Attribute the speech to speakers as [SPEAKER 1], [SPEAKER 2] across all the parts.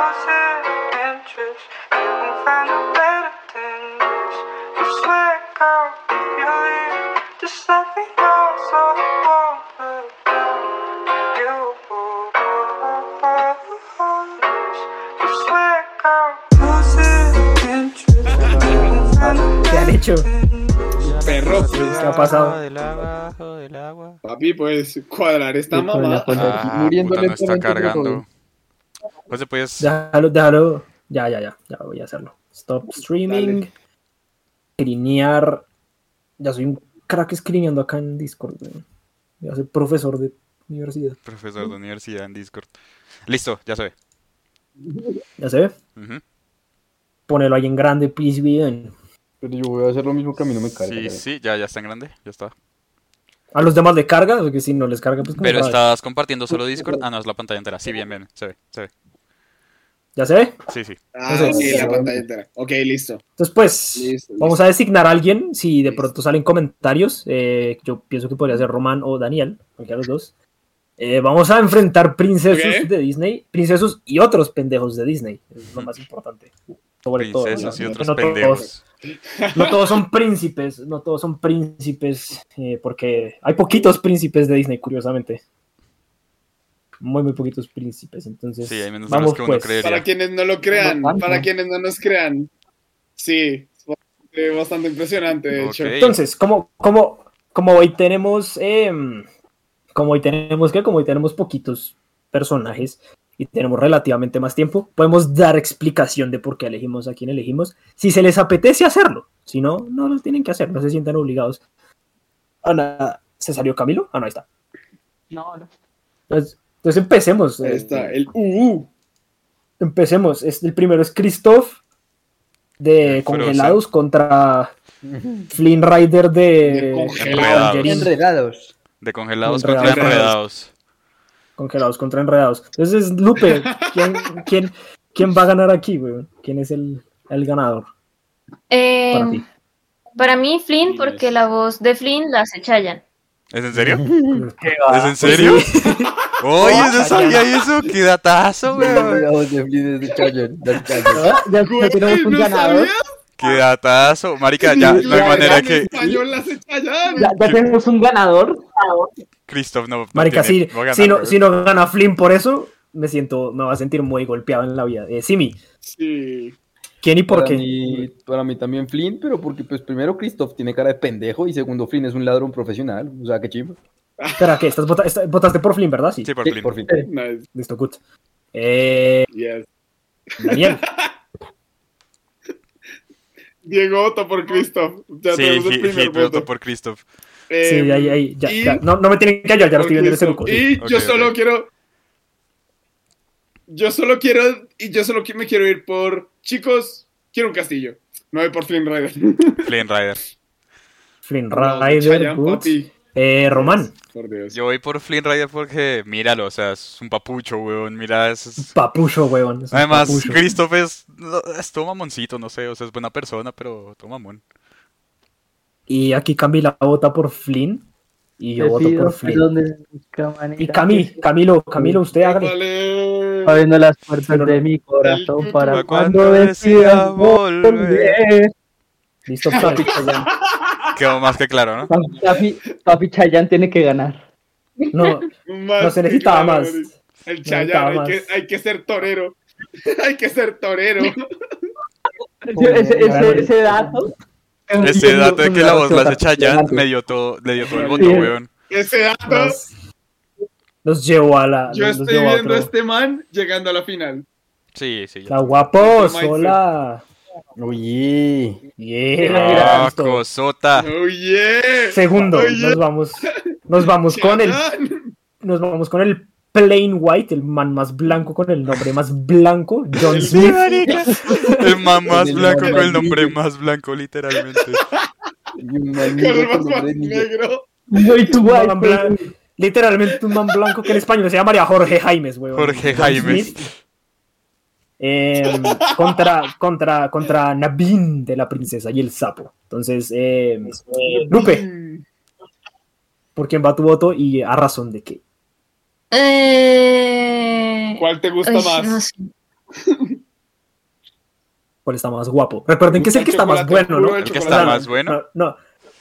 [SPEAKER 1] Losing interest, you can find a better than this. You swear, girl, if you leave, just let me know so I won't look down. You, you swear, girl, losing interest, you can find a
[SPEAKER 2] ¿Qué han
[SPEAKER 1] better
[SPEAKER 2] hecho?
[SPEAKER 1] than this.
[SPEAKER 3] Perro, pues.
[SPEAKER 2] ¿Qué ha pasado?
[SPEAKER 4] Abajo del agua, abajo del agua.
[SPEAKER 3] Papi, pues cuadrar esta
[SPEAKER 2] Hijo de la puta.
[SPEAKER 3] mamá.
[SPEAKER 2] Cuando
[SPEAKER 5] Ah,
[SPEAKER 6] muriendo
[SPEAKER 5] puta, no está
[SPEAKER 6] lentamente,
[SPEAKER 5] cargando.
[SPEAKER 6] pero-
[SPEAKER 5] José, pues, puedes
[SPEAKER 2] Déjalo, déjalo. Ya, ya, ya. Ya voy a hacerlo. Stop streaming.
[SPEAKER 3] Dale.
[SPEAKER 2] Crinear. Ya soy un crack escribiendo acá en Discord. weón. Ya soy profesor de universidad.
[SPEAKER 5] profesor de universidad en Discord. Listo, ya se ve.
[SPEAKER 2] ¿Ya se ve?
[SPEAKER 5] Ujú.
[SPEAKER 2] Ponelo ahí en grande, please, bien.
[SPEAKER 6] Pero yo voy a hacer lo mismo que a mí no me carga.
[SPEAKER 5] Sí,
[SPEAKER 6] cabrón.
[SPEAKER 5] sí, ya, ya está en grande, ya está. ¿Pero
[SPEAKER 2] A los demás le carga, porque si no les carga, pues como sabe.
[SPEAKER 5] estás compartiendo solo Discord? Ah, no, es la pantalla entera. Sí, bien, bien, se ve, se ve.
[SPEAKER 2] ¿Ya se ve?
[SPEAKER 5] Sí, sí.
[SPEAKER 3] Ah,
[SPEAKER 2] Eso
[SPEAKER 3] ok,
[SPEAKER 2] es.
[SPEAKER 3] la pantalla entera. Ok, listo.
[SPEAKER 2] Entonces, pues,
[SPEAKER 3] Listo,
[SPEAKER 2] vamos a designar a alguien. Si de
[SPEAKER 3] Listo.
[SPEAKER 2] pronto salen comentarios, eh, yo pienso que podría ser Román o Daniel, cualquiera de los dos. Eh, vamos a enfrentar princesos
[SPEAKER 3] Ok.
[SPEAKER 2] de Disney, princesos y otros pendejos de Disney. Es lo más importante. Sobre todo,
[SPEAKER 5] Princesas
[SPEAKER 2] ¿no?
[SPEAKER 5] y
[SPEAKER 2] No
[SPEAKER 5] otros
[SPEAKER 2] todos-
[SPEAKER 5] pendejos.
[SPEAKER 2] no todos son príncipes, no todos son príncipes, eh, porque hay poquitos príncipes de Disney, curiosamente. Muy, muy poquitos príncipes. Entonces,
[SPEAKER 5] Sí, hay menos de los
[SPEAKER 2] vamos
[SPEAKER 5] que uno
[SPEAKER 2] pues.
[SPEAKER 5] creería.
[SPEAKER 3] Para quienes no lo crean,
[SPEAKER 2] No tanto.
[SPEAKER 3] para quienes no nos crean. Sí, es bastante- bastante impresionante, de hecho.
[SPEAKER 5] Ok.
[SPEAKER 2] Entonces, como, como, como hoy tenemos, em, como hoy tenemos que, como hoy tenemos poquitos personajes y tenemos relativamente más tiempo, podemos dar explicación de por qué elegimos a quién elegimos, si se les apetece hacerlo. Si no, no lo tienen que hacer, no se sientan obligados. Ana, ¿se salió Camilo? Ah, no, ahí está.
[SPEAKER 7] No, no.
[SPEAKER 2] Entonces, entonces empecemos.
[SPEAKER 3] Ahí
[SPEAKER 2] eh,
[SPEAKER 3] está, el UU.
[SPEAKER 2] Empecemos. Es- el primero es Christoph de
[SPEAKER 5] Frozen.
[SPEAKER 2] Congelados contra Flynn Rider de,
[SPEAKER 3] De Congelados.
[SPEAKER 2] Tangerine.
[SPEAKER 7] Enredados.
[SPEAKER 5] De congelados
[SPEAKER 2] Enredados.
[SPEAKER 5] contra enredados.
[SPEAKER 2] Congelados contra enredados. Entonces, Lupe, ¿quién, quién, quién va a ganar aquí, weón? ¿Quién es el, el ganador
[SPEAKER 8] Eh,
[SPEAKER 2] para ti?
[SPEAKER 8] para mí, Flynn,
[SPEAKER 3] Sí,
[SPEAKER 8] porque
[SPEAKER 3] es.
[SPEAKER 8] la voz de Flynn la hace Chayan.
[SPEAKER 5] ¿Es en serio?
[SPEAKER 2] va?
[SPEAKER 5] ¿Es
[SPEAKER 2] Pues
[SPEAKER 5] en serio? Oye, no sabía eso, qué datazo, weón.
[SPEAKER 6] La voz de Flynn es de Chayanne, de Chayanne.
[SPEAKER 2] ¿Ah? Ya- ya
[SPEAKER 3] Güey,
[SPEAKER 2] tenemos un
[SPEAKER 3] ¿no
[SPEAKER 2] ganador.
[SPEAKER 3] sabías?
[SPEAKER 5] Qué datazo. Marica, ya no hay
[SPEAKER 3] La
[SPEAKER 5] manera
[SPEAKER 3] gran
[SPEAKER 5] que
[SPEAKER 3] español la hace Chayanne.
[SPEAKER 7] Ya, ya tenemos un ganador.
[SPEAKER 5] Christoph no. no
[SPEAKER 2] Marica,
[SPEAKER 5] tiene-
[SPEAKER 2] si,
[SPEAKER 5] va a
[SPEAKER 2] si,
[SPEAKER 5] ganar,
[SPEAKER 2] no, si no gana Flynn por eso, me siento, me va a sentir muy golpeado en la vida. Eh, Simi,
[SPEAKER 3] Sí.
[SPEAKER 2] ¿quién y por
[SPEAKER 6] Para
[SPEAKER 2] qué?
[SPEAKER 6] mí- para mí también Flynn, pero porque pues primero Christoph tiene cara de pendejo y segundo Flynn es un ladrón profesional, o sea, qué chimba.
[SPEAKER 2] Espera, ¿qué? ¿Estás vota- esta- ¿Votaste por Flynn, verdad? Sí.
[SPEAKER 5] Sí, por
[SPEAKER 6] Sí,
[SPEAKER 5] fin.
[SPEAKER 6] por fin.
[SPEAKER 3] Nice,
[SPEAKER 2] Listo, good. Eh,
[SPEAKER 3] yes.
[SPEAKER 2] Daniel,
[SPEAKER 3] Diego vota por Christoph. Ya
[SPEAKER 5] Sí,
[SPEAKER 3] tenemos el
[SPEAKER 5] Hit
[SPEAKER 3] primer
[SPEAKER 5] Hit votó
[SPEAKER 3] voto.
[SPEAKER 5] por Christoph.
[SPEAKER 3] Eh,
[SPEAKER 2] sí, ahí, ahí, ya,
[SPEAKER 3] y
[SPEAKER 2] ya. No, no me tienen que hallar, ya lo
[SPEAKER 3] por
[SPEAKER 2] estoy viendo en ese luco.
[SPEAKER 3] Christoph.
[SPEAKER 2] sí.
[SPEAKER 3] Y
[SPEAKER 5] Ok,
[SPEAKER 3] yo
[SPEAKER 5] ok.
[SPEAKER 3] solo quiero. Yo solo quiero. Y yo solo qui- me quiero ir por. Chicos, quiero un castillo. Me voy por Flynn Rider.
[SPEAKER 5] Flynn Rider.
[SPEAKER 2] Flynn
[SPEAKER 3] No,
[SPEAKER 2] Rider,
[SPEAKER 3] Chayanne,
[SPEAKER 2] good.
[SPEAKER 3] papi.
[SPEAKER 2] Eh, Román,
[SPEAKER 3] Por Dios.
[SPEAKER 5] Yo voy por Flynn Rider porque, míralo, o sea, es un papucho, weón. Mira, es- es-
[SPEAKER 2] papucho, weón. es un
[SPEAKER 5] Además,
[SPEAKER 2] papucho.
[SPEAKER 5] Christoph es, no, es todo mamoncito, no sé, o sea, es buena persona, pero todo mamón.
[SPEAKER 2] Y aquí Camila vota por Flynn. Y yo
[SPEAKER 7] Te
[SPEAKER 2] voto
[SPEAKER 7] pido
[SPEAKER 2] por Flynn.
[SPEAKER 7] perdón de mis camanitas.
[SPEAKER 2] Y Cami, Camilo, Camilo, usted hágale.
[SPEAKER 3] Vale.
[SPEAKER 7] Abriendo las puertas
[SPEAKER 2] Pero no-
[SPEAKER 7] de mi corazón
[SPEAKER 3] el-
[SPEAKER 7] para
[SPEAKER 5] Para
[SPEAKER 7] cuando
[SPEAKER 5] cuando decida
[SPEAKER 7] decida
[SPEAKER 5] volver.
[SPEAKER 7] volver.
[SPEAKER 2] Listo, papi, Chayanne.
[SPEAKER 5] Quedó más que claro, ¿no?
[SPEAKER 7] Papi- Papi, papi Chayanne tiene que ganar.
[SPEAKER 2] No,
[SPEAKER 3] Más
[SPEAKER 2] no se necesitaba
[SPEAKER 3] que
[SPEAKER 2] más.
[SPEAKER 3] claro, El
[SPEAKER 2] necesitaba
[SPEAKER 3] Chayanne, hay
[SPEAKER 2] más.
[SPEAKER 3] que, hay que ser torero. hay que ser torero.
[SPEAKER 7] Ese, ese, ese, ese dato.
[SPEAKER 5] Ese dato de que la voz la hace Chayanne me dio todo, le dio todo el voto,
[SPEAKER 2] eh.
[SPEAKER 7] Sí.
[SPEAKER 5] weón.
[SPEAKER 3] Ese dato.
[SPEAKER 2] Nos, nos llevó a la.
[SPEAKER 3] yo
[SPEAKER 2] nos
[SPEAKER 3] estoy
[SPEAKER 2] llevó a
[SPEAKER 3] viendo a
[SPEAKER 2] otro.
[SPEAKER 3] este man llegando a la final.
[SPEAKER 5] Sí, sí.
[SPEAKER 2] La guapos,
[SPEAKER 3] Mindset.
[SPEAKER 2] hola.
[SPEAKER 6] Oye,
[SPEAKER 2] Yeah,
[SPEAKER 5] Ah,
[SPEAKER 2] listo.
[SPEAKER 5] cosota.
[SPEAKER 3] Oh, yeah.
[SPEAKER 2] Segundo,
[SPEAKER 3] Oye.
[SPEAKER 2] nos vamos. Nos vamos con el.
[SPEAKER 3] Chayanne.
[SPEAKER 2] Nos vamos con el plain white, el man más blanco con el nombre más blanco, John Smith.
[SPEAKER 5] El man más
[SPEAKER 6] El
[SPEAKER 5] blanco con el nombre
[SPEAKER 6] amarillo.
[SPEAKER 5] más blanco, literalmente.
[SPEAKER 6] y un amigo
[SPEAKER 3] Con el
[SPEAKER 6] con
[SPEAKER 3] más
[SPEAKER 6] nombre de Miguel.
[SPEAKER 3] negro.
[SPEAKER 7] Muy tu
[SPEAKER 2] Un man blan- Literalmente un man blanco que en español se llamaría Jorge Jaimes, weón.
[SPEAKER 5] Jorge
[SPEAKER 2] John
[SPEAKER 5] Jaimes.
[SPEAKER 2] Smith, eh, contra, contra, contra Nabin de la princesa y el sapo. Entonces, eh, Lupe, ¿por quién va tu voto y a razón de qué?
[SPEAKER 8] Eh,
[SPEAKER 3] ¿Cuál te gusta
[SPEAKER 8] ay,
[SPEAKER 3] más?
[SPEAKER 8] Eh, no sé.
[SPEAKER 2] ¿Cuál está más guapo? Recuerden que es el que está más
[SPEAKER 3] Chocolate
[SPEAKER 2] bueno, ¿no?
[SPEAKER 3] puro de
[SPEAKER 5] El que
[SPEAKER 2] O sea,
[SPEAKER 5] está
[SPEAKER 2] no,
[SPEAKER 5] más bueno.
[SPEAKER 2] No, no,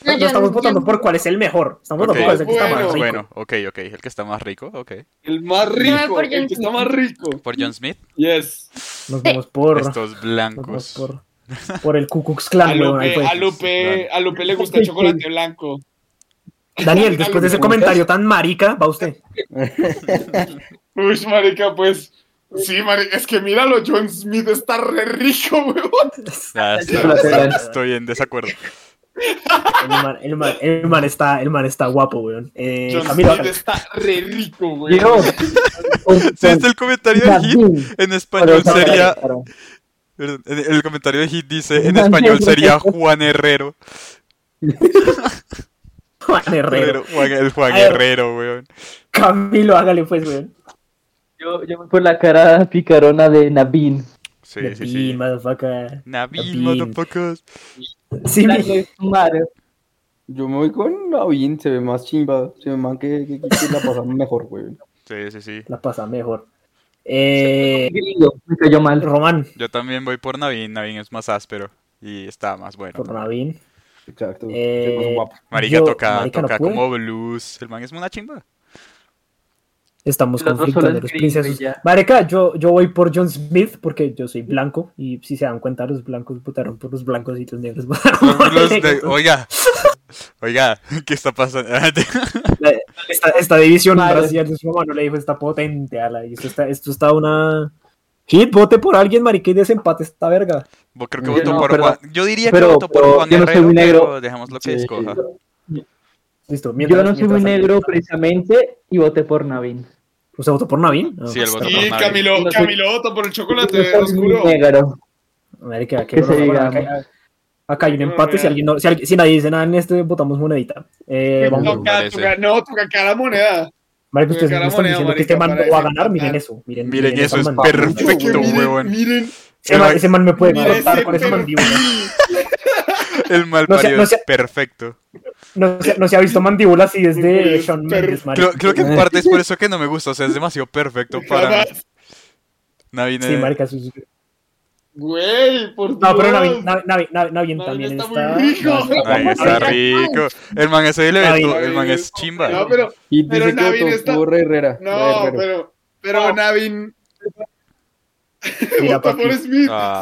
[SPEAKER 8] No,
[SPEAKER 2] no
[SPEAKER 8] yo-
[SPEAKER 2] estamos votando
[SPEAKER 8] yo-
[SPEAKER 2] por cuál es el mejor. Estamos
[SPEAKER 5] Ok.
[SPEAKER 2] votando por cuál es el que está
[SPEAKER 3] Bueno,
[SPEAKER 2] más rico.
[SPEAKER 5] Bueno, ok, ok. El que está más rico, ok.
[SPEAKER 3] El más
[SPEAKER 8] Dame
[SPEAKER 3] rico,
[SPEAKER 8] por
[SPEAKER 3] el
[SPEAKER 8] John
[SPEAKER 3] que está más rico.
[SPEAKER 5] Por John Smith,
[SPEAKER 3] Yes.
[SPEAKER 2] Nos vamos por.
[SPEAKER 5] estos
[SPEAKER 2] nos vamos
[SPEAKER 5] blancos.
[SPEAKER 2] por, por el Ku Klux
[SPEAKER 3] A
[SPEAKER 2] Klan, weón, ahí
[SPEAKER 3] Lupe,
[SPEAKER 2] fue.
[SPEAKER 3] a Lupe, a Lupe le gusta el chocolate blanco.
[SPEAKER 2] Daniel, después de ese comentario tan marica, va usted.
[SPEAKER 3] Uy, marica, pues. Sí, marica, es que míralo, John Smith está re rico, weón.
[SPEAKER 5] Ah, está-
[SPEAKER 7] Chocolate
[SPEAKER 5] está-
[SPEAKER 7] blanco.
[SPEAKER 5] estoy en desacuerdo.
[SPEAKER 2] El man, el man- el man está, el man está guapo, weón. Eh,
[SPEAKER 3] John
[SPEAKER 2] Camilo,
[SPEAKER 3] Smith está re rico, weón.
[SPEAKER 7] Digo,
[SPEAKER 5] Sí, está este el comentario de Hit. En español sería. perdón, en El comentario de Hit dice: En
[SPEAKER 7] Juan
[SPEAKER 5] español
[SPEAKER 7] Herrero.
[SPEAKER 5] sería Juan Herrero.
[SPEAKER 2] Juan Herrero.
[SPEAKER 5] Herrero, Juan, el Juan
[SPEAKER 2] A ver.
[SPEAKER 5] Herrero, weón.
[SPEAKER 2] Camilo, hágale pues, weón.
[SPEAKER 7] Yo, yo voy por la cara picarona de Nabin.
[SPEAKER 5] Sí, sí,
[SPEAKER 2] Pin,
[SPEAKER 5] sí.
[SPEAKER 2] motherfucker. Nabil.
[SPEAKER 5] Nabil, motherfuckers.
[SPEAKER 2] Sí,
[SPEAKER 7] La
[SPEAKER 2] mi-
[SPEAKER 7] de Mar.
[SPEAKER 6] Yo me voy con Navin, se ve más chimba, se ve más que, que, que la pasa mejor, güey.
[SPEAKER 5] Sí, sí, sí.
[SPEAKER 2] la pasa mejor. Eh,
[SPEAKER 7] Grillo, me cayó mal.
[SPEAKER 2] Román,
[SPEAKER 5] Yo también voy por Navin. Navin es más áspero y está más bueno.
[SPEAKER 2] por Navín.
[SPEAKER 6] Exacto.
[SPEAKER 2] Eh,
[SPEAKER 6] se puso guapo.
[SPEAKER 5] pues, Marica
[SPEAKER 2] Yo-
[SPEAKER 5] toca,
[SPEAKER 2] marica, no
[SPEAKER 5] toca
[SPEAKER 2] puede.
[SPEAKER 5] como blues. El man es una chimba.
[SPEAKER 2] Estamos
[SPEAKER 7] Los dos
[SPEAKER 2] conflictando
[SPEAKER 7] solo
[SPEAKER 2] los
[SPEAKER 7] escriben
[SPEAKER 2] princesos.
[SPEAKER 7] y ya.
[SPEAKER 2] Marica, yo, yo voy por John Smith porque yo soy blanco y si se dan cuenta, los blancos votaron por los blancos y los negros votaron por los
[SPEAKER 5] Los de-
[SPEAKER 2] negros.
[SPEAKER 5] oiga, oiga, ¿qué está pasando? Ah,
[SPEAKER 2] La- Esta, esta división
[SPEAKER 7] Madre.
[SPEAKER 2] racial de su mamá no le dijo, está potente, ala. Y esto está, esto está una... Hit, vote por alguien, marica, y desempate esta verga.
[SPEAKER 5] Bo- Creo que
[SPEAKER 6] Yo
[SPEAKER 5] voto
[SPEAKER 7] no,
[SPEAKER 5] por
[SPEAKER 7] pero-
[SPEAKER 5] Juan. Yo diría
[SPEAKER 7] pero-
[SPEAKER 5] que voto por
[SPEAKER 7] pero
[SPEAKER 5] Juan
[SPEAKER 7] yo no soy
[SPEAKER 5] Herrero,
[SPEAKER 7] muy negro.
[SPEAKER 5] pero dejamos lo que
[SPEAKER 6] Sí.
[SPEAKER 5] escoja.
[SPEAKER 2] Listo,
[SPEAKER 7] Yo
[SPEAKER 2] mientras-
[SPEAKER 7] no soy muy
[SPEAKER 2] mientras-
[SPEAKER 7] negro precisamente y voté por Navin.
[SPEAKER 2] ¿Usted votó por Navin? pues,
[SPEAKER 5] Sí, el voto
[SPEAKER 3] Y
[SPEAKER 5] por Nabil.
[SPEAKER 3] Camilo,
[SPEAKER 7] No sé.
[SPEAKER 3] Camilo vota por el chocolate
[SPEAKER 7] Yo soy muy
[SPEAKER 3] oscuro.
[SPEAKER 7] negro.
[SPEAKER 2] Marica, qué
[SPEAKER 7] Que se
[SPEAKER 2] broma,
[SPEAKER 7] diga.
[SPEAKER 2] bueno, acá, acá hay un
[SPEAKER 3] Broma,
[SPEAKER 2] empate. Si,
[SPEAKER 3] real.
[SPEAKER 2] alguien no- si, alguien- si nadie dice nada en este, votamos monedita. Eh, vamos.
[SPEAKER 5] loco.
[SPEAKER 3] Toca,
[SPEAKER 5] parece.
[SPEAKER 3] toca, no, toca cada moneda.
[SPEAKER 2] Marica, ustedes
[SPEAKER 3] Cara
[SPEAKER 2] me están
[SPEAKER 3] moneda,
[SPEAKER 2] diciendo que
[SPEAKER 3] marica,
[SPEAKER 2] este man no
[SPEAKER 3] para
[SPEAKER 2] va a ganar.
[SPEAKER 3] desempatar.
[SPEAKER 2] Miren eso. Miren,
[SPEAKER 5] Miren eso,
[SPEAKER 2] esa
[SPEAKER 5] es
[SPEAKER 2] mandíbula.
[SPEAKER 5] perfecto.
[SPEAKER 3] Es que miren,
[SPEAKER 5] huevón.
[SPEAKER 3] miren,
[SPEAKER 2] Ese man, ese man me puede
[SPEAKER 3] Mira ese
[SPEAKER 2] derrotar con esa
[SPEAKER 3] perfil.
[SPEAKER 2] mandíbula.
[SPEAKER 5] El mal
[SPEAKER 2] No sé-
[SPEAKER 5] parido
[SPEAKER 2] no
[SPEAKER 5] es
[SPEAKER 2] sé-
[SPEAKER 5] perfecto.
[SPEAKER 2] No se, no se ha visto mandíbula así desde
[SPEAKER 3] Pero-
[SPEAKER 2] Sean Mendes, marica.
[SPEAKER 5] Creo, creo que en parte es por eso que no me gusta. O sea, es demasiado perfecto para mí.
[SPEAKER 3] jamás.
[SPEAKER 5] Navin,
[SPEAKER 2] Sí,
[SPEAKER 5] eh,
[SPEAKER 2] marica. sus-
[SPEAKER 3] Güey, por Dios.
[SPEAKER 2] No, pero Navin, Navin, Navin, Navin, Navin
[SPEAKER 3] Navin
[SPEAKER 2] también
[SPEAKER 3] está
[SPEAKER 2] está...
[SPEAKER 3] muy rico.
[SPEAKER 5] Navin está rico. El man es el
[SPEAKER 2] Navin.
[SPEAKER 5] evento. El man es chimba.
[SPEAKER 3] No, pero,
[SPEAKER 6] Y
[SPEAKER 3] pero
[SPEAKER 6] dice que
[SPEAKER 3] Navin
[SPEAKER 6] votó
[SPEAKER 3] está-
[SPEAKER 6] por Herrera.
[SPEAKER 3] no,
[SPEAKER 6] Herrera.
[SPEAKER 3] pero, pero Navin
[SPEAKER 2] Mira,
[SPEAKER 3] vota
[SPEAKER 2] papi.
[SPEAKER 3] por Smith.
[SPEAKER 5] Ah,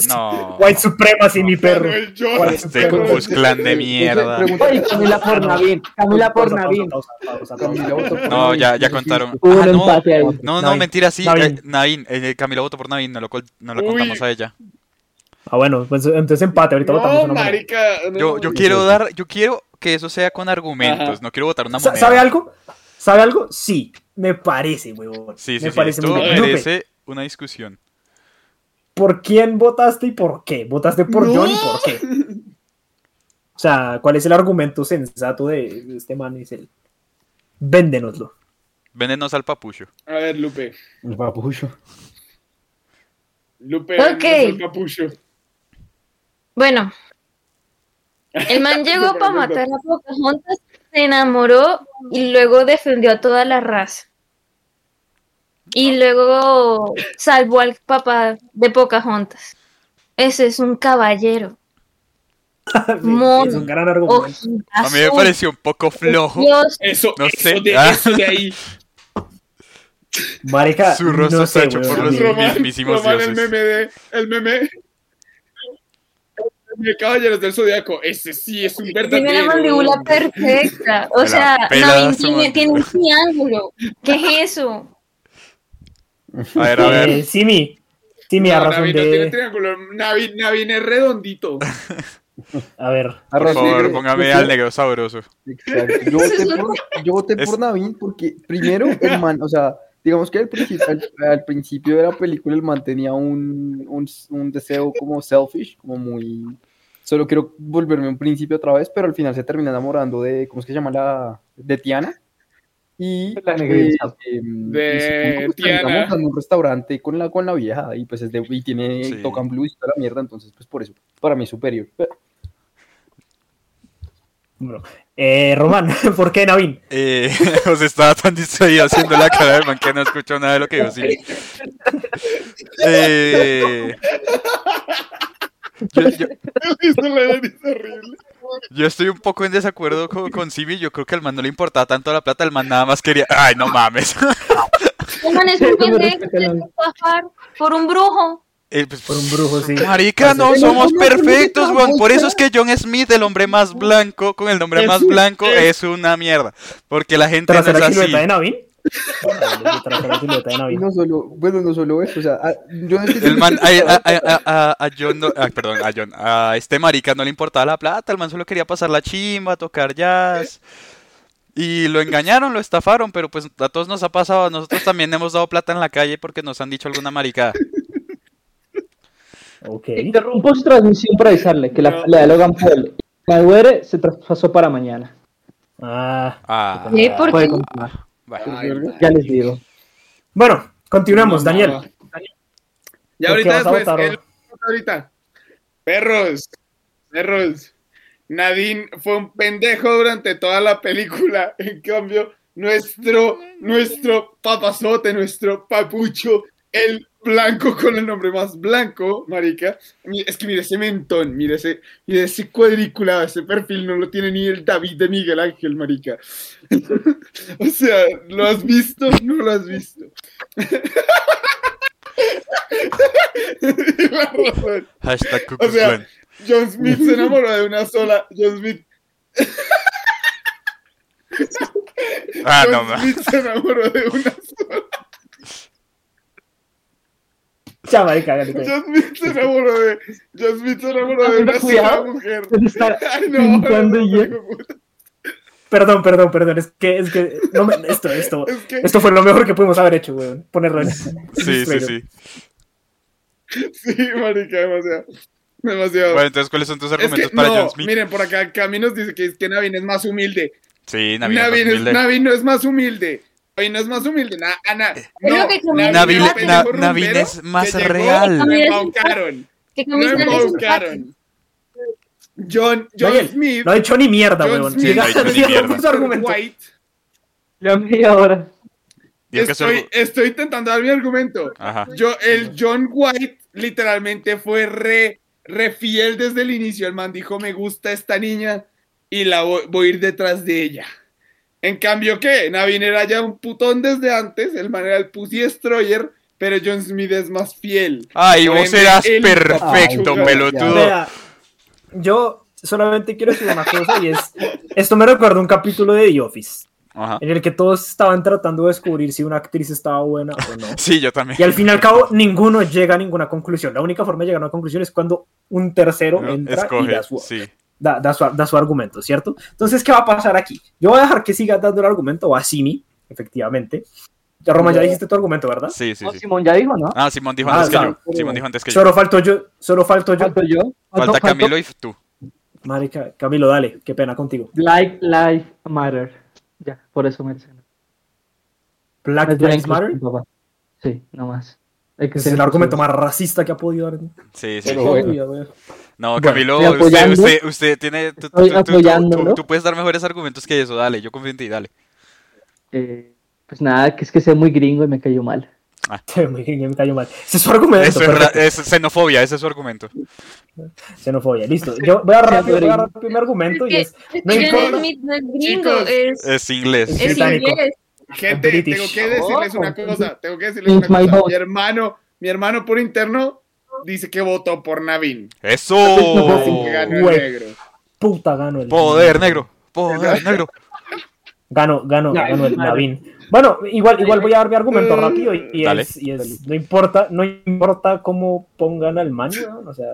[SPEAKER 3] sí.
[SPEAKER 5] no.
[SPEAKER 2] White Supremacy, mi perro.
[SPEAKER 3] Ganó el John.
[SPEAKER 2] White
[SPEAKER 5] Este Cucus Clan de mierda.
[SPEAKER 7] Oye, Camila por Navin. Camila Ah, por
[SPEAKER 2] Pausa, pausa,
[SPEAKER 7] Navin.
[SPEAKER 2] pausa, pausa, pausa,
[SPEAKER 6] Camila
[SPEAKER 2] pausa.
[SPEAKER 6] votó por
[SPEAKER 5] No,
[SPEAKER 6] Navin.
[SPEAKER 5] ya,
[SPEAKER 6] Eso
[SPEAKER 5] ya
[SPEAKER 6] sí.
[SPEAKER 5] contaron.
[SPEAKER 7] Hubo un
[SPEAKER 5] Ah, no.
[SPEAKER 7] empate ahí.
[SPEAKER 5] No, no,
[SPEAKER 2] Navin.
[SPEAKER 5] mentira, sí.
[SPEAKER 2] Navin.
[SPEAKER 5] eh, Navin, eh, Camila votó por Navin, no lo, col- no lo
[SPEAKER 3] Uy.
[SPEAKER 5] contamos a ella.
[SPEAKER 2] Ah, bueno, pues entonces empate. Ahorita votamos
[SPEAKER 3] No,
[SPEAKER 2] una moneda.
[SPEAKER 3] marica. no.
[SPEAKER 5] Yo, yo quiero dar, yo quiero que eso sea con argumentos,
[SPEAKER 3] Ajá.
[SPEAKER 5] no quiero votar una
[SPEAKER 2] Sa-
[SPEAKER 5] moneda.
[SPEAKER 2] ¿Sabe algo? ¿Sabe algo? Sí, me parece, huevón.
[SPEAKER 5] Sí, sí,
[SPEAKER 2] me
[SPEAKER 5] sí,
[SPEAKER 2] parece
[SPEAKER 5] esto
[SPEAKER 2] muy bien. Lupe,
[SPEAKER 5] merece una discusión.
[SPEAKER 2] ¿Por quién votaste y por qué? ¿Votaste por
[SPEAKER 3] No.
[SPEAKER 2] John y por qué? O sea, ¿cuál es el argumento sensato de este man? Es el... Véndenoslo.
[SPEAKER 5] Véndenos al papucho.
[SPEAKER 3] A ver, Lupe.
[SPEAKER 6] El papucho.
[SPEAKER 3] Lupe
[SPEAKER 8] Ok.
[SPEAKER 3] es el capucho.
[SPEAKER 8] Bueno, el man llegó
[SPEAKER 3] Súper
[SPEAKER 8] para
[SPEAKER 3] loco.
[SPEAKER 8] matar a Pocahontas, se enamoró y luego defendió a toda la raza.
[SPEAKER 3] Ah.
[SPEAKER 8] Y luego salvó al papá de Pocahontas. Ese es un caballero. Mon-
[SPEAKER 2] es un gran argumento.
[SPEAKER 8] Ojitas
[SPEAKER 5] A mí me
[SPEAKER 8] azul,
[SPEAKER 5] pareció un poco flojo.
[SPEAKER 8] Dios,
[SPEAKER 3] Eso,
[SPEAKER 5] No
[SPEAKER 3] eso
[SPEAKER 5] sé.
[SPEAKER 3] de
[SPEAKER 5] Ah.
[SPEAKER 3] eso de ahí.
[SPEAKER 2] Marica,
[SPEAKER 5] Su rostro
[SPEAKER 2] no
[SPEAKER 5] está
[SPEAKER 2] sé,
[SPEAKER 5] hecho
[SPEAKER 2] huevón.
[SPEAKER 5] por los
[SPEAKER 2] Mira,
[SPEAKER 3] Román,
[SPEAKER 5] mismísimos
[SPEAKER 3] Román, el
[SPEAKER 5] dioses.
[SPEAKER 3] meme de. El meme. el meme de Caballeros del Zodiaco. Ese sí es un verdadero.
[SPEAKER 8] tiene la mandíbula perfecta. O
[SPEAKER 5] Me la
[SPEAKER 8] sea,
[SPEAKER 5] pela
[SPEAKER 8] Navin
[SPEAKER 5] su
[SPEAKER 8] tiene, tiene un triángulo. ¿Qué es eso?
[SPEAKER 5] A ver, a
[SPEAKER 2] eh,
[SPEAKER 5] ver.
[SPEAKER 2] Simi, Simi, a
[SPEAKER 3] No,
[SPEAKER 2] razón
[SPEAKER 3] Navi no tiene
[SPEAKER 2] de...
[SPEAKER 3] triángulo. Navi, Navi es redondito.
[SPEAKER 2] A ver,
[SPEAKER 5] Por
[SPEAKER 6] Arroz
[SPEAKER 5] favor,
[SPEAKER 6] negro.
[SPEAKER 5] póngame al negro sabroso.
[SPEAKER 6] Exacto. Yo voté por, yo voté
[SPEAKER 5] Es-
[SPEAKER 6] por Navin porque primero el man, o sea, digamos que al principio, al, al principio de la película el man tenía un, un, un deseo como selfish, como muy... Solo quiero volverme un principio otra vez, pero al final se termina enamorando de, ¿cómo es que se llama la? De Tiana. Y
[SPEAKER 7] La negrita.
[SPEAKER 6] pues, em,
[SPEAKER 3] De
[SPEAKER 6] y se- pues,
[SPEAKER 3] Tiana.
[SPEAKER 6] terminamos en un restaurante con la, con la vieja y pues es de, y tiene,
[SPEAKER 5] Sí.
[SPEAKER 6] tocan blues y toda la mierda, entonces pues por eso, para mí es superior.
[SPEAKER 2] Bueno, eh, Román, ¿por qué Navin?
[SPEAKER 5] Eh, os estaba tan distraído haciendo la cara de man que no escuchó nada de lo que yo sí. Eh, yo, yo-
[SPEAKER 3] Eso le es horrible.
[SPEAKER 5] yo estoy un poco en desacuerdo con, con Simi. Yo creo que al man no le importaba tanto la plata. El man nada más quería. ¡Ay, no mames!
[SPEAKER 8] Un man es
[SPEAKER 7] Sí,
[SPEAKER 8] un
[SPEAKER 7] como
[SPEAKER 8] pendejo,
[SPEAKER 7] respétalo.
[SPEAKER 8] se dejó afar por un brujo.
[SPEAKER 5] Eh, pues,
[SPEAKER 2] Por un brujo, sí.
[SPEAKER 5] Marica, no
[SPEAKER 6] Pero
[SPEAKER 5] somos
[SPEAKER 6] no, no,
[SPEAKER 5] perfectos,
[SPEAKER 6] no,
[SPEAKER 5] weón.
[SPEAKER 6] no,
[SPEAKER 5] Por
[SPEAKER 6] no.
[SPEAKER 5] eso es que John Smith, el hombre más blanco, con el nombre
[SPEAKER 3] Es
[SPEAKER 5] más
[SPEAKER 3] un-
[SPEAKER 5] blanco,
[SPEAKER 3] es-
[SPEAKER 5] es una mierda. Porque la gente no
[SPEAKER 2] ¿Tras
[SPEAKER 5] es
[SPEAKER 2] la
[SPEAKER 5] así.
[SPEAKER 2] silueta ¿eh? de Navin? Ah, Tras la silueta de Navin.
[SPEAKER 6] No solo, bueno, no solo eso, o sea, a- yo no entiendo-
[SPEAKER 5] El man, a, a- a- a- a John, no- ah, perdón, a John, a este marica no le importaba la plata, el man solo quería pasar la chimba, tocar jazz. Y lo engañaron, lo estafaron, pero pues a todos nos ha pasado, a nosotros también hemos dado plata en la calle porque nos han dicho alguna maricada.
[SPEAKER 2] Ok.
[SPEAKER 7] Interrumpo su transmisión para avisarle que la, la de Logan Paul Maguire se traspasó para mañana.
[SPEAKER 2] Ah,
[SPEAKER 5] Ah,
[SPEAKER 8] ¿Qué? ¿Por
[SPEAKER 7] Puede
[SPEAKER 8] qué?
[SPEAKER 7] continuar.
[SPEAKER 5] bueno.
[SPEAKER 7] Ya les digo.
[SPEAKER 2] Bueno, continuamos,
[SPEAKER 3] No,
[SPEAKER 2] Daniel.
[SPEAKER 3] no. Ya
[SPEAKER 2] ¿Por qué
[SPEAKER 3] ahorita
[SPEAKER 2] vas a
[SPEAKER 3] después,
[SPEAKER 2] votar,
[SPEAKER 3] él- ahorita. Perros, perros. Nadine fue un pendejo durante toda la película. En cambio, nuestro, nuestro papazote, nuestro papucho, el blanco con el nombre más blanco, marica. Mi- Es que mire ese mentón, mire ese, mire ese cuadriculado, ese perfil no lo tiene ni el David de Miguel Ángel, marica. o sea, ¿lo has visto? No lo has visto. La razón.
[SPEAKER 5] Hashtag Ku
[SPEAKER 3] O
[SPEAKER 5] Klux
[SPEAKER 3] sea,
[SPEAKER 5] Klan.
[SPEAKER 3] John Smith se enamoró de una sola. John Smith,
[SPEAKER 5] Ah,
[SPEAKER 3] John
[SPEAKER 5] no, ma-
[SPEAKER 3] Smith se enamoró de una sola.
[SPEAKER 2] Ya, marica, hágale, hágale.
[SPEAKER 3] John Smith se enamoró de. John Smith se enamoró de
[SPEAKER 7] Ten
[SPEAKER 3] una sola
[SPEAKER 7] cuidado.
[SPEAKER 3] mujer.
[SPEAKER 7] Se está
[SPEAKER 3] Ay, no, no,
[SPEAKER 7] pintando
[SPEAKER 3] no,
[SPEAKER 7] ya.
[SPEAKER 3] hijo de puta.
[SPEAKER 2] Perdón, perdón, perdón. Es que, es que, no me- esto, esto,
[SPEAKER 3] Es que
[SPEAKER 2] esto fue lo mejor que pudimos haber hecho, weón. Ponerlo en.
[SPEAKER 5] Sí, sí, sí.
[SPEAKER 3] sí, marica, demasiado. Demasiado.
[SPEAKER 5] Bueno, entonces, ¿cuáles son
[SPEAKER 3] es
[SPEAKER 5] tus argumentos
[SPEAKER 3] que,
[SPEAKER 5] para
[SPEAKER 3] no,
[SPEAKER 5] John Smith?
[SPEAKER 3] miren, por acá Cami nos dice que es que Navin es más humilde.
[SPEAKER 5] Sí, Navin, es
[SPEAKER 3] Navin, es,
[SPEAKER 5] humilde.
[SPEAKER 3] Navin no es más humilde. Navin no es más humilde. Na, Ana, no,
[SPEAKER 8] lo que Cami
[SPEAKER 3] Navin
[SPEAKER 5] Navin-
[SPEAKER 3] es un pendejo
[SPEAKER 5] Na-
[SPEAKER 3] rumbero
[SPEAKER 5] Navin es
[SPEAKER 3] que
[SPEAKER 5] más
[SPEAKER 3] llegó,
[SPEAKER 5] real.
[SPEAKER 8] Navin
[SPEAKER 3] Me
[SPEAKER 8] es-
[SPEAKER 3] embaucaron.
[SPEAKER 8] ¿Qué
[SPEAKER 3] Me
[SPEAKER 8] camisa es
[SPEAKER 3] embaucaron. John, John
[SPEAKER 2] Daniel,
[SPEAKER 3] Smith.
[SPEAKER 2] No ha hecho ni mierda,
[SPEAKER 3] John
[SPEAKER 2] weón.
[SPEAKER 3] Smith.
[SPEAKER 5] Sí, no ha hecho
[SPEAKER 2] Llegaste
[SPEAKER 5] ni
[SPEAKER 2] diciendo
[SPEAKER 5] mierda.
[SPEAKER 2] con su argumento.
[SPEAKER 3] White.
[SPEAKER 7] Ya media hora.
[SPEAKER 5] Digo que es
[SPEAKER 3] Estoy,
[SPEAKER 5] algo-
[SPEAKER 3] estoy intentando dar mi argumento.
[SPEAKER 5] Ajá.
[SPEAKER 3] Yo, el John White literalmente fue re, re fiel desde el inicio. El man dijo, me gusta esta niña y la voy, voy a ir detrás de ella. En cambio, ¿qué? Navin era ya un putón desde antes. El man era el Pussy Destroyer, pero John Smith es más fiel.
[SPEAKER 5] Ay,
[SPEAKER 3] Por
[SPEAKER 5] vos
[SPEAKER 3] ende,
[SPEAKER 5] serás
[SPEAKER 3] él-
[SPEAKER 5] perfecto,
[SPEAKER 6] Ay, ya,
[SPEAKER 5] pelotudo.
[SPEAKER 2] Vea, yo solamente quiero decir una cosa y es. Esto me recuerda un capítulo de The Office,
[SPEAKER 5] Ajá.
[SPEAKER 2] en el que todos estaban tratando de descubrir si una actriz estaba buena o no.
[SPEAKER 5] Sí, yo también.
[SPEAKER 2] Y al fin y al cabo, ninguno llega a ninguna conclusión. La única forma de llegar a una conclusión es cuando un tercero
[SPEAKER 5] No,
[SPEAKER 2] entra y
[SPEAKER 5] Escoge,
[SPEAKER 2] da su,
[SPEAKER 5] sí.
[SPEAKER 2] da, da su, da su argumento, ¿cierto? Entonces, ¿qué va a pasar aquí? Yo voy a dejar que siga dando el argumento a Simi, efectivamente. Ya, Roman, ya dijiste tu argumento, ¿verdad?
[SPEAKER 5] Sí, sí,
[SPEAKER 7] No,
[SPEAKER 5] sí.
[SPEAKER 7] Oh, Simón ya dijo, ¿no?
[SPEAKER 5] Ah, Simón dijo
[SPEAKER 2] Ah,
[SPEAKER 5] antes que
[SPEAKER 2] claro.
[SPEAKER 5] yo. Simón dijo antes que yo.
[SPEAKER 2] Solo falto yo, solo falto yo.
[SPEAKER 7] Falto Ah, yo. Falto-
[SPEAKER 5] Falta
[SPEAKER 7] falto-
[SPEAKER 5] Camilo y tú.
[SPEAKER 2] Marica, Camilo, dale, qué pena contigo.
[SPEAKER 7] Like Life Matter. Ya, por eso menciono.
[SPEAKER 2] Black
[SPEAKER 6] Pues,
[SPEAKER 7] Es
[SPEAKER 2] Lives
[SPEAKER 7] Black
[SPEAKER 2] Matter.
[SPEAKER 7] Lives Ah, Matter. Sí, nomás. Hay que
[SPEAKER 2] Es
[SPEAKER 7] ser
[SPEAKER 2] el argumento
[SPEAKER 7] inclusivos.
[SPEAKER 2] más racista que ha podido dar. en
[SPEAKER 5] Sí, sí.
[SPEAKER 2] toda
[SPEAKER 6] pues, Pero bueno.
[SPEAKER 2] mi vida, weón.
[SPEAKER 5] No,
[SPEAKER 2] Bueno,
[SPEAKER 5] Camilo,
[SPEAKER 7] estoy
[SPEAKER 5] usted,
[SPEAKER 7] apoyando.
[SPEAKER 5] usted, usted tiene. Tú, tú-
[SPEAKER 7] Estoy
[SPEAKER 5] tú- tú-
[SPEAKER 7] apoyándolo.
[SPEAKER 5] tú- tú puedes dar mejores argumentos que eso. Dale, yo confío en ti, dale.
[SPEAKER 7] Eh, pues nada, que es que sea muy gringo y me cayó mal.
[SPEAKER 2] Me- me cayó mal. Ese es su argumento.
[SPEAKER 5] Eso es, ra-
[SPEAKER 2] perfecto.
[SPEAKER 5] es xenofobia, ese es su argumento.
[SPEAKER 2] Xenofobia, listo. Yo voy a rápido, voy a
[SPEAKER 7] Xenofobia.
[SPEAKER 2] rápido mi argumento y
[SPEAKER 8] Porque-
[SPEAKER 2] es.
[SPEAKER 8] Es
[SPEAKER 2] No
[SPEAKER 8] que John
[SPEAKER 2] importa.
[SPEAKER 8] Smith no es gringo,
[SPEAKER 3] Chicos,
[SPEAKER 8] es,
[SPEAKER 5] Es inglés.
[SPEAKER 2] es
[SPEAKER 8] es
[SPEAKER 2] británico.
[SPEAKER 8] inglés.
[SPEAKER 3] Gente,
[SPEAKER 2] British.
[SPEAKER 3] tengo que decirles una cosa, tengo que decirles
[SPEAKER 7] It's
[SPEAKER 3] una
[SPEAKER 7] my
[SPEAKER 3] cosa.
[SPEAKER 7] vote.
[SPEAKER 3] Mi hermano, mi hermano por interno dice que votó por Navin.
[SPEAKER 5] ¡Eso! Oh.
[SPEAKER 3] Que ganó el
[SPEAKER 2] Güey.
[SPEAKER 3] negro.
[SPEAKER 2] Puta, gano el.
[SPEAKER 5] Poder negro. Poder negro.
[SPEAKER 2] Gano, gano,
[SPEAKER 7] Ya,
[SPEAKER 2] gano el
[SPEAKER 7] vale.
[SPEAKER 2] Navin. Bueno, igual, igual voy a dar mi argumento
[SPEAKER 3] Eh,
[SPEAKER 2] rápido y, y
[SPEAKER 5] Dale.
[SPEAKER 2] es, y es- no importa, no importa cómo pongan al man, weón, o sea,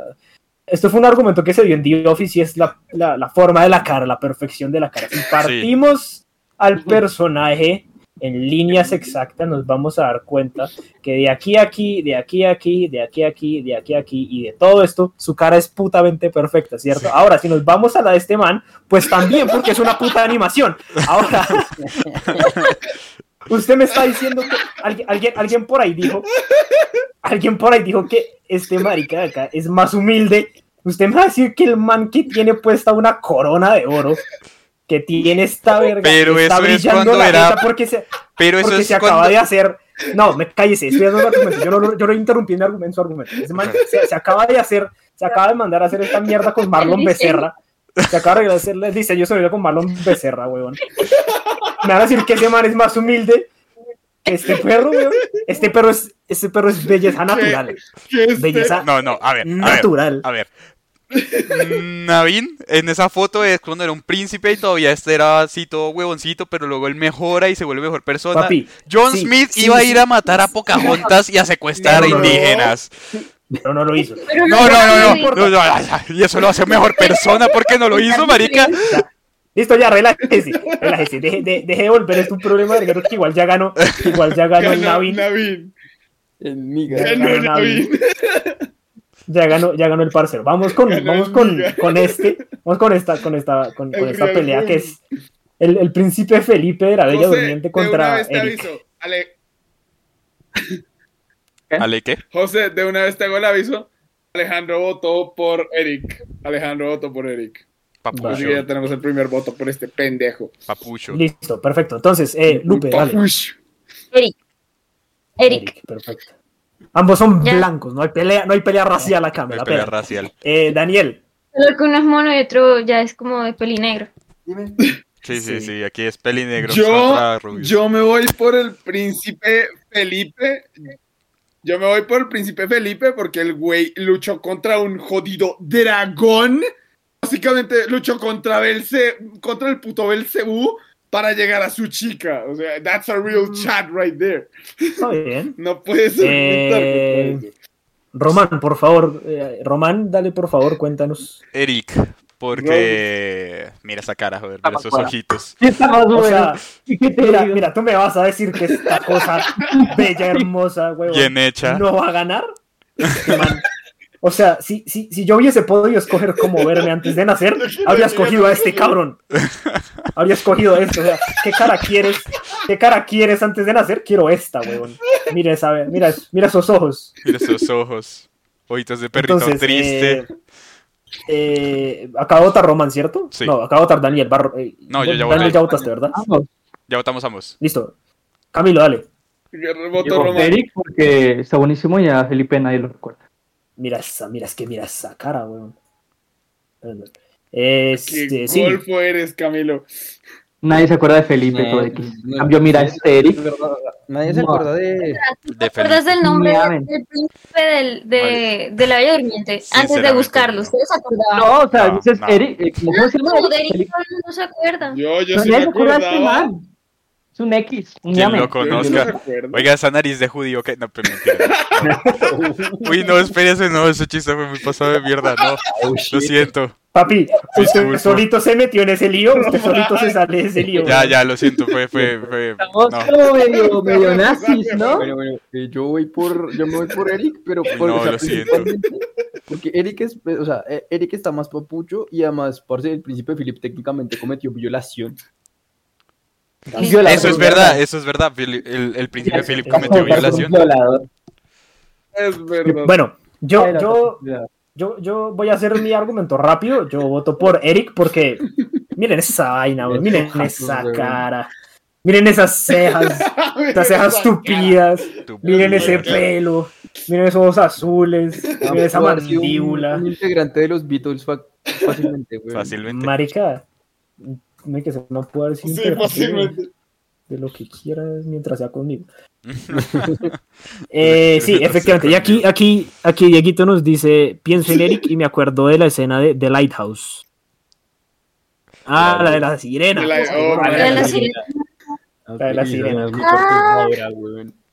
[SPEAKER 2] esto fue un argumento que se dio en The Office y es la, la- la forma de la cara, la perfección de la cara. Si partimos al personaje en líneas exactas, nos vamos a dar cuenta que de aquí a aquí, de aquí a aquí, de aquí a aquí, de aquí a aquí y de todo esto, su cara es putamente perfecta, ¿cierto? Ahora, si nos vamos a la de este man, pues también porque es una puta animación. Ahora, usted me está diciendo que alguien, alguien, alguien por ahí dijo, alguien por ahí dijo que este marica de acá es más humilde. Usted me va a decir que el man que tiene puesta una corona de oro que tiene esta verga.
[SPEAKER 5] Pero
[SPEAKER 2] que está
[SPEAKER 5] eso es
[SPEAKER 2] brillando
[SPEAKER 5] cuando
[SPEAKER 2] la
[SPEAKER 5] era-
[SPEAKER 2] jeta Porque se,
[SPEAKER 5] Pero eso
[SPEAKER 2] porque
[SPEAKER 5] es
[SPEAKER 2] se acaba
[SPEAKER 5] cuando...
[SPEAKER 2] de hacer. No, me cállese, estoy dando un argumento. Yo no, yo no interrumpí mi argumento, su argumento. Ese man se, se acaba de hacer, se acaba de mandar a hacer esta mierda con Marlon Becerra. Se acaba de hacer el diseño sonoro con Marlon Becerra, weón. Me van a decir que ese man es más humilde que este perro, weón. Este perro es, este perro es belleza natural.
[SPEAKER 3] Que este-
[SPEAKER 2] Belleza
[SPEAKER 5] No, no, a ver, a ver.
[SPEAKER 2] natural.
[SPEAKER 5] A ver. Navin en esa foto es cuando era un príncipe y todavía este era así todo huevoncito, pero luego él mejora y se vuelve mejor persona.
[SPEAKER 2] Papi,
[SPEAKER 5] John
[SPEAKER 2] sí,
[SPEAKER 5] Smith
[SPEAKER 2] sí,
[SPEAKER 5] iba a
[SPEAKER 2] sí.
[SPEAKER 5] ir a matar a Pocahontas y a secuestrar
[SPEAKER 2] No.
[SPEAKER 5] a indígenas.
[SPEAKER 2] Pero no lo hizo.
[SPEAKER 8] Pero
[SPEAKER 5] No, no,
[SPEAKER 8] no,
[SPEAKER 5] no,
[SPEAKER 8] no,
[SPEAKER 5] no. no, no, ay, ay, y eso lo hace mejor persona porque no lo hizo, marica.
[SPEAKER 2] Listo, ya, relájese, relájese. Deje, de, deje de volver, es un problema de que igual ya ganó, que igual ya ganó el
[SPEAKER 3] Ganó
[SPEAKER 2] Navin.
[SPEAKER 3] Navin.
[SPEAKER 6] El miga.
[SPEAKER 3] Ganó
[SPEAKER 2] Ganó
[SPEAKER 3] Navin.
[SPEAKER 2] Ya ganó, ya ganó el parcero. Vamos con,
[SPEAKER 3] Ganó
[SPEAKER 2] vamos
[SPEAKER 3] el
[SPEAKER 2] con,
[SPEAKER 3] Liga.
[SPEAKER 2] con este, vamos con esta, con esta, con, con
[SPEAKER 3] El
[SPEAKER 2] esta
[SPEAKER 3] Real
[SPEAKER 2] pelea que
[SPEAKER 3] Madrid.
[SPEAKER 2] es el, el príncipe Felipe de la Bella
[SPEAKER 3] José,
[SPEAKER 2] Durmiente
[SPEAKER 3] de una
[SPEAKER 2] contra
[SPEAKER 3] vez te
[SPEAKER 2] Eric.
[SPEAKER 3] aviso. Ale-
[SPEAKER 5] ¿Ale qué?
[SPEAKER 3] José, de una vez te hago el aviso. Alejandro votó por Eric. Alejandro votó por Eric. Así
[SPEAKER 5] Papucho,
[SPEAKER 3] que ya tenemos el primer voto por este pendejo.
[SPEAKER 5] papucho.
[SPEAKER 2] Listo, perfecto. Entonces, eh, Lupe, dale.
[SPEAKER 3] Papucho.
[SPEAKER 8] Eric. Eric.
[SPEAKER 2] perfecto. Ambos son
[SPEAKER 8] Ya.
[SPEAKER 2] blancos, no hay pelea, no hay pelea racial acá, me
[SPEAKER 5] Me
[SPEAKER 2] la
[SPEAKER 5] pelea
[SPEAKER 2] pela.
[SPEAKER 5] racial.
[SPEAKER 2] Eh, Daniel,
[SPEAKER 8] Solo que uno es mono y otro ya es como de peli negro.
[SPEAKER 5] Sí, sí,
[SPEAKER 2] Sí.
[SPEAKER 5] sí, aquí es peli negro.
[SPEAKER 3] Yo,
[SPEAKER 5] contra rubio.
[SPEAKER 3] yo me voy por el príncipe Felipe. Yo me voy por el príncipe Felipe porque el güey luchó contra un jodido dragón. Básicamente luchó contra Belce, contra el puto Belcebú para llegar a su chica. O sea, that's a
[SPEAKER 2] Mm.
[SPEAKER 3] real chat right there.
[SPEAKER 2] está bien.
[SPEAKER 3] No puedes
[SPEAKER 2] Eh,
[SPEAKER 3] argumentar contra eso.
[SPEAKER 2] Román, por favor, eh, Román, dale por favor, cuéntanos.
[SPEAKER 5] Eric, porque. Mira esa cara, joder, mira esos
[SPEAKER 7] Papuara.
[SPEAKER 5] ojitos.
[SPEAKER 7] ¿Qué está más
[SPEAKER 2] O
[SPEAKER 7] bueno?
[SPEAKER 2] sea,
[SPEAKER 7] ¿Y qué te
[SPEAKER 2] mira,
[SPEAKER 7] digo?
[SPEAKER 2] mira, tú me vas a decir que esta cosa bella, hermosa, huevón.
[SPEAKER 5] Bien hecha.
[SPEAKER 2] no va a ganar. Este man. O sea, si, si, si yo hubiese podido escoger cómo verme antes de nacer, habría escogido a este cabrón. Habría escogido esto. O sea, ¿qué cara quieres? ¿Qué cara quieres antes de nacer? Quiero esta, weón. Mira esa, mira, mira esos ojos.
[SPEAKER 5] Mira esos ojos. Ojitos de perrito
[SPEAKER 2] Entonces,
[SPEAKER 5] triste.
[SPEAKER 2] eh, eh, acaba de votar Roman, ¿cierto?
[SPEAKER 5] Sí.
[SPEAKER 2] No, acaba de votar Daniel. Barro, eh,
[SPEAKER 5] No, yo ya
[SPEAKER 2] Daniel,
[SPEAKER 5] voté.
[SPEAKER 2] ya votaste, ¿verdad?
[SPEAKER 7] Vamos.
[SPEAKER 5] Ya votamos ambos.
[SPEAKER 2] Listo. Camilo, dale.
[SPEAKER 3] Que votó
[SPEAKER 7] Yo,
[SPEAKER 3] Román.
[SPEAKER 7] Eric, porque está buenísimo y a Felipe nadie lo recuerda.
[SPEAKER 2] Mira esa, mira, es que mira esa cara, weón. Este,
[SPEAKER 3] Qué
[SPEAKER 2] sí.
[SPEAKER 3] golfo eres, Camilo.
[SPEAKER 7] Nadie se acuerda de Felipe
[SPEAKER 6] No,
[SPEAKER 7] todo X.
[SPEAKER 6] no.
[SPEAKER 7] Cambio, mira, este Eric.
[SPEAKER 6] Nadie se
[SPEAKER 7] No.
[SPEAKER 6] acuerda de.
[SPEAKER 5] De
[SPEAKER 8] ¿Te acuerdas del nombre
[SPEAKER 7] Definitivamente.
[SPEAKER 8] del príncipe del, de, de la Bella Durmiente? Antes de
[SPEAKER 5] Sinceramente,
[SPEAKER 8] buscarlo,
[SPEAKER 5] no.
[SPEAKER 8] ¿ustedes se acordaban?
[SPEAKER 7] No, o sea,
[SPEAKER 5] No,
[SPEAKER 7] dices
[SPEAKER 5] no.
[SPEAKER 7] Eric. eh, ¿Cómo cómo se llama
[SPEAKER 8] No, de
[SPEAKER 7] Eric?
[SPEAKER 8] Eric
[SPEAKER 7] Felipe.
[SPEAKER 8] no se acuerda.
[SPEAKER 3] Yo, yo
[SPEAKER 7] No,
[SPEAKER 3] sí me
[SPEAKER 7] nadie se acuerda de este
[SPEAKER 3] acordaba.
[SPEAKER 7] man. Es un X, un
[SPEAKER 5] Quien
[SPEAKER 7] ñame.
[SPEAKER 5] lo
[SPEAKER 3] Yo sí me
[SPEAKER 5] conozca.
[SPEAKER 3] acuerdo.
[SPEAKER 5] Oiga, esa nariz de judío que. No, pero mentira. Uy, no, espérese, no, ese chiste fue muy pasado de mierda, no.
[SPEAKER 2] Oh,
[SPEAKER 5] Lo siento.
[SPEAKER 2] Papi, usted
[SPEAKER 5] Disculpa.
[SPEAKER 2] solito se metió en ese lío, usted solito se sale de ese lío.
[SPEAKER 5] Ya, ya, lo siento, fue, fue, fue.
[SPEAKER 7] Estamos
[SPEAKER 5] No,
[SPEAKER 7] como medio, medio nazis, ¿no?
[SPEAKER 6] Bueno, bueno, eh, yo voy por, yo me voy por Eric, pero por,
[SPEAKER 5] no,
[SPEAKER 6] o sea,
[SPEAKER 5] lo siento.
[SPEAKER 6] principalmente, Porque Eric es, o sea, eh, Eric está más papucho y además, parce, el príncipe Philip técnicamente cometió violación.
[SPEAKER 7] Violador.
[SPEAKER 5] Eso es verdad, eso es verdad. Philip- El, el príncipe Philip cometió
[SPEAKER 7] Violador.
[SPEAKER 5] violación.
[SPEAKER 7] Violador.
[SPEAKER 3] Es verdad.
[SPEAKER 2] Bueno, yo,
[SPEAKER 7] Ay, la
[SPEAKER 2] yo,
[SPEAKER 7] toxicidad.
[SPEAKER 2] yo, yo voy a hacer mi argumento rápido. Yo voto por Eric porque miren esa vaina, weón, miren esa cara, miren esas cejas, esas cejas tupidas,
[SPEAKER 5] Tu
[SPEAKER 2] miren ese
[SPEAKER 5] mierda.
[SPEAKER 2] pelo, miren esos ojos azules, miren esa
[SPEAKER 6] Pudo haber sido un-
[SPEAKER 2] mandíbula.
[SPEAKER 6] Un, integrante de los Beatles fa- fácilmente, güey.
[SPEAKER 5] Fácilmente.
[SPEAKER 2] Marica, no que se no puede haber sido
[SPEAKER 3] Sí,
[SPEAKER 2] interrumpido
[SPEAKER 3] fácilmente.
[SPEAKER 2] de lo que quieras mientras sea conmigo. Eh, sí,
[SPEAKER 5] Mientras
[SPEAKER 2] efectivamente.
[SPEAKER 5] sea
[SPEAKER 2] Y aquí,
[SPEAKER 5] conmigo.
[SPEAKER 2] aquí, aquí Dieguito nos dice, pienso en Eric y me acuerdo de la escena de The Lighthouse. Ah, la de la sirena.
[SPEAKER 3] De la-
[SPEAKER 2] Sí,
[SPEAKER 3] oh,
[SPEAKER 2] la de
[SPEAKER 8] la de
[SPEAKER 2] la
[SPEAKER 8] la
[SPEAKER 2] sirena.
[SPEAKER 6] Ah,
[SPEAKER 2] La de la sirena.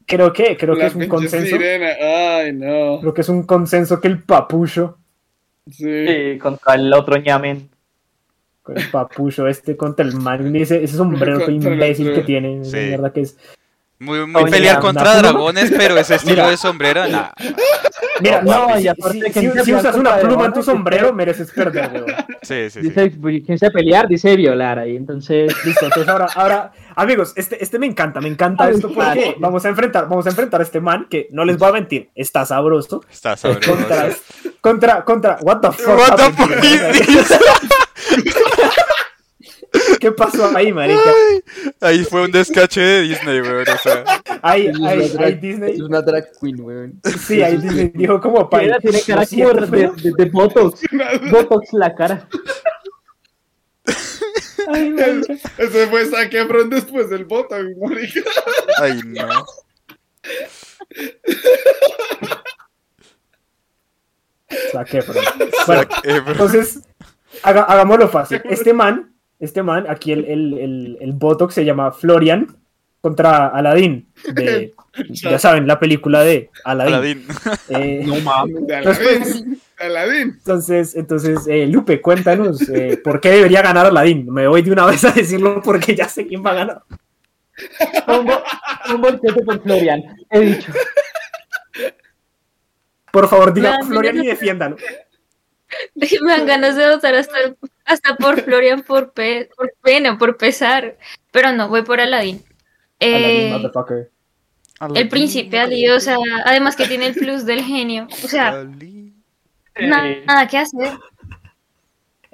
[SPEAKER 2] Creo que, creo que
[SPEAKER 3] La
[SPEAKER 2] es un
[SPEAKER 3] pinche
[SPEAKER 2] consenso.
[SPEAKER 3] sirena. Ay, no.
[SPEAKER 2] Creo que es un consenso que el papucho,
[SPEAKER 3] Sí.
[SPEAKER 7] Sí, contra el otro ñamen.
[SPEAKER 2] el papucho este contra el man, ese, ese sombrero todo
[SPEAKER 3] Contra el
[SPEAKER 2] imbécil
[SPEAKER 3] otro.
[SPEAKER 2] que tiene, esa
[SPEAKER 5] Sí.
[SPEAKER 2] mierda que es.
[SPEAKER 5] Muy, muy
[SPEAKER 7] Oye,
[SPEAKER 5] pelear
[SPEAKER 7] una
[SPEAKER 5] contra
[SPEAKER 2] pluma.
[SPEAKER 5] dragones, pero ese estilo
[SPEAKER 2] Mira.
[SPEAKER 5] de sombrero, nah.
[SPEAKER 2] Mira,
[SPEAKER 7] No,
[SPEAKER 2] no,
[SPEAKER 7] y
[SPEAKER 2] si,
[SPEAKER 7] aparte
[SPEAKER 2] si-
[SPEAKER 7] que
[SPEAKER 2] si-
[SPEAKER 7] empieza
[SPEAKER 2] si
[SPEAKER 7] a
[SPEAKER 2] usas
[SPEAKER 7] hablar
[SPEAKER 2] una
[SPEAKER 7] contra
[SPEAKER 2] pluma en
[SPEAKER 7] dragones,
[SPEAKER 2] tu sombrero, mereces perder, weón.
[SPEAKER 5] Sí, sí, sí.
[SPEAKER 7] Dice, quise pelear, dice violar ahí. Entonces,
[SPEAKER 2] Listo, entonces ahora, ahora, amigos, este, este me encanta, me encanta
[SPEAKER 7] Ay,
[SPEAKER 2] esto porque
[SPEAKER 7] claro.
[SPEAKER 2] vamos a enfrentar, vamos a enfrentar a este man que no les voy a mentir, está sabroso.
[SPEAKER 5] Está sabroso.
[SPEAKER 2] Contra, contra, contra, what the fuck.
[SPEAKER 5] What the
[SPEAKER 2] papi?
[SPEAKER 5] fuck is this?
[SPEAKER 2] ¿Qué ¿Qué pasó ahí, marica?
[SPEAKER 5] Ahí fue un descache de Disney, weón. O sea,
[SPEAKER 2] Ahí,
[SPEAKER 6] Es una
[SPEAKER 2] ahí,
[SPEAKER 6] drag-
[SPEAKER 2] ahí
[SPEAKER 6] Es
[SPEAKER 2] Disney.
[SPEAKER 6] una drag queen, weón.
[SPEAKER 2] Sí, ahí Disney dijo como para
[SPEAKER 7] Paila tiene cara como de, de, de Botox. Botox la cara. Ay, marica.
[SPEAKER 3] Ese fue Zac Efron después del voto, mi marica.
[SPEAKER 5] ay, no.
[SPEAKER 2] Bueno,
[SPEAKER 5] Zac Efron.
[SPEAKER 2] Entonces, haga- hagámoslo fácil. Este man, este man, aquí el, el, el, el Botox se llama Florian contra Aladdin. De, ya saben, la película de Aladdin.
[SPEAKER 5] Aladdin.
[SPEAKER 2] Eh,
[SPEAKER 6] No mames.
[SPEAKER 3] De
[SPEAKER 2] Después-
[SPEAKER 3] Aladín. de Aladín.
[SPEAKER 2] entonces, entonces eh, Lupe, cuéntanos eh, por qué debería ganar Aladdin. Me voy de una vez a decirlo porque ya sé quién va a ganar.
[SPEAKER 7] Un, bo- un boquete con Florian. He dicho.
[SPEAKER 2] Por favor, diga
[SPEAKER 8] No, no,
[SPEAKER 2] Florian
[SPEAKER 8] no.
[SPEAKER 2] y defiéndalo.
[SPEAKER 8] Me dan ganas de votar hasta, hasta por Florian, por, pe- por pena, por pesar. Pero no, voy por Aladdin. Eh,
[SPEAKER 2] Aladdin, motherfucker.
[SPEAKER 8] el príncipe Ali, o sea, además que tiene el plus del genio. O sea,
[SPEAKER 5] Aladdin.
[SPEAKER 8] na- nada que hacer.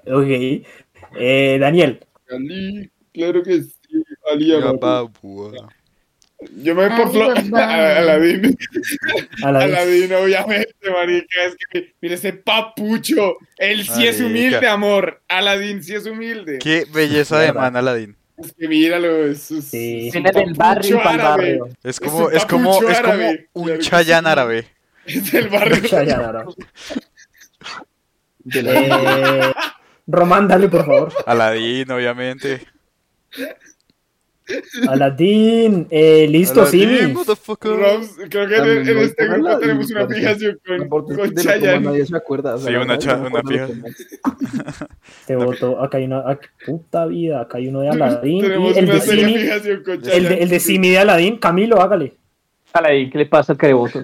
[SPEAKER 2] Ok. Eh, Daniel,
[SPEAKER 3] Ali, claro que sí. Ali,
[SPEAKER 5] Ya,
[SPEAKER 3] amor.
[SPEAKER 5] babua.
[SPEAKER 3] Yo me voy por
[SPEAKER 8] Ali,
[SPEAKER 3] Flo-
[SPEAKER 8] papá.
[SPEAKER 3] A- Aladín.
[SPEAKER 2] Aladdin.
[SPEAKER 3] Aladín, obviamente, marica. Es que, mira ese papucho. Él sí es
[SPEAKER 5] Marica.
[SPEAKER 3] humilde, amor. Aladín sí es humilde.
[SPEAKER 5] Qué belleza de
[SPEAKER 2] Mierda.
[SPEAKER 5] man, Aladdin.
[SPEAKER 3] Es que míralo. Es, es-
[SPEAKER 2] Sí.
[SPEAKER 3] es un
[SPEAKER 7] Viene del barrio y
[SPEAKER 3] papucho
[SPEAKER 7] para el
[SPEAKER 3] árabe.
[SPEAKER 7] barrio.
[SPEAKER 5] Es
[SPEAKER 3] Es
[SPEAKER 5] como,
[SPEAKER 3] un
[SPEAKER 5] es como,
[SPEAKER 3] papucho
[SPEAKER 5] es como
[SPEAKER 3] árabe. Claro
[SPEAKER 5] un
[SPEAKER 3] que
[SPEAKER 5] chayán
[SPEAKER 3] sí.
[SPEAKER 5] árabe.
[SPEAKER 3] Es del barrio.
[SPEAKER 2] Ya, ya, no, no.
[SPEAKER 6] De la-
[SPEAKER 2] Eh, Román, dale, por favor.
[SPEAKER 5] Aladdin, obviamente.
[SPEAKER 2] Aladdin, eh, listo,
[SPEAKER 5] Aladdin,
[SPEAKER 2] Simi.
[SPEAKER 5] motherfucker.
[SPEAKER 3] Roms, creo que en,
[SPEAKER 6] También
[SPEAKER 3] en
[SPEAKER 6] voy
[SPEAKER 3] este
[SPEAKER 6] con
[SPEAKER 3] grupo
[SPEAKER 6] Aladín,
[SPEAKER 3] tenemos una
[SPEAKER 6] porque-
[SPEAKER 3] fijación
[SPEAKER 6] la
[SPEAKER 3] con,
[SPEAKER 6] parte
[SPEAKER 3] con
[SPEAKER 6] de la toma
[SPEAKER 3] Chayanne.
[SPEAKER 6] Nadie se acuerda. o sea,
[SPEAKER 5] Sí,
[SPEAKER 6] la
[SPEAKER 5] una
[SPEAKER 6] verdad,
[SPEAKER 5] cha-
[SPEAKER 6] yo me
[SPEAKER 5] una
[SPEAKER 6] acuerdo de
[SPEAKER 5] fija.
[SPEAKER 6] los temas.
[SPEAKER 2] Te voto. Acá hay una. ah, puta vida, acá hay uno de Aladdin.
[SPEAKER 3] Tenemos
[SPEAKER 2] y el
[SPEAKER 3] una
[SPEAKER 2] de
[SPEAKER 3] seria
[SPEAKER 2] Simi.
[SPEAKER 3] fijación con
[SPEAKER 2] El de,
[SPEAKER 3] Chayanne.
[SPEAKER 2] el de Simi de Aladdin. Camilo, hágale.
[SPEAKER 7] Aladdin, ¿qué le pasa al careboso?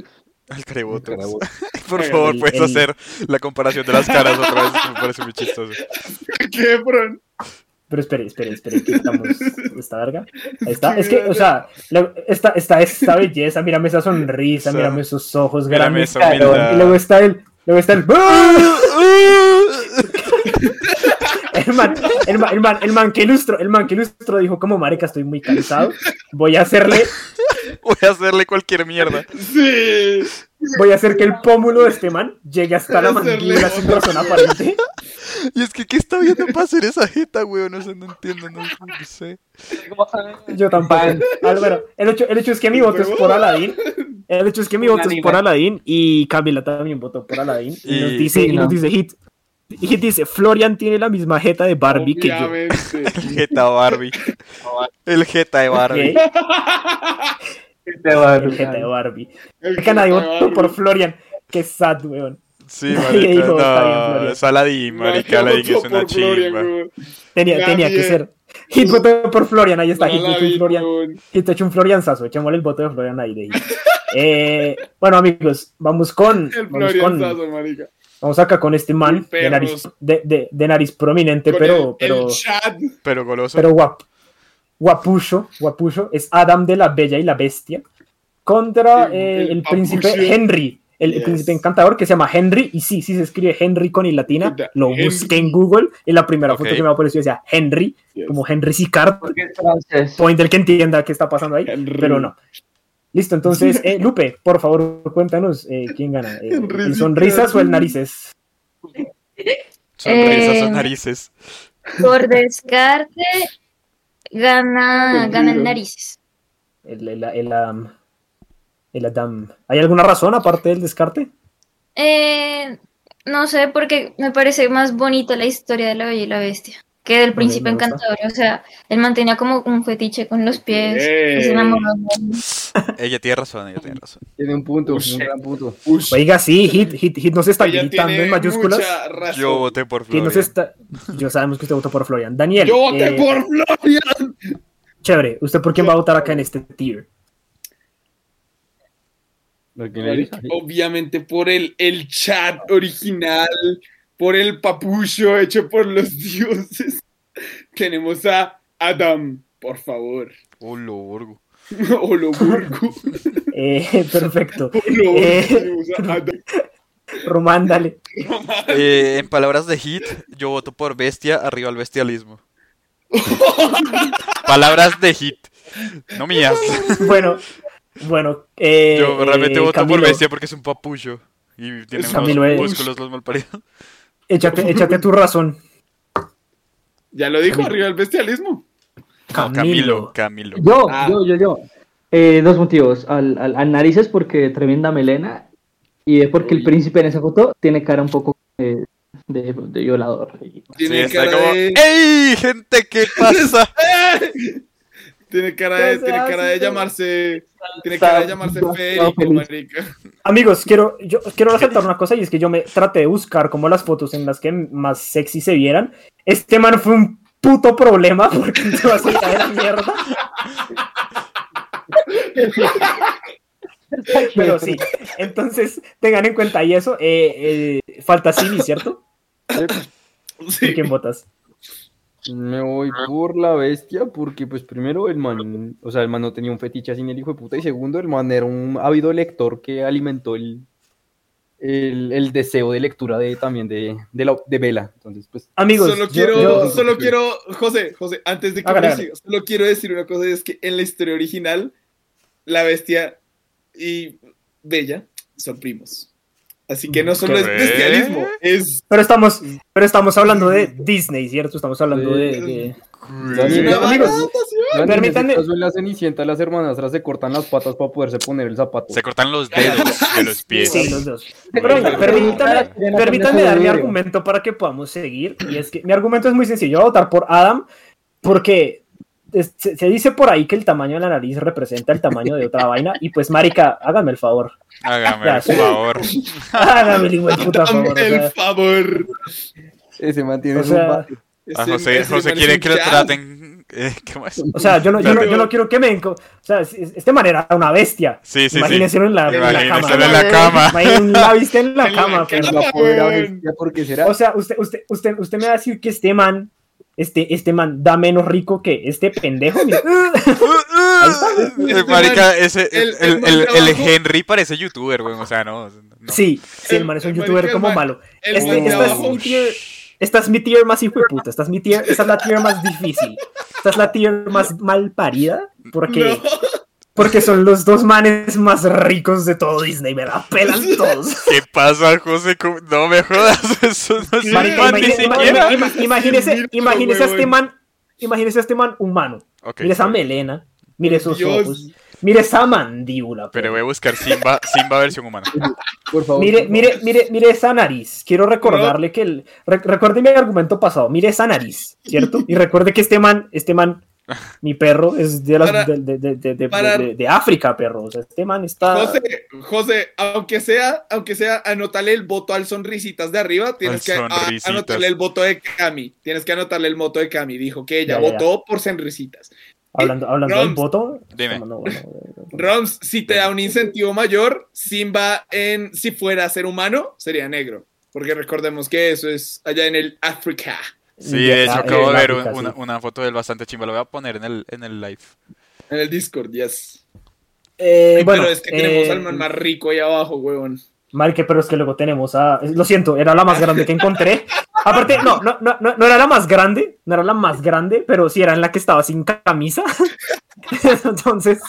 [SPEAKER 5] Al creboto.
[SPEAKER 6] Carabotas.
[SPEAKER 5] Por
[SPEAKER 3] El-
[SPEAKER 5] favor, puedes
[SPEAKER 2] el-
[SPEAKER 5] hacer la comparación de las caras otra vez. Me parece muy chistoso.
[SPEAKER 3] Qué bron.
[SPEAKER 2] Pero espere, espere, espere. que estamos. Esta verga. Ahí está. Es que, o sea, la- esta, esta, esta belleza. Mírame esa sonrisa.
[SPEAKER 5] Esa-
[SPEAKER 2] Mírame esos ojos
[SPEAKER 5] Mírame
[SPEAKER 2] grandes.
[SPEAKER 5] esa
[SPEAKER 2] cabrón,
[SPEAKER 5] humildad.
[SPEAKER 2] Y luego está el. Luego está el. El man, el man, el man, el man que ilustró, el man que ilustró dijo como marica estoy muy cansado, voy a hacerle,
[SPEAKER 5] Voy a hacerle cualquier mierda.
[SPEAKER 3] Sí.
[SPEAKER 2] voy a hacer que el pómulo de este man llegue hasta la
[SPEAKER 3] Voy a hacerle
[SPEAKER 2] mandíbula sin razón aparente.
[SPEAKER 5] Y es que, ¿qué está viendo para hacer esa jeta, weón? No sé, no entiendo, no, no sé.
[SPEAKER 2] Yo tampoco. Ah, bueno, el hecho, el hecho es que mi voto es por Aladdin. El hecho es que mi
[SPEAKER 7] Un
[SPEAKER 2] voto es
[SPEAKER 7] anime.
[SPEAKER 2] por Aladdin y Camila también votó por Aladdin y, nos
[SPEAKER 5] Y-
[SPEAKER 2] dice,
[SPEAKER 7] Sí,
[SPEAKER 2] y nos
[SPEAKER 7] no.
[SPEAKER 2] dice Hit. Y Hit dice, Florian tiene la misma jeta de Barbie que yo.
[SPEAKER 3] Obviamente.
[SPEAKER 5] El jeta Barbie. El jeta de Barbie.
[SPEAKER 2] Ok,
[SPEAKER 7] Te va a
[SPEAKER 2] el jeta de Barbie.
[SPEAKER 3] El
[SPEAKER 2] Acá nadie
[SPEAKER 3] que
[SPEAKER 2] votó por
[SPEAKER 3] Barbie.
[SPEAKER 2] Florian. Qué sad, weón.
[SPEAKER 5] Sí, marica.
[SPEAKER 2] Hijo, está bien,
[SPEAKER 5] No,
[SPEAKER 2] Florian.
[SPEAKER 5] es Aladdin, marica.
[SPEAKER 3] Nadie
[SPEAKER 5] Aladdin es
[SPEAKER 3] votó
[SPEAKER 5] una
[SPEAKER 3] por Florian,
[SPEAKER 5] chimba.
[SPEAKER 3] weón.
[SPEAKER 2] Tenía,
[SPEAKER 3] Nadie.
[SPEAKER 2] tenía que ser. Hit votó por Florian, ahí está.
[SPEAKER 3] Por
[SPEAKER 2] Hit votó
[SPEAKER 3] Aladdin,
[SPEAKER 2] por Florian.
[SPEAKER 3] weón.
[SPEAKER 2] Hit hecho un Florianzazo. Echémosle el voto de Florian ahí. de Hit. Eh, bueno, amigos, vamos con.
[SPEAKER 3] El
[SPEAKER 2] Vamos, con
[SPEAKER 3] Florian marica.
[SPEAKER 2] vamos acá con este man
[SPEAKER 3] Perros.
[SPEAKER 2] de nariz, de, de- de nariz prominente,
[SPEAKER 3] Con
[SPEAKER 2] pero,
[SPEAKER 3] el,
[SPEAKER 2] pero,
[SPEAKER 3] el chat.
[SPEAKER 5] Pero goloso.
[SPEAKER 2] pero guap, guapucho. Guapucho es Adam de la Bella y la Bestia contra
[SPEAKER 3] El-
[SPEAKER 2] eh,
[SPEAKER 3] el
[SPEAKER 2] el, príncipe
[SPEAKER 3] papucho.
[SPEAKER 2] Henry. El, el
[SPEAKER 3] Yes.
[SPEAKER 2] príncipe encantador que se llama Henry, y sí, sí se escribe Henry con y latina.
[SPEAKER 3] Puta,
[SPEAKER 2] Lo
[SPEAKER 3] Henry.
[SPEAKER 2] busqué en Google. En la primera
[SPEAKER 5] Ok.
[SPEAKER 2] foto que me apareció decía Henry, como Henry Sicard.
[SPEAKER 7] Porque es francés.
[SPEAKER 2] Point el que entienda qué está pasando ahí,
[SPEAKER 3] Henry.
[SPEAKER 2] pero no. Listo, entonces, eh, Lupe, por favor, cuéntanos eh, quién gana. eh,
[SPEAKER 3] Henry
[SPEAKER 2] ¿el ¿Sonrisas o el narices?
[SPEAKER 5] Sonrisas,
[SPEAKER 8] Eh,
[SPEAKER 5] son narices.
[SPEAKER 8] Por descarte, gana, gana el
[SPEAKER 3] Perdido.
[SPEAKER 8] narices.
[SPEAKER 2] El, el, el, am, el Adam. ¿Hay alguna razón aparte del descarte?
[SPEAKER 8] Eh, no sé, porque me parece más bonita la historia de la Bella y la Bestia que del príncipe
[SPEAKER 2] me gusta.
[SPEAKER 8] encantador. O sea, él mantenía como un fetiche con los pies.
[SPEAKER 3] Bien.
[SPEAKER 8] y se enamoró de él.
[SPEAKER 5] Ella tiene razón, ella tiene razón.
[SPEAKER 6] Tiene un punto,
[SPEAKER 3] Ush.
[SPEAKER 6] un gran punto.
[SPEAKER 3] Ush.
[SPEAKER 2] Oiga, sí, Hit, Hit, Hit nos está
[SPEAKER 3] Ella
[SPEAKER 2] gritando
[SPEAKER 3] Pues tiene
[SPEAKER 2] en mayúsculas.
[SPEAKER 3] mucha razón.
[SPEAKER 5] Yo voté por
[SPEAKER 2] Hit nos
[SPEAKER 5] Florian.
[SPEAKER 2] está... Yo sabemos que usted votó por Florian. Daniel,
[SPEAKER 3] Yo voté
[SPEAKER 2] eh,
[SPEAKER 3] por Florian.
[SPEAKER 2] chévere, ¿usted por quién va a votar acá en este tier?
[SPEAKER 3] Marica, Obviamente por el, el chat original, por el papucho hecho por los dioses. Tenemos a Adam, por favor.
[SPEAKER 5] Oh, lo orgo.
[SPEAKER 3] Oloburgo.
[SPEAKER 2] Eh, perfecto.
[SPEAKER 3] Oloburgo.
[SPEAKER 2] Eh.
[SPEAKER 3] Tenemos a Adam.
[SPEAKER 2] Román, dale.
[SPEAKER 5] Eh, en palabras de Hit, yo voto por bestia arriba al bestialismo. Palabras de hit. No mías.
[SPEAKER 2] Bueno, bueno. eh,
[SPEAKER 5] Yo realmente
[SPEAKER 2] eh,
[SPEAKER 5] voto por
[SPEAKER 2] Camilo,
[SPEAKER 5] bestia porque es un papucho. Y tiene unos
[SPEAKER 2] Camilo es-
[SPEAKER 5] músculos los malparidos.
[SPEAKER 2] Échate, échate tu razón.
[SPEAKER 3] Ya lo dijo, arriba el bestialismo.
[SPEAKER 5] No, Camilo, Camilo.
[SPEAKER 7] Yo,
[SPEAKER 3] Ah.
[SPEAKER 7] yo, yo, yo. Eh, dos motivos. Al, al, al narices porque tremenda melena y es porque el
[SPEAKER 3] Uy.
[SPEAKER 7] príncipe en esa foto tiene cara un poco eh, de, de violador. Y-
[SPEAKER 5] Sí,
[SPEAKER 3] Tiene
[SPEAKER 5] está
[SPEAKER 3] cara
[SPEAKER 5] como,
[SPEAKER 3] de...
[SPEAKER 5] ¡Ey, gente, qué pasa!
[SPEAKER 3] Tiene cara de,
[SPEAKER 2] Ya se
[SPEAKER 3] tiene cara de
[SPEAKER 2] hace,
[SPEAKER 3] llamarse... Tiene
[SPEAKER 7] está-
[SPEAKER 3] cara de llamarse
[SPEAKER 7] está
[SPEAKER 3] Federico,
[SPEAKER 7] feliz.
[SPEAKER 3] marica.
[SPEAKER 2] Amigos, quiero, yo quiero resaltar una cosa y es que yo me traté de buscar como las fotos en las que más sexy se vieran. Este man fue un puto problema porque se va a soltar de la mierda. Pero sí, entonces tengan en cuenta y eso. Eh, eh, falta Simi, ¿cierto? ¿Y
[SPEAKER 3] Sí.
[SPEAKER 2] quién votas?
[SPEAKER 6] Me voy por la bestia porque, pues, primero, el man, o sea, el man no tenía un fetiche así en el hijo de puta. Y segundo, el man era un ávido lector que alimentó el, el, el deseo de lectura de también de, de, la, de Vela. Entonces, pues,
[SPEAKER 2] Amigos,
[SPEAKER 3] solo
[SPEAKER 2] yo-
[SPEAKER 3] quiero,
[SPEAKER 2] yo-
[SPEAKER 3] solo quiero, José, José, antes de que
[SPEAKER 2] Hágale,
[SPEAKER 3] me
[SPEAKER 2] hágale.
[SPEAKER 3] sigas, solo quiero decir una cosa, es que en la historia original, la bestia y Bella son primos. Así que no solo es
[SPEAKER 5] ¿Qué?
[SPEAKER 3] bestialismo, es
[SPEAKER 2] pero estamos, pero estamos hablando de Disney, ¿cierto? Estamos hablando de, de-
[SPEAKER 6] Sí,
[SPEAKER 3] una
[SPEAKER 6] no, amigos.
[SPEAKER 3] adaptación.
[SPEAKER 6] ya en
[SPEAKER 2] Permítanme-
[SPEAKER 6] ese caso, en la Cenicienta, las hermanastras se cortan las patas para poderse poner el zapato.
[SPEAKER 5] Se cortan los dedos de los pies.
[SPEAKER 2] Sí, los dos. Pero venga, permítame, permítanme dar mi argumento para que podamos seguir. Y es que mi argumento es muy sencillo. Yo voy a votar por Adam porque es- se, se dice por ahí que el tamaño de la nariz representa el tamaño de otra vaina. Y pues, Marica, hágame el favor.
[SPEAKER 5] Hágame,
[SPEAKER 2] Ya,
[SPEAKER 5] por
[SPEAKER 2] sí.
[SPEAKER 5] favor.
[SPEAKER 2] Hágame el hijo de puta favor. o
[SPEAKER 3] Dame el
[SPEAKER 2] sea,
[SPEAKER 3] favor.
[SPEAKER 6] Ese man tiene
[SPEAKER 2] O
[SPEAKER 6] su
[SPEAKER 2] sea,
[SPEAKER 6] bate.
[SPEAKER 5] A
[SPEAKER 3] Ese-
[SPEAKER 5] Ah, José,
[SPEAKER 3] ese
[SPEAKER 5] José
[SPEAKER 3] man es
[SPEAKER 5] quiere
[SPEAKER 3] un
[SPEAKER 5] que lo
[SPEAKER 3] jazz.
[SPEAKER 5] traten. eh, ¿Cómo es?
[SPEAKER 2] o sea, yo no, yo no, yo no quiero que me. enco- O sea, es- es- este man era una bestia.
[SPEAKER 5] Sí, sí, sí.
[SPEAKER 2] Imagínense en la, en la
[SPEAKER 5] Imagínese
[SPEAKER 2] cama.
[SPEAKER 5] en la cama.
[SPEAKER 2] Imagínense, la viste en la
[SPEAKER 3] En la
[SPEAKER 2] cama,
[SPEAKER 3] cama.
[SPEAKER 2] pero-
[SPEAKER 6] La pobre
[SPEAKER 3] Ah, weón.
[SPEAKER 6] bestia, porque será.
[SPEAKER 2] O sea, usted, usted, usted, usted me va a decir que este man, este, este man da menos rico que este pendejo. Mira,
[SPEAKER 5] Eh, Marica, ese, el,
[SPEAKER 3] El-
[SPEAKER 5] el,
[SPEAKER 3] el
[SPEAKER 5] el,
[SPEAKER 3] man de abajo.
[SPEAKER 5] Henry parece youtuber, güey. O sea, no. no.
[SPEAKER 2] Sí, sí, el
[SPEAKER 3] El-
[SPEAKER 2] man es un
[SPEAKER 3] el
[SPEAKER 2] youtuber
[SPEAKER 3] marica, el
[SPEAKER 2] como
[SPEAKER 3] man-
[SPEAKER 2] malo.
[SPEAKER 3] El
[SPEAKER 2] Este-
[SPEAKER 3] man de
[SPEAKER 2] esta es
[SPEAKER 3] abajo.
[SPEAKER 2] mi tier, esta es mi tier más hijo de puta. Esta es mi tier, esta es la tier más difícil. Esta es la tier más mal parida porque,
[SPEAKER 3] No.
[SPEAKER 2] porque son los dos manes más ricos de todo Disney. Me la pelan todos.
[SPEAKER 5] ¿Qué pasa, José? ¿Cómo- No me jodas, eso no es
[SPEAKER 2] Marica,
[SPEAKER 5] man, ni
[SPEAKER 2] imagínese,
[SPEAKER 5] siquiera.
[SPEAKER 2] ima- ima- imagínese,
[SPEAKER 3] Mira,
[SPEAKER 2] imagínese a este
[SPEAKER 3] huevón.
[SPEAKER 2] man, imagínese a este man humano.
[SPEAKER 5] Ok,
[SPEAKER 2] Mire esa
[SPEAKER 5] pero-
[SPEAKER 2] melena, mire esos
[SPEAKER 3] Dios.
[SPEAKER 2] ojos. Mire esa mandíbula.
[SPEAKER 5] Pero
[SPEAKER 2] perro.
[SPEAKER 5] voy a buscar Simba, Simba versión humana.
[SPEAKER 6] por favor.
[SPEAKER 2] Mire, mire, mire, mire esa nariz. Quiero recordarle que el. re- recuerde mi argumento pasado. Mire esa nariz, ¿cierto? Y recuerde que este man, este man, mi perro, es de las
[SPEAKER 3] Para-
[SPEAKER 2] de, de- de- de- de-
[SPEAKER 3] para-
[SPEAKER 2] de- de África, perro. O sea, este man está.
[SPEAKER 3] José, José, aunque sea, aunque sea, anótale el voto al sonrisitas de arriba, tienes que a-
[SPEAKER 5] Sonrisitas.
[SPEAKER 3] anotarle el voto de Cami. Tienes que anotarle el voto de Cami. Dijo que ella
[SPEAKER 2] Ya, ya, ya.
[SPEAKER 3] votó por sonrisitas.
[SPEAKER 2] hablando hablando
[SPEAKER 3] Roms.
[SPEAKER 2] del voto.
[SPEAKER 5] Dime.
[SPEAKER 2] No, no, bueno,
[SPEAKER 3] Roms, si te da un incentivo mayor, Simba en si fuera ser humano, sería negro. Porque recordemos que eso es allá en el África.
[SPEAKER 5] Sí, de hecho
[SPEAKER 2] Ya,
[SPEAKER 5] acabo
[SPEAKER 2] en
[SPEAKER 5] de ver
[SPEAKER 2] África, sí.
[SPEAKER 5] un- una, una foto del bastante chimba. Lo voy a poner en el, en el live.
[SPEAKER 3] En el Discord, yes.
[SPEAKER 2] Eh,
[SPEAKER 3] Ay,
[SPEAKER 2] bueno,
[SPEAKER 3] pero es que tenemos
[SPEAKER 2] eh,
[SPEAKER 3] al man más rico ahí abajo, huevón.
[SPEAKER 2] Marica, pero es que luego tenemos a. Lo siento, era la más grande que encontré. Aparte, no, no, no, no, no era la más grande, no era la más grande, pero sí era en la que estaba sin camisa. Entonces,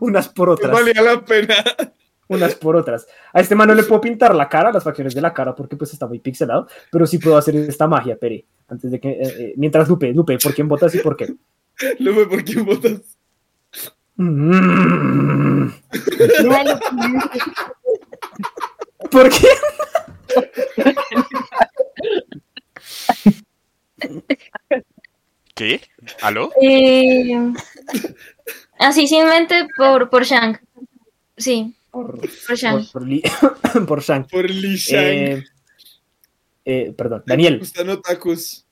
[SPEAKER 2] unas por otras.
[SPEAKER 3] Valía la pena.
[SPEAKER 2] Unas por otras. A este man no le puedo pintar la cara, las facciones de la cara, porque pues está muy pixelado, pero sí puedo hacer esta magia, Pere. Antes de que. eh, eh, mientras Lupe, Lupe, ¿por quién votas y por qué?
[SPEAKER 3] Lo ve por quién votas.
[SPEAKER 2] Mm. ¿Por qué?
[SPEAKER 5] ¿Qué? ¿Aló?
[SPEAKER 8] Eh, así sin mente por, por Shang. Sí,
[SPEAKER 2] Por,
[SPEAKER 8] por Shang.
[SPEAKER 2] por, por, Li- por Shang.
[SPEAKER 3] Por Lee Shang.
[SPEAKER 2] Eh, eh, perdón, Daniel.
[SPEAKER 3] Gustan otakus.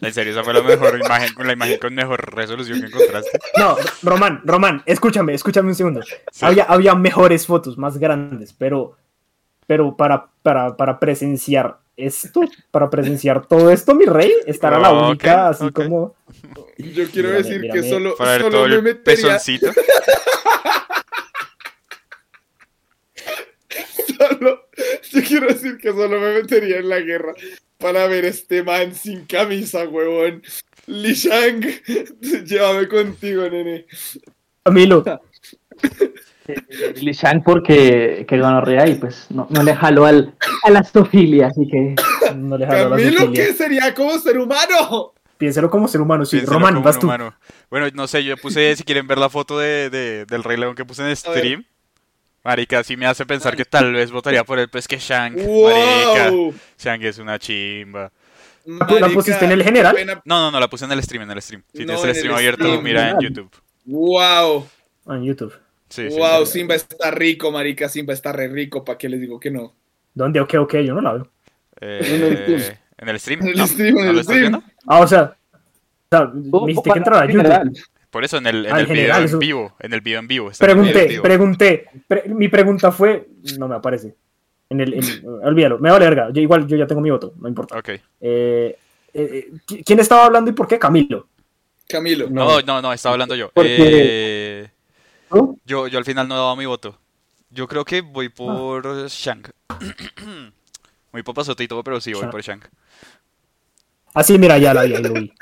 [SPEAKER 5] En serio, esa fue la mejor imagen, la imagen con mejor resolución que encontraste.
[SPEAKER 2] No, Román, Román, escúchame, escúchame un segundo.
[SPEAKER 5] Sí.
[SPEAKER 2] Había, había mejores fotos, más grandes, pero, pero para, para, para presenciar esto, para presenciar todo esto, mi rey, estará la
[SPEAKER 5] Ok,
[SPEAKER 2] única, así
[SPEAKER 5] ok.
[SPEAKER 2] como.
[SPEAKER 3] Yo quiero
[SPEAKER 2] Mírame,
[SPEAKER 3] decir
[SPEAKER 2] mírame.
[SPEAKER 3] que solo,
[SPEAKER 5] Para ver
[SPEAKER 3] solo
[SPEAKER 5] todo
[SPEAKER 3] me
[SPEAKER 5] el
[SPEAKER 3] metería,
[SPEAKER 5] pezoncito.
[SPEAKER 3] solo, yo quiero decir que solo me metería en la guerra para ver este man sin camisa, huevón. Li Shang, llévame contigo, nene.
[SPEAKER 2] Camilo.
[SPEAKER 7] Li Shang Eh, porque que gonorrea y pues no, no le jaló al, a la astofilia, así que
[SPEAKER 2] Ah, No le jaló la
[SPEAKER 3] Camilo,
[SPEAKER 2] zoofilia.
[SPEAKER 3] ¿qué sería como ser humano?
[SPEAKER 2] Piénselo como ser humano, sí.
[SPEAKER 5] Piénselo
[SPEAKER 2] Román,
[SPEAKER 5] como
[SPEAKER 2] vas
[SPEAKER 5] un
[SPEAKER 2] tú.
[SPEAKER 5] humano. Bueno, no sé, yo puse, si quieren ver la foto de, de- del Rey León que puse en stream. Marica, sí me hace pensar que tal vez votaría por él, pues que Shang. Marica,
[SPEAKER 3] ¡Wow!
[SPEAKER 5] Shang es una chimba.
[SPEAKER 2] pu- la pusiste en el general?
[SPEAKER 3] qué pena.
[SPEAKER 5] No, no, no, la puse en el stream, en el stream. Si
[SPEAKER 3] No,
[SPEAKER 5] tienes
[SPEAKER 3] en
[SPEAKER 5] el
[SPEAKER 3] el
[SPEAKER 5] stream abierto,
[SPEAKER 3] stream,
[SPEAKER 5] mira en
[SPEAKER 7] ¿verdad?
[SPEAKER 5] YouTube.
[SPEAKER 3] ¡Wow!
[SPEAKER 2] En YouTube.
[SPEAKER 5] Sí, sí.
[SPEAKER 3] ¡Wow! Simba está rico, marica. Simba está re rico. ¿Para qué les digo que no?
[SPEAKER 2] ¿Dónde? Ok, ok, yo no la veo.
[SPEAKER 5] Eh,
[SPEAKER 6] En el stream.
[SPEAKER 3] En el
[SPEAKER 5] en el stream. ¿No?
[SPEAKER 3] stream, en
[SPEAKER 5] ¿No
[SPEAKER 3] el
[SPEAKER 5] lo estás
[SPEAKER 3] stream.
[SPEAKER 5] viendo?
[SPEAKER 2] Ah, o sea, o sea, me dijiste que entrar a YouTube.
[SPEAKER 6] General.
[SPEAKER 5] Por eso en el, en
[SPEAKER 2] Ah, en
[SPEAKER 5] el video
[SPEAKER 2] general,
[SPEAKER 5] en
[SPEAKER 2] eso-
[SPEAKER 5] vivo. En el video en vivo. está en el video
[SPEAKER 2] Pregunté,
[SPEAKER 5] en vivo.
[SPEAKER 2] pregunté. pre- mi pregunta fue. No me aparece. En el, en- olvídalo. Me vale verga. Yo igual yo ya tengo mi voto, no importa.
[SPEAKER 5] Ok.
[SPEAKER 2] Eh, eh, ¿qui- ¿Quién estaba hablando y por qué? Camilo.
[SPEAKER 3] Camilo.
[SPEAKER 5] No, no, no, estaba hablando yo.
[SPEAKER 7] Porque-
[SPEAKER 5] Eh,
[SPEAKER 7] ¿no?
[SPEAKER 5] yo, yo al final no he dado mi voto. Yo creo que voy por Shang. Muy papasotito, pero sí voy
[SPEAKER 2] Shang.
[SPEAKER 5] por Shang.
[SPEAKER 2] Así, mira, ya la vi, ahí lo vi.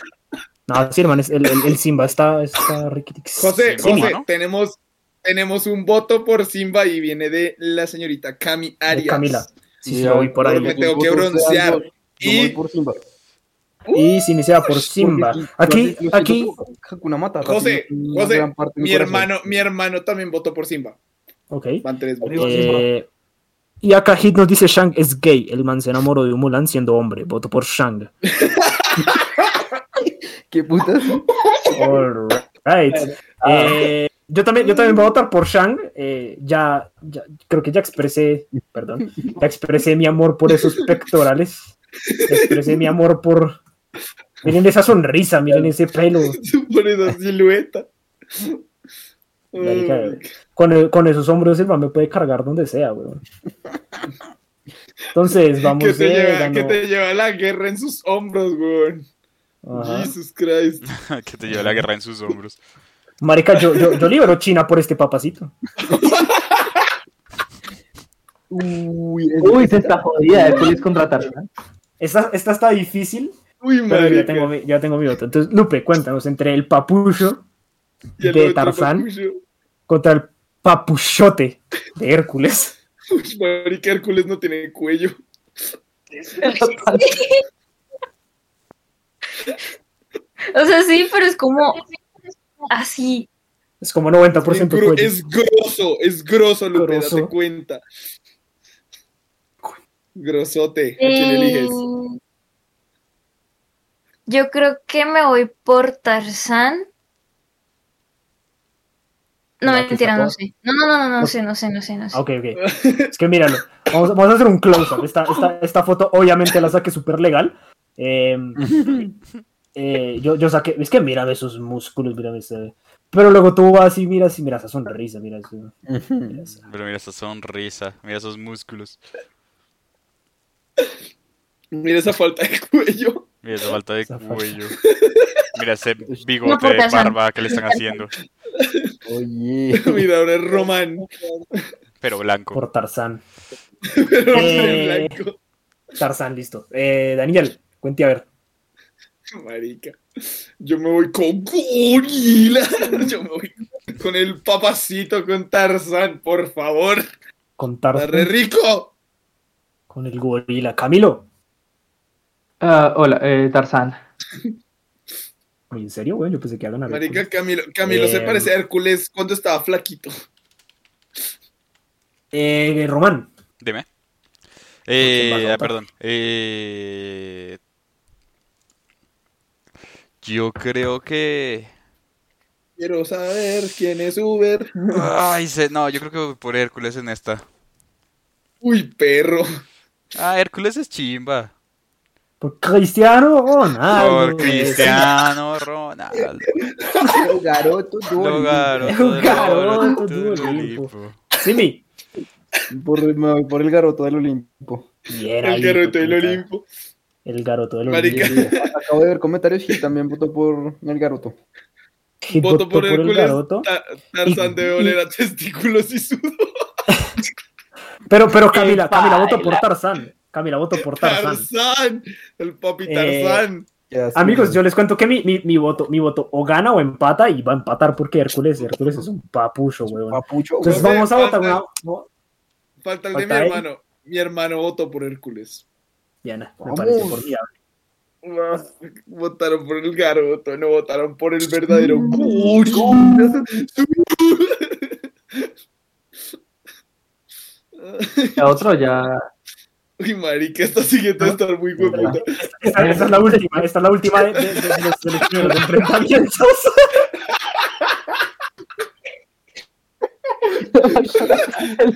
[SPEAKER 2] No, sí, hermano, es- el, el, el Simba está, está riquitix.
[SPEAKER 3] José,
[SPEAKER 5] Simba,
[SPEAKER 3] José,
[SPEAKER 5] ¿no?
[SPEAKER 3] tenemos, tenemos un voto por Simba y viene de la señorita Cami
[SPEAKER 2] de
[SPEAKER 3] Arias.
[SPEAKER 2] Camila. Sí, sí,
[SPEAKER 6] Ya,
[SPEAKER 2] lo voy por ahí.
[SPEAKER 3] Me tengo que
[SPEAKER 6] Yo voto
[SPEAKER 3] broncear.
[SPEAKER 6] por Simba. Yo
[SPEAKER 3] Y-
[SPEAKER 6] voy por Simba.
[SPEAKER 2] Y si iniciaba por Simba. Aquí,
[SPEAKER 6] Yo siento
[SPEAKER 2] aquí.
[SPEAKER 6] que Hakuna Matata
[SPEAKER 3] José,
[SPEAKER 6] tiene una
[SPEAKER 3] José,
[SPEAKER 6] gran parte de
[SPEAKER 3] mi
[SPEAKER 6] corazón.
[SPEAKER 3] hermano, mi hermano también votó por Simba.
[SPEAKER 2] Ok.
[SPEAKER 3] Van tres votos.
[SPEAKER 6] Arriba, Simba.
[SPEAKER 2] Eh, y acá Hit nos dice Shang es gay. El man se enamoró de un Mulan siendo hombre. Voto por Shang.
[SPEAKER 6] ¿Qué putas?
[SPEAKER 2] All right.
[SPEAKER 3] ah.
[SPEAKER 2] Eh, yo, también, yo también voy a votar por Shang. Eh, ya, ya- creo que ya expresé, perdón, ya expresé mi amor por esos pectorales. Ya expresé mi amor por. Miren esa sonrisa, miren ese pelo.
[SPEAKER 3] Por esa silueta.
[SPEAKER 2] Marica, con, con esos hombros el man me puede cargar donde sea, weón. Entonces, vamos
[SPEAKER 3] que, te
[SPEAKER 2] eh,
[SPEAKER 3] lleva,
[SPEAKER 2] ganó-
[SPEAKER 3] que te lleva la guerra en sus hombros, weón.
[SPEAKER 2] Ajá.
[SPEAKER 3] Jesus Christ.
[SPEAKER 5] que te lleva la guerra en sus hombros.
[SPEAKER 2] Marica, yo, yo, yo libero China por este papacito.
[SPEAKER 6] Uy, es-
[SPEAKER 7] Uy, se está jodida, es feliz contratarla.
[SPEAKER 2] Esta, esta está difícil,
[SPEAKER 3] Uy,
[SPEAKER 2] pero
[SPEAKER 3] madre.
[SPEAKER 2] ya tengo, mi, ya tengo mi voto. Entonces, Lupe, cuéntanos, entre el papucho de Tarzán. contra el papuchote de Hércules.
[SPEAKER 3] Uy, marica, Hércules no tiene cuello.
[SPEAKER 8] O sea, sí, pero es como así.
[SPEAKER 2] Es como 90%
[SPEAKER 3] Es gro-
[SPEAKER 2] cuello.
[SPEAKER 3] Es grosso, es grosso, Lupe,
[SPEAKER 2] Grosso.
[SPEAKER 3] date cuenta. Grosote, ¿a quién eliges?
[SPEAKER 8] Eh, Yo creo que me voy por Tarzán. No,
[SPEAKER 2] La que
[SPEAKER 8] mentira, no
[SPEAKER 2] sacó.
[SPEAKER 8] sé. No, no, no, no, no sé, no sé, no sé, no sé.
[SPEAKER 2] Ah, ok, ok. Es que míralo. Vamos, vamos a hacer un close-up. Esta, esta- esta foto obviamente la saqué súper legal. Eh, eh, yo, yo saqué... Es que mírame esos músculos, mírame ese... Pero luego tú vas y miras y miras esa sonrisa, mira eso. mira eso.
[SPEAKER 5] Pero mira esa sonrisa, mira esos músculos,
[SPEAKER 3] Mira esa falta de cuello.
[SPEAKER 5] mira esa falta de
[SPEAKER 2] Esa falta.
[SPEAKER 5] cuello. Mira ese
[SPEAKER 8] No,
[SPEAKER 5] bigote
[SPEAKER 8] por
[SPEAKER 5] de
[SPEAKER 8] Tarzán.
[SPEAKER 5] barba que le están haciendo,
[SPEAKER 6] Oye.
[SPEAKER 3] Mira, ahora es Román,
[SPEAKER 5] pero blanco.
[SPEAKER 2] Por Tarzán.
[SPEAKER 3] pero
[SPEAKER 2] Eh.
[SPEAKER 3] es blanco.
[SPEAKER 2] Tarzán, listo. Eh, Daniel, cuente a ver.
[SPEAKER 3] Marica. Yo me voy con Gorila. Yo me voy con el papacito con Tarzán, por favor.
[SPEAKER 2] Con
[SPEAKER 3] Está re
[SPEAKER 2] Tarzán,
[SPEAKER 3] rico.
[SPEAKER 2] con el gorila. Camilo.
[SPEAKER 7] Ah, hola, eh, Tarzán.
[SPEAKER 2] Oye, ¿en serio, güey? Yo pensé que iba a ganar.
[SPEAKER 3] Marica, Camilo, Camilo se
[SPEAKER 2] Eh.
[SPEAKER 3] parece a Hércules cuando estaba flaquito.
[SPEAKER 2] Eh, Román.
[SPEAKER 5] Dime.
[SPEAKER 2] quién vas a
[SPEAKER 5] Eh, ah,
[SPEAKER 2] votar?
[SPEAKER 5] perdón. Eh, yo creo que.
[SPEAKER 3] Quiero saber quién es Uber.
[SPEAKER 5] Ay, se- no, yo creo que voy por Hércules en esta.
[SPEAKER 3] Uy, perro.
[SPEAKER 5] Ah, Hércules es chimba.
[SPEAKER 2] Por Cristiano Oh,
[SPEAKER 5] Ah,
[SPEAKER 2] Ronaldo.
[SPEAKER 5] Por Cristiano Ronaldo.
[SPEAKER 6] Lo garoto, yo
[SPEAKER 5] Lo garoto
[SPEAKER 2] Lo
[SPEAKER 5] del
[SPEAKER 2] garoto
[SPEAKER 5] Olimpo.
[SPEAKER 2] del Olimpo.
[SPEAKER 5] Olimpo.
[SPEAKER 2] Simi.
[SPEAKER 6] Por, me voy por el garoto del Olimpo.
[SPEAKER 2] Bien ahí,
[SPEAKER 3] El garoto del
[SPEAKER 2] puta.
[SPEAKER 3] Olimpo.
[SPEAKER 2] El garoto del
[SPEAKER 3] Marica.
[SPEAKER 2] Olimpo.
[SPEAKER 6] Acabo de ver comentarios y también votó por el garoto.
[SPEAKER 2] Hit
[SPEAKER 3] Voto
[SPEAKER 2] votó
[SPEAKER 3] por
[SPEAKER 2] el
[SPEAKER 3] Hércules.
[SPEAKER 2] garoto.
[SPEAKER 3] Ta- Tarzán debe oler a testículos y sudor.
[SPEAKER 2] Pero, pero Camila, Camila votó por Tarzán. Camila votó por Tarzán.
[SPEAKER 3] Tarzán. El papi
[SPEAKER 2] Eh,
[SPEAKER 3] Tarzán.
[SPEAKER 6] Ya, sí,
[SPEAKER 2] Amigos,
[SPEAKER 6] sí.
[SPEAKER 2] yo les cuento que mi, mi, mi voto, mi voto o gana o empata y va a empatar porque Hércules, Hércules es un papucho, weón.
[SPEAKER 6] Papucho,
[SPEAKER 2] Entonces
[SPEAKER 3] No sé,
[SPEAKER 2] vamos a votar Oh, una.
[SPEAKER 3] falta- Falta el de mi
[SPEAKER 2] Falta él.
[SPEAKER 3] hermano. Mi hermano votó por Hércules.
[SPEAKER 2] Diana, me
[SPEAKER 6] Vamos.
[SPEAKER 2] parece formidable.
[SPEAKER 3] Ah, Votaron por el garoto, no votaron por el verdadero.
[SPEAKER 2] Mm.
[SPEAKER 9] La otro ya.
[SPEAKER 3] Uy, marica, esta siguiente va a estar muy hueputa.
[SPEAKER 2] Esta, esta es la última, esta es la última de, de- de- de los, de los primeros enfrentamientos.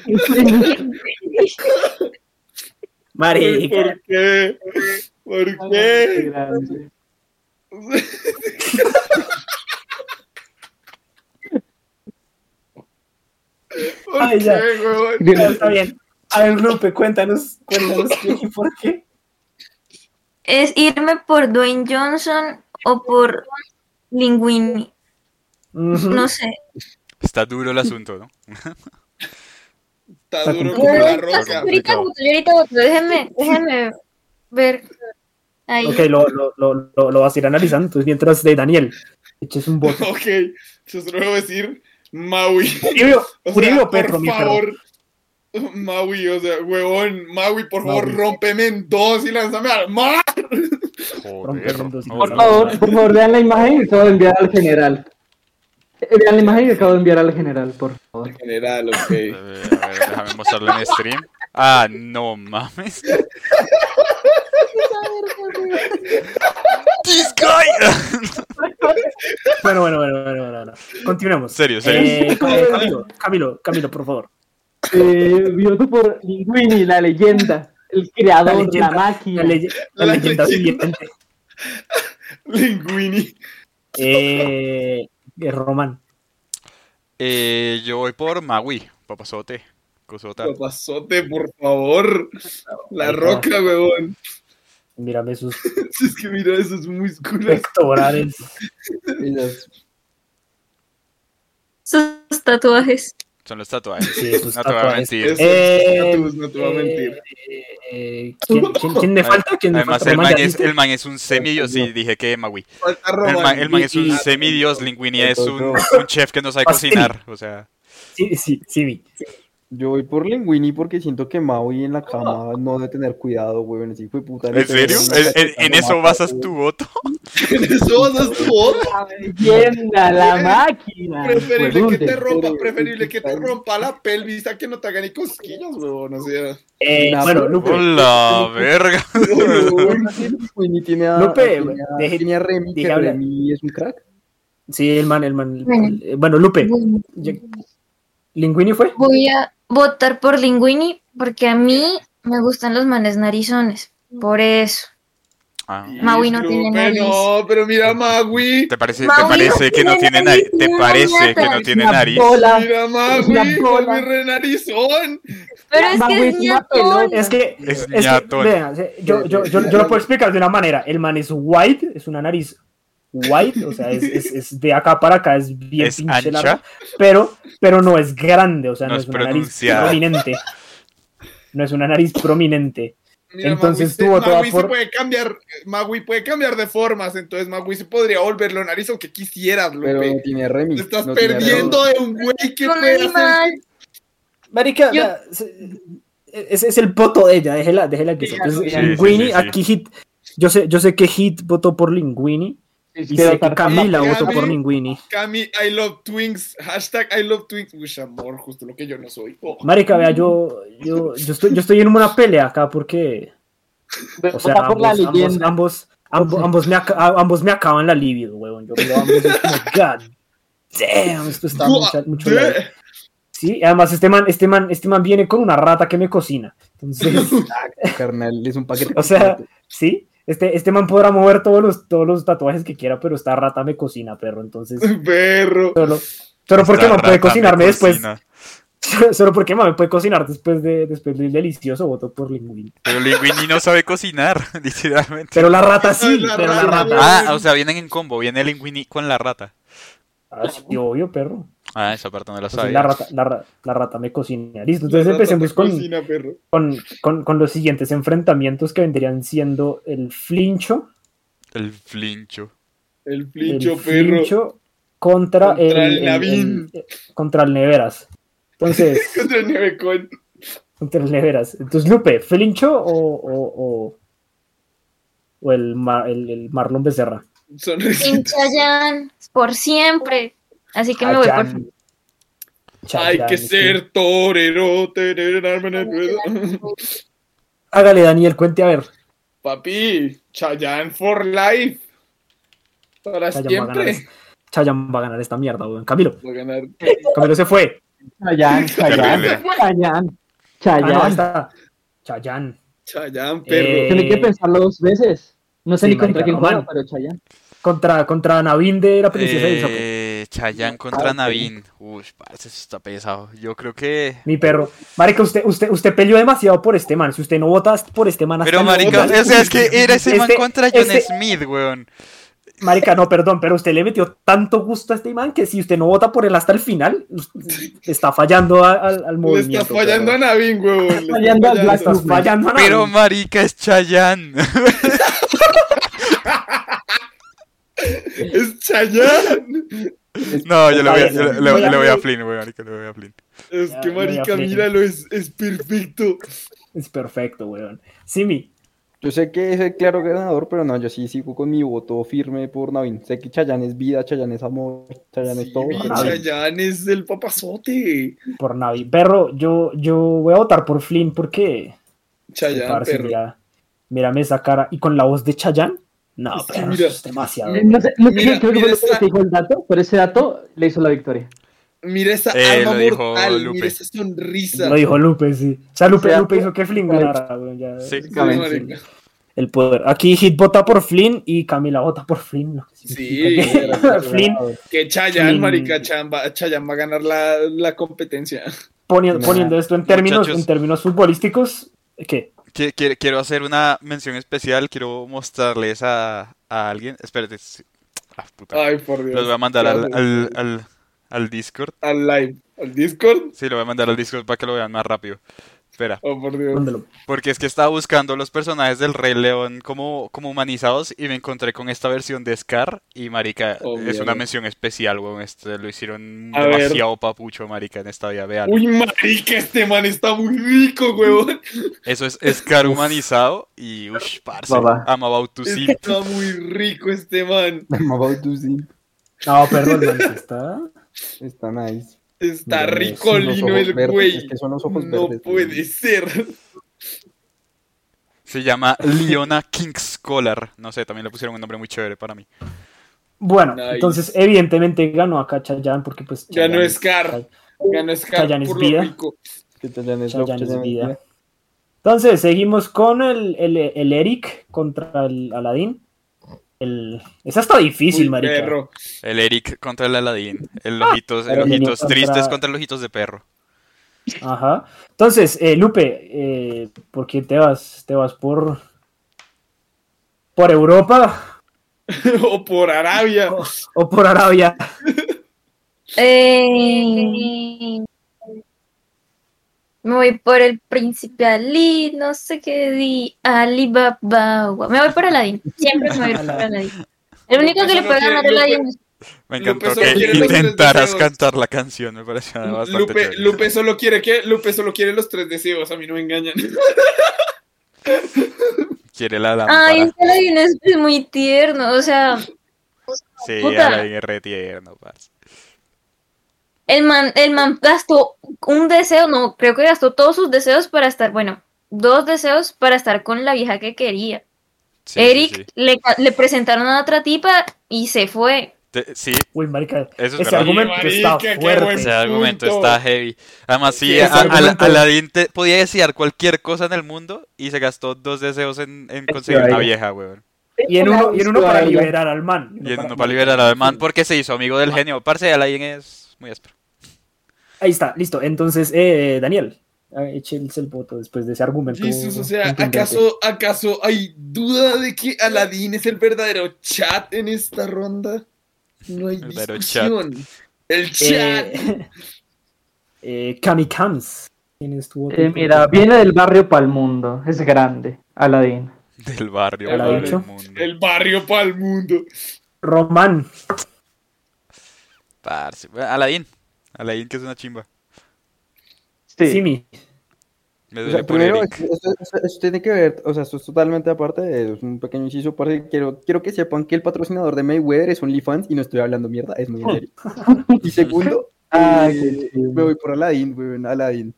[SPEAKER 3] Uy,
[SPEAKER 2] Marica,
[SPEAKER 3] ¿Por qué?
[SPEAKER 2] Ah,
[SPEAKER 3] ¿Por qué?
[SPEAKER 9] grande.
[SPEAKER 3] ¿Por
[SPEAKER 2] Ay,
[SPEAKER 3] qué,
[SPEAKER 2] ya.
[SPEAKER 3] huevón?
[SPEAKER 2] ya está bien. A ver, Rupe, cuéntanos, cuéntanos qué y por qué.
[SPEAKER 8] Es irme por Dwayne Johnson o por Linguini. No sé.
[SPEAKER 5] Está duro el asunto, ¿no?
[SPEAKER 3] Está duro como la roca.
[SPEAKER 8] Ahorita voto, yo ahorita voto. Déjeme, déjeme ver. Ahí.
[SPEAKER 2] Ok, lo, lo, lo, lo, lo vas a ir analizando. Entonces, mientras de Daniel, eches un voto.
[SPEAKER 3] Ok, yo solo voy a decir Maui.
[SPEAKER 2] Uribio,
[SPEAKER 3] O sea,
[SPEAKER 2] Uribio
[SPEAKER 3] por
[SPEAKER 2] Petro, mi perro.
[SPEAKER 3] favor. Maui, o sea, huevón, Maui, por favor,
[SPEAKER 2] Maui.
[SPEAKER 3] rómpeme en dos y lánzame al mar.
[SPEAKER 5] Joder.
[SPEAKER 2] Rompe los dos.
[SPEAKER 5] no,
[SPEAKER 9] Por
[SPEAKER 5] no,
[SPEAKER 9] favor, por favor, vean la imagen que acabo de enviar al general. Eh, Vean la imagen que acabo de enviar al general, por favor.
[SPEAKER 3] General,
[SPEAKER 5] no.
[SPEAKER 3] ok.
[SPEAKER 5] Eh, A ver, déjame mostrarlo en stream. Ah, no mames. This guy.
[SPEAKER 2] Bueno, bueno, bueno, bueno, bueno, bueno. Continuemos.
[SPEAKER 5] Serio, serio.
[SPEAKER 2] Eh, Camilo, Camilo, Camilo, por favor.
[SPEAKER 9] Eh, Vioto por Linguini, la leyenda, el
[SPEAKER 2] La
[SPEAKER 9] creador, la,
[SPEAKER 2] leyenda.
[SPEAKER 9] máquina.
[SPEAKER 2] La, ley- la
[SPEAKER 3] La
[SPEAKER 2] leyenda
[SPEAKER 3] leyenda.
[SPEAKER 2] viviente.
[SPEAKER 3] Linguini.
[SPEAKER 2] Eh, eh, Román.
[SPEAKER 5] Eh, yo voy por Maui, papazote. Cosota.
[SPEAKER 3] Papazote, por favor. La
[SPEAKER 2] Ahí está.
[SPEAKER 3] roca, huevón.
[SPEAKER 2] Mírame sus
[SPEAKER 3] Es que mira esos músculos.
[SPEAKER 2] pectorales.
[SPEAKER 6] Ellas-
[SPEAKER 8] Sus tatuajes.
[SPEAKER 5] Son los tatuajes.
[SPEAKER 2] Sí, sus
[SPEAKER 5] No te voy a
[SPEAKER 2] tatuajes.
[SPEAKER 5] mentir.
[SPEAKER 3] Eso,
[SPEAKER 2] Eh,
[SPEAKER 3] no te- no te voy a mentir.
[SPEAKER 2] eh, eh, ¿quién, quién- quién me falta? ¿Quién me
[SPEAKER 5] Además,
[SPEAKER 2] falta?
[SPEAKER 5] el
[SPEAKER 2] Román,
[SPEAKER 5] man,
[SPEAKER 2] ¿ya
[SPEAKER 5] es,
[SPEAKER 2] dijiste?
[SPEAKER 5] el man es un semidios y dije que Maui.
[SPEAKER 3] Falta
[SPEAKER 5] El
[SPEAKER 3] Román.
[SPEAKER 5] man, el man es un
[SPEAKER 3] Y-
[SPEAKER 5] semidios, Linguini es un, un chef que no sabe
[SPEAKER 2] Pastel.
[SPEAKER 5] cocinar. O sea,
[SPEAKER 2] Sí, sí, sí, vi.
[SPEAKER 6] Yo voy por Linguini porque siento que Maui en la cama no debe tener cuidado, güey. Así fue puta. le
[SPEAKER 5] ¿en serio?
[SPEAKER 6] tengo una
[SPEAKER 5] ¿En, en-
[SPEAKER 6] cacheta
[SPEAKER 5] en
[SPEAKER 6] en la
[SPEAKER 5] eso
[SPEAKER 6] mata,
[SPEAKER 5] basas
[SPEAKER 6] güey.
[SPEAKER 5] tu voto?
[SPEAKER 3] En eso vas a tu voto.
[SPEAKER 9] La leyenda, la
[SPEAKER 2] Ah,
[SPEAKER 9] máquina.
[SPEAKER 3] Preferible que te
[SPEAKER 9] Huevonte.
[SPEAKER 3] rompa,
[SPEAKER 6] Pero-
[SPEAKER 3] preferible que te rompa la pelvis a que no te haga ni cosquillas, huevón. O sea,
[SPEAKER 2] Eh,
[SPEAKER 6] Nah,
[SPEAKER 2] bueno,
[SPEAKER 6] pero-
[SPEAKER 2] Lupe,
[SPEAKER 5] ¡Hola, verga!
[SPEAKER 3] huevón.
[SPEAKER 6] Linguini tiene a,
[SPEAKER 2] Lupe,
[SPEAKER 6] tiene a-
[SPEAKER 2] deje-
[SPEAKER 6] tiene a Remy, que
[SPEAKER 2] diga hablar.
[SPEAKER 6] Remy es un crack.
[SPEAKER 2] sí, el man, el man. el-
[SPEAKER 8] Bueno.
[SPEAKER 2] eh, bueno, Lupe, yo- ¿Linguini fue?
[SPEAKER 8] Voy a votar por Linguini porque a mí me gustan los manes narizones. Por eso.
[SPEAKER 5] Ah.
[SPEAKER 8] Maui no
[SPEAKER 3] Disculpe,
[SPEAKER 8] tiene nariz.
[SPEAKER 3] No, pero mira, Maui.
[SPEAKER 5] ¿Te parece, te
[SPEAKER 8] Maui no
[SPEAKER 5] parece que no tiene
[SPEAKER 8] tiene
[SPEAKER 5] nariz?
[SPEAKER 8] nariz,
[SPEAKER 5] ¿Te
[SPEAKER 8] tiene
[SPEAKER 5] parece que no
[SPEAKER 8] bolas.
[SPEAKER 5] tiene
[SPEAKER 9] Una
[SPEAKER 5] nariz?
[SPEAKER 9] bola.
[SPEAKER 3] Mira, Maui.
[SPEAKER 9] Es una bola.
[SPEAKER 3] Maui renarizón.
[SPEAKER 8] Pero es
[SPEAKER 9] Maui
[SPEAKER 8] que
[SPEAKER 9] es
[SPEAKER 8] es
[SPEAKER 9] una
[SPEAKER 8] ñatón.
[SPEAKER 9] pelota.
[SPEAKER 2] Es que,
[SPEAKER 5] Es
[SPEAKER 2] que,
[SPEAKER 5] ñatón.
[SPEAKER 2] vean, se- yo, yo, yo, yo lo puedo explicar de una manera. El man es white, es una nariz white, o sea, es, es, es de acá para acá, es bien
[SPEAKER 5] ¿Es
[SPEAKER 2] pinche
[SPEAKER 5] ancha?
[SPEAKER 2] larga, pero, pero no es grande, o sea, no,
[SPEAKER 5] No
[SPEAKER 2] es
[SPEAKER 5] es
[SPEAKER 2] una nariz
[SPEAKER 5] pronunciada.
[SPEAKER 2] prominente. No es una nariz prominente.
[SPEAKER 3] Mira,
[SPEAKER 2] Entonces
[SPEAKER 3] Maui,
[SPEAKER 2] tú
[SPEAKER 3] se,
[SPEAKER 2] voto va
[SPEAKER 3] Maui se
[SPEAKER 2] por-
[SPEAKER 3] puede cambiar, Maui puede cambiar de formas, entonces Maui se podría volver lo nariz aunque quisieras,
[SPEAKER 6] Pero no
[SPEAKER 3] Lupe.
[SPEAKER 6] tiene Remy.
[SPEAKER 3] Te estás
[SPEAKER 6] no tiene
[SPEAKER 3] perdiendo de un güey que
[SPEAKER 8] Es un
[SPEAKER 3] puede hacer.
[SPEAKER 8] animal.
[SPEAKER 2] Marica,
[SPEAKER 8] Yo-
[SPEAKER 2] la- se- e-, ese es el voto de ella, déjela, déjela que
[SPEAKER 9] Sí,
[SPEAKER 2] sea. Entonces,
[SPEAKER 9] sí, sí,
[SPEAKER 2] Linguini,
[SPEAKER 5] sí.
[SPEAKER 2] aquí Hit, yo sé, yo sé que Hit votó por Linguini y sé que Camila
[SPEAKER 3] Cami-
[SPEAKER 2] votó por Linguini.
[SPEAKER 3] Cami, I love twinks. Hashtag I love twinks. Uy, amor, justo lo que yo no soy. Oh.
[SPEAKER 2] Marica, vea, yo, yo, yo, estoy, yo estoy en una pelea acá porque, o sea, ambos,
[SPEAKER 9] Vota por la
[SPEAKER 2] ambos-
[SPEAKER 9] leyenda.
[SPEAKER 2] ambos, ambos, ambos me aca- a- ambos me acaban la libido, huevón. Yo veo a ambos y es como, God damn, esto está mucha- mucho.
[SPEAKER 3] God
[SPEAKER 2] lag". Sí, y además este man, este man, este man viene con una rata que me cocina. Entonces,
[SPEAKER 6] Remy, Carnal, es un paquete.
[SPEAKER 2] O sea, sí, este, este man podrá mover todos los, todos los tatuajes que quiera, pero esta rata me cocina, perro. Entonces,
[SPEAKER 3] damn, Perro.
[SPEAKER 2] solo, solo porque
[SPEAKER 5] Esta
[SPEAKER 2] no puede
[SPEAKER 5] rata me
[SPEAKER 2] cocinarme después.
[SPEAKER 5] cocina.
[SPEAKER 2] Solo porque no me puede cocinar después de después del delicioso voto por Linguini.
[SPEAKER 5] Pero Linguini no sabe cocinar, literalmente.
[SPEAKER 2] Pero la rata
[SPEAKER 3] Ay,
[SPEAKER 2] sí,
[SPEAKER 3] la
[SPEAKER 2] pero la
[SPEAKER 3] rata.
[SPEAKER 2] rata.
[SPEAKER 5] Ah, o sea, vienen en combo, viene Linguini con la rata.
[SPEAKER 2] Ah, sí, obvio, perro.
[SPEAKER 5] Ah, esa parte no la
[SPEAKER 2] Entonces,
[SPEAKER 5] sabía.
[SPEAKER 2] la, rata, la, ra- la rata me cocina. Listo, entonces
[SPEAKER 3] La rata
[SPEAKER 2] empecemos
[SPEAKER 3] te
[SPEAKER 2] con,
[SPEAKER 3] Cocina, perro.
[SPEAKER 2] con, con, con los siguientes enfrentamientos que vendrían siendo el flincho
[SPEAKER 5] El flincho.
[SPEAKER 3] El
[SPEAKER 2] El
[SPEAKER 3] flincho perro.
[SPEAKER 2] Flincho contra,
[SPEAKER 3] Contra
[SPEAKER 2] el,
[SPEAKER 3] el
[SPEAKER 2] el-
[SPEAKER 3] Navín.
[SPEAKER 2] el- contra el Neveras. Entonces,
[SPEAKER 3] Contra el nevecón.
[SPEAKER 2] contra el Neveras. Entonces, Lupe, Flincho o, o, o, o el, Mar- el, el Marlon Becerra.
[SPEAKER 3] Sonrisita.
[SPEAKER 8] Chayanne, por siempre. Así que me voy por
[SPEAKER 2] Chayanne.
[SPEAKER 3] Hay
[SPEAKER 2] Chayanne, este.
[SPEAKER 3] que
[SPEAKER 2] sí.
[SPEAKER 3] ser torero. tereré, darme la rueda.
[SPEAKER 2] Hágale, Daniel, cuente a ver.
[SPEAKER 3] Papi, Chayanne for life. Para
[SPEAKER 2] Chayanne va a ganar.
[SPEAKER 3] siempre.
[SPEAKER 2] es- Chayanne va a ganar esta mierda, weón. Camilo,
[SPEAKER 3] Va a ganar.
[SPEAKER 2] Camilo se fue.
[SPEAKER 9] Chayán, Chayán,
[SPEAKER 5] Terrible.
[SPEAKER 9] Chayán,
[SPEAKER 2] Ah, no, ahí
[SPEAKER 9] Chayán.
[SPEAKER 2] está. Chayanne.
[SPEAKER 3] Chayanne, perro.
[SPEAKER 2] Eh,
[SPEAKER 9] Tiene que pensarlo dos veces. No sé
[SPEAKER 2] Sí,
[SPEAKER 9] ni contra
[SPEAKER 2] marica,
[SPEAKER 9] quién
[SPEAKER 2] no,
[SPEAKER 9] juega,
[SPEAKER 2] mano.
[SPEAKER 9] pero Chayán.
[SPEAKER 2] Contra, contra Navín de pues. la princesa del Sapo.
[SPEAKER 5] Eh, Chayanne contra Navin. Uy, parece eso está pesado. Yo creo que.
[SPEAKER 2] Mi perro. Marica, usted, usted, usted peleó demasiado por este man. Si usted no vota por este man, hasta
[SPEAKER 5] Pero
[SPEAKER 2] no
[SPEAKER 5] marica,
[SPEAKER 2] vota.
[SPEAKER 5] o sea, es que era ese man
[SPEAKER 2] Este-
[SPEAKER 5] contra John
[SPEAKER 2] este-
[SPEAKER 5] Smith, weón.
[SPEAKER 2] Marica, no, perdón, pero usted le metió tanto gusto a este man que si usted no vota por él hasta el final, está fallando a- al, al
[SPEAKER 3] Le está
[SPEAKER 2] movimiento.
[SPEAKER 3] fallando a
[SPEAKER 2] perro.
[SPEAKER 3] Navin, huevón. Le está
[SPEAKER 9] fallando a
[SPEAKER 2] Le
[SPEAKER 9] Black
[SPEAKER 2] estás fallando a
[SPEAKER 5] Pero
[SPEAKER 2] Navín.
[SPEAKER 5] marica es Chayanne.
[SPEAKER 3] Es Chayanne.
[SPEAKER 5] No, yo le voy a, yo le-
[SPEAKER 2] Voy a
[SPEAKER 5] le voy a
[SPEAKER 2] Flynn.
[SPEAKER 5] Flynn, weón, marica, le voy a Flynn.
[SPEAKER 3] Es
[SPEAKER 2] Ya,
[SPEAKER 3] que
[SPEAKER 2] no me
[SPEAKER 3] marica,
[SPEAKER 2] aflige.
[SPEAKER 3] míralo, es, es perfecto.
[SPEAKER 2] Es perfecto, weón. Simi,
[SPEAKER 6] Yo sé que es el claro ganador, pero no, yo sí sigo con mi voto firme por Navin. Sé que Chayanne es vida, Chayanne es amor, Chayanne es
[SPEAKER 3] Sí,
[SPEAKER 6] todo.
[SPEAKER 3] mi
[SPEAKER 6] pero-
[SPEAKER 2] Chayanne.
[SPEAKER 3] Chayanne es el papazote.
[SPEAKER 2] por Navín. Perro, yo, yo voy a votar por Flynn porque.
[SPEAKER 3] Chayanne,
[SPEAKER 2] parce,
[SPEAKER 3] perro.
[SPEAKER 2] mira, mírame esa cara. ¿Y con la voz de Chayanne? No,
[SPEAKER 3] Es que
[SPEAKER 2] perro,
[SPEAKER 3] mira,
[SPEAKER 2] eso es demasiado.
[SPEAKER 9] Eh, No sé, no
[SPEAKER 3] Mira,
[SPEAKER 9] creo- creo que
[SPEAKER 3] mira
[SPEAKER 9] fue lo que
[SPEAKER 3] esta-
[SPEAKER 9] te dijo el dato, pero ese dato le hizo la victoria.
[SPEAKER 3] Mira esa
[SPEAKER 5] Eh,
[SPEAKER 3] alma
[SPEAKER 5] lo dijo
[SPEAKER 3] mortal,
[SPEAKER 5] Lupe.
[SPEAKER 3] mira esa sonrisa.
[SPEAKER 2] Lo dijo Lupe, sí. O sea, Lupe,
[SPEAKER 9] O sea,
[SPEAKER 2] Lupe hizo que Flynn
[SPEAKER 9] Lupe.
[SPEAKER 2] ganara, weón. ya.
[SPEAKER 5] Sí.
[SPEAKER 3] Sí,
[SPEAKER 9] Exactamente.
[SPEAKER 3] marica.
[SPEAKER 2] El poder. Aquí Hit vota por Flynn y Camila vota por Flynn. lo que significa
[SPEAKER 3] Sí,
[SPEAKER 2] que- Flynn
[SPEAKER 3] Que Chayanne,
[SPEAKER 2] Mm.
[SPEAKER 3] marica, Chayanne va, Chayanne va a ganar la, la competencia.
[SPEAKER 2] poni-
[SPEAKER 6] Nah.
[SPEAKER 2] poniendo esto en términos,
[SPEAKER 5] Muchachos.
[SPEAKER 2] en términos futbolísticos, ¿qué?
[SPEAKER 5] Que- que- Quiero hacer una mención especial, quiero mostrarles a, a alguien. Espérate. sí. Ah, puta.
[SPEAKER 3] Ay, por Dios.
[SPEAKER 5] Los voy a mandar
[SPEAKER 3] Claro.
[SPEAKER 5] al, al, al, al Discord.
[SPEAKER 3] Al live, al Discord.
[SPEAKER 5] Sí, lo voy a mandar al Discord para que lo vean más rápido. Espera.
[SPEAKER 3] Oh, por Dios.
[SPEAKER 2] Póndelo.
[SPEAKER 5] Porque es que estaba buscando los personajes del Rey León como, como humanizados y me encontré con esta versión de Scar y marica,
[SPEAKER 3] Oh,
[SPEAKER 5] es
[SPEAKER 3] mierda.
[SPEAKER 5] una mención especial, weón. Este, lo hicieron
[SPEAKER 3] A ver.
[SPEAKER 5] demasiado papucho, marica, en esta vida, vean.
[SPEAKER 3] Uy, marica, este man está muy rico, huevón.
[SPEAKER 5] Eso es Scar humanizado y ush, parce,
[SPEAKER 9] Baba.
[SPEAKER 5] I'm about to simp.
[SPEAKER 3] Está muy rico este man.
[SPEAKER 6] I'm about to see.
[SPEAKER 2] No, perdón, man, sí está.
[SPEAKER 6] Está nice.
[SPEAKER 3] Está
[SPEAKER 6] Mira,
[SPEAKER 3] rico
[SPEAKER 6] son los
[SPEAKER 3] ricolino
[SPEAKER 6] ojos
[SPEAKER 3] el
[SPEAKER 6] verdes,
[SPEAKER 3] güey.
[SPEAKER 6] es que son los ojos
[SPEAKER 3] no
[SPEAKER 6] verdes,
[SPEAKER 3] puede
[SPEAKER 6] güey.
[SPEAKER 3] ser.
[SPEAKER 5] Se llama Leona Kingscollar. No sé, también le pusieron un nombre muy chévere para mí.
[SPEAKER 2] Bueno,
[SPEAKER 3] Nice.
[SPEAKER 2] entonces evidentemente ganó acá Chayanne porque pues...
[SPEAKER 3] Ganó
[SPEAKER 2] Chayanne-
[SPEAKER 3] Scar. Ganó Scar
[SPEAKER 2] Chayanne es
[SPEAKER 3] por
[SPEAKER 2] vida.
[SPEAKER 3] lo rico.
[SPEAKER 6] Que Chayanne es lo
[SPEAKER 2] Chayanne es
[SPEAKER 6] Chayanne es
[SPEAKER 2] vida. Entonces, seguimos con el, el, el Eric contra el Aladín. El... Esa está difícil,
[SPEAKER 3] Uy,
[SPEAKER 2] marica.
[SPEAKER 3] perro.
[SPEAKER 5] El Eric contra el Aladín. El ojitos, el
[SPEAKER 2] Pero
[SPEAKER 5] ojitos
[SPEAKER 2] contra-
[SPEAKER 5] tristes contra el ojitos de perro.
[SPEAKER 2] Ajá. Entonces, eh, Lupe, eh, ¿por qué te vas? ¿Te vas por... por Europa
[SPEAKER 3] o por Arabia.
[SPEAKER 2] o por Arabia?
[SPEAKER 8] Eh, me voy por el príncipe Ali, no sé qué di, Ali Baba. Me voy por Aladdin, siempre me voy por Aladdin. El único que le puede ganar a Aladdin es
[SPEAKER 5] Me
[SPEAKER 3] Lupe
[SPEAKER 5] encantó
[SPEAKER 3] solo
[SPEAKER 5] que
[SPEAKER 3] quiere los tres
[SPEAKER 5] intentaras
[SPEAKER 3] deseos.
[SPEAKER 5] cantar la canción, me pareció bastante
[SPEAKER 3] Lupe,
[SPEAKER 5] chévere.
[SPEAKER 3] Lupe solo quiere qué? Lupe solo quiere los tres deseos, a mí no me engañan.
[SPEAKER 5] Quiere la lámpara.
[SPEAKER 8] Ay, es que Aladdin es, es muy tierno, o sea,
[SPEAKER 5] Sí,
[SPEAKER 8] Puta.
[SPEAKER 5] Aladdin es re tierno, parce.
[SPEAKER 8] el man, el man gastó un deseo, no, creo que gastó todos sus deseos para estar, bueno, dos deseos para estar con la vieja que quería.
[SPEAKER 5] Sí, sí,
[SPEAKER 8] Eric
[SPEAKER 5] sí.
[SPEAKER 8] Le, ca- le presentaron a otra tipa y se fue.
[SPEAKER 5] Te- sí,
[SPEAKER 2] Uy, marica,
[SPEAKER 5] Eso es
[SPEAKER 2] ese
[SPEAKER 5] verdad.
[SPEAKER 2] argumento
[SPEAKER 3] Marica, qué
[SPEAKER 2] está fuerte.
[SPEAKER 3] buen-
[SPEAKER 5] ese argumento
[SPEAKER 3] punto.
[SPEAKER 5] está heavy. Además, sí,
[SPEAKER 3] Sí, ese
[SPEAKER 5] a- a-
[SPEAKER 2] argumento-
[SPEAKER 5] Aladdin te- podía desear cualquier cosa en el mundo y se gastó dos deseos en, en conseguir una vieja, weón.
[SPEAKER 2] Y en uno, y en uno para
[SPEAKER 9] Ay, ya.
[SPEAKER 2] liberar al man.
[SPEAKER 5] Y en uno para liberar al man porque se hizo amigo del genio. Parce, Aladdin es muy áspero.
[SPEAKER 2] Ahí está, listo. Entonces, eh, Daniel, eh, écheles el voto después de ese argumento.
[SPEAKER 3] Jesús, o sea,
[SPEAKER 2] contundente.
[SPEAKER 3] ¿acaso, ¿acaso hay duda de que Aladín es el verdadero chat en esta ronda? No hay
[SPEAKER 5] Verdadero
[SPEAKER 3] discusión. El chat.
[SPEAKER 2] Eh, eh, Cami Cams. ¿Quién es tu voto?
[SPEAKER 9] Eh, mira, viene del barrio pa'l mundo, es grande, Aladín.
[SPEAKER 5] Del barrio
[SPEAKER 2] ¿Ya lo
[SPEAKER 5] para
[SPEAKER 2] ha dicho?
[SPEAKER 5] el mundo.
[SPEAKER 3] El barrio para el mundo.
[SPEAKER 2] Román.
[SPEAKER 5] Parce. Aladín. Aladín, que es una chimba.
[SPEAKER 2] Simi.
[SPEAKER 5] Me
[SPEAKER 6] O
[SPEAKER 5] duele
[SPEAKER 6] sea,
[SPEAKER 5] por
[SPEAKER 6] primero,
[SPEAKER 5] Eric.
[SPEAKER 6] esto, esto- esto tiene que ver, o sea, esto es totalmente aparte, es un pequeño inciso, aparte, quiero, quiero que sepan que el patrocinador de Mayweather es OnlyFans y no estoy hablando mierda, es muy en serio. y segundo,
[SPEAKER 9] Ah,
[SPEAKER 6] eh,
[SPEAKER 9] qué chido.
[SPEAKER 6] me voy por Aladdin, weón, Aladdin.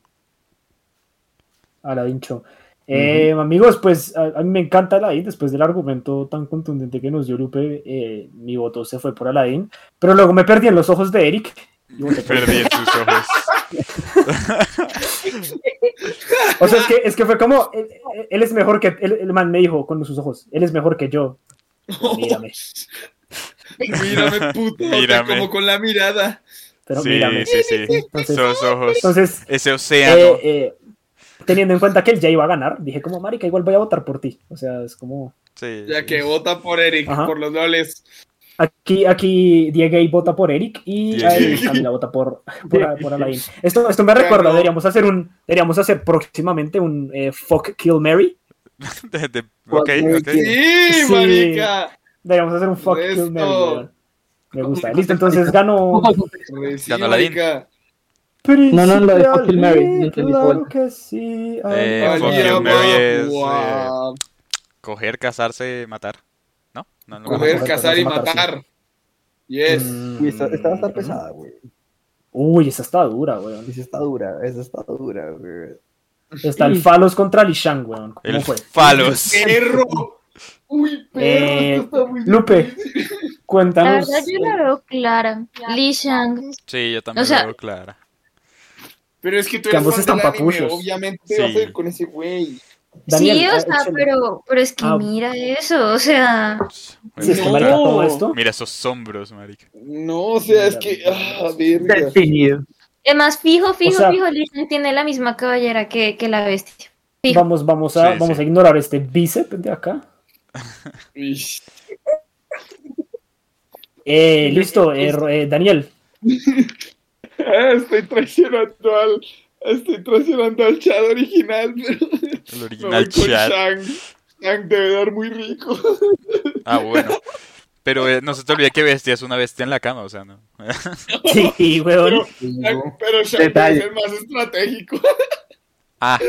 [SPEAKER 2] Aladín Cho. Eh, Amigos, pues a, a mí me encanta Aladín. Después del argumento tan contundente que nos dio Lupe, eh, mi voto se fue por Aladín. Pero luego me perdí en los ojos de Eric. Y voté por-
[SPEAKER 5] Perdí en sus ojos.
[SPEAKER 2] O
[SPEAKER 5] Ah.
[SPEAKER 2] sea, es que, es que fue como, él, él es mejor que, el, el man me dijo con sus ojos, él es mejor que yo. Mírame.
[SPEAKER 3] Mírame, puto.
[SPEAKER 5] Mírame.
[SPEAKER 3] Como con la mirada.
[SPEAKER 2] Pero
[SPEAKER 5] sí,
[SPEAKER 2] mírame.
[SPEAKER 5] sí, sí,
[SPEAKER 2] Entonces-
[SPEAKER 5] Esos ojos.
[SPEAKER 2] Entonces,
[SPEAKER 5] Ese
[SPEAKER 2] eh,
[SPEAKER 5] océano.
[SPEAKER 2] eh, teniendo en cuenta que él ya iba a ganar, dije como, marica, igual voy a votar por ti. O sea, es como,
[SPEAKER 5] Sí,
[SPEAKER 3] Ya
[SPEAKER 5] sí.
[SPEAKER 3] que vota por Eric,
[SPEAKER 2] Ajá.
[SPEAKER 3] por los nobles.
[SPEAKER 2] aquí, aquí Diego vota por Eric y
[SPEAKER 5] Diego.
[SPEAKER 2] eh, Camila vota por, por, por Alain. Esto, esto me recuerda,
[SPEAKER 3] Ganó.
[SPEAKER 2] deberíamos hacer un, deberíamos hacer próximamente un eh, Fuck Kill Mary.
[SPEAKER 5] De- de- ok, ok.
[SPEAKER 3] Sí,
[SPEAKER 2] Sí.
[SPEAKER 3] marica.
[SPEAKER 2] Deberíamos hacer un Fuck
[SPEAKER 3] Eso.
[SPEAKER 2] Kill Mary. weón. Me gusta. Listo, entonces ganó.
[SPEAKER 3] Re- sí,
[SPEAKER 5] Ganó Aladín.
[SPEAKER 3] marica.
[SPEAKER 7] No, no, la de Fuck
[SPEAKER 2] Principal,
[SPEAKER 7] Kill Mary, no entendí esa
[SPEAKER 2] Claro
[SPEAKER 7] vuelta.
[SPEAKER 2] que sí.
[SPEAKER 5] Eh,
[SPEAKER 2] Ay,
[SPEAKER 5] Fuck
[SPEAKER 2] ay,
[SPEAKER 5] Kill
[SPEAKER 3] Valía,
[SPEAKER 2] ay.
[SPEAKER 5] Mary es, eh,
[SPEAKER 3] guau.
[SPEAKER 5] Coger, casarse, matar. ¿No? No, no.
[SPEAKER 2] Coger,
[SPEAKER 3] Coger, cazar y
[SPEAKER 2] matar, sí.
[SPEAKER 3] matar. Yes.
[SPEAKER 6] Uy, esta, esta va a estar
[SPEAKER 2] Mm.
[SPEAKER 6] pesada, güey.
[SPEAKER 2] Uy, esa está dura, weón.
[SPEAKER 6] Esa está dura, esa está dura, güey.
[SPEAKER 2] Está el Falos contra Lishan, weón. ¿Cómo
[SPEAKER 5] El
[SPEAKER 2] fue?
[SPEAKER 5] falos.
[SPEAKER 3] Perro. Uy, perro.
[SPEAKER 2] Eh,
[SPEAKER 3] esto está muy
[SPEAKER 2] Lupe,
[SPEAKER 8] La
[SPEAKER 2] cuéntanos.
[SPEAKER 8] verdad yo la veo clara. Li Shang.
[SPEAKER 5] Sí, yo también
[SPEAKER 8] O sea-
[SPEAKER 5] lo veo clara.
[SPEAKER 3] Pero es que tú
[SPEAKER 2] Que
[SPEAKER 3] eres
[SPEAKER 2] ambos
[SPEAKER 3] fan
[SPEAKER 2] están
[SPEAKER 3] del anime,
[SPEAKER 2] papuchos.
[SPEAKER 3] Obviamente
[SPEAKER 5] Sí.
[SPEAKER 3] vas a ir con ese güey.
[SPEAKER 2] Daniel,
[SPEAKER 8] sí,
[SPEAKER 2] ah,
[SPEAKER 8] o sea,
[SPEAKER 2] échale.
[SPEAKER 8] pero, pero es que
[SPEAKER 2] Ah.
[SPEAKER 8] mira eso, o sea,
[SPEAKER 2] Sí, es que
[SPEAKER 3] No.
[SPEAKER 2] marica, todo esto.
[SPEAKER 5] Mira esos hombros, marica.
[SPEAKER 3] No, o sea, es que. Ah, verga.
[SPEAKER 9] Definido.
[SPEAKER 8] además fijo, fijo,
[SPEAKER 2] sea-
[SPEAKER 8] fijo, Li Shang tiene la misma caballera que, que la bestia. Fijo.
[SPEAKER 2] Vamos, vamos, a,
[SPEAKER 5] Sí,
[SPEAKER 2] vamos
[SPEAKER 5] sí.
[SPEAKER 2] a ignorar este bíceps de acá.
[SPEAKER 3] Ish.
[SPEAKER 2] Eh, listo, eh, ro- eh, Daniel.
[SPEAKER 3] Ah, Estoy traicionando al. Estoy traicionando al chat original, pero.
[SPEAKER 5] El
[SPEAKER 3] Me voy
[SPEAKER 5] original
[SPEAKER 3] con
[SPEAKER 5] chat.
[SPEAKER 3] Shang. Shang debe dar muy rico.
[SPEAKER 5] Ah, bueno. Pero eh, no se te olvide que bestia es una bestia en la cama, o sea, ¿no?
[SPEAKER 2] Sí, weón.
[SPEAKER 3] Shang- pero Shang
[SPEAKER 9] Detalle.
[SPEAKER 3] es el más estratégico.
[SPEAKER 5] Ah,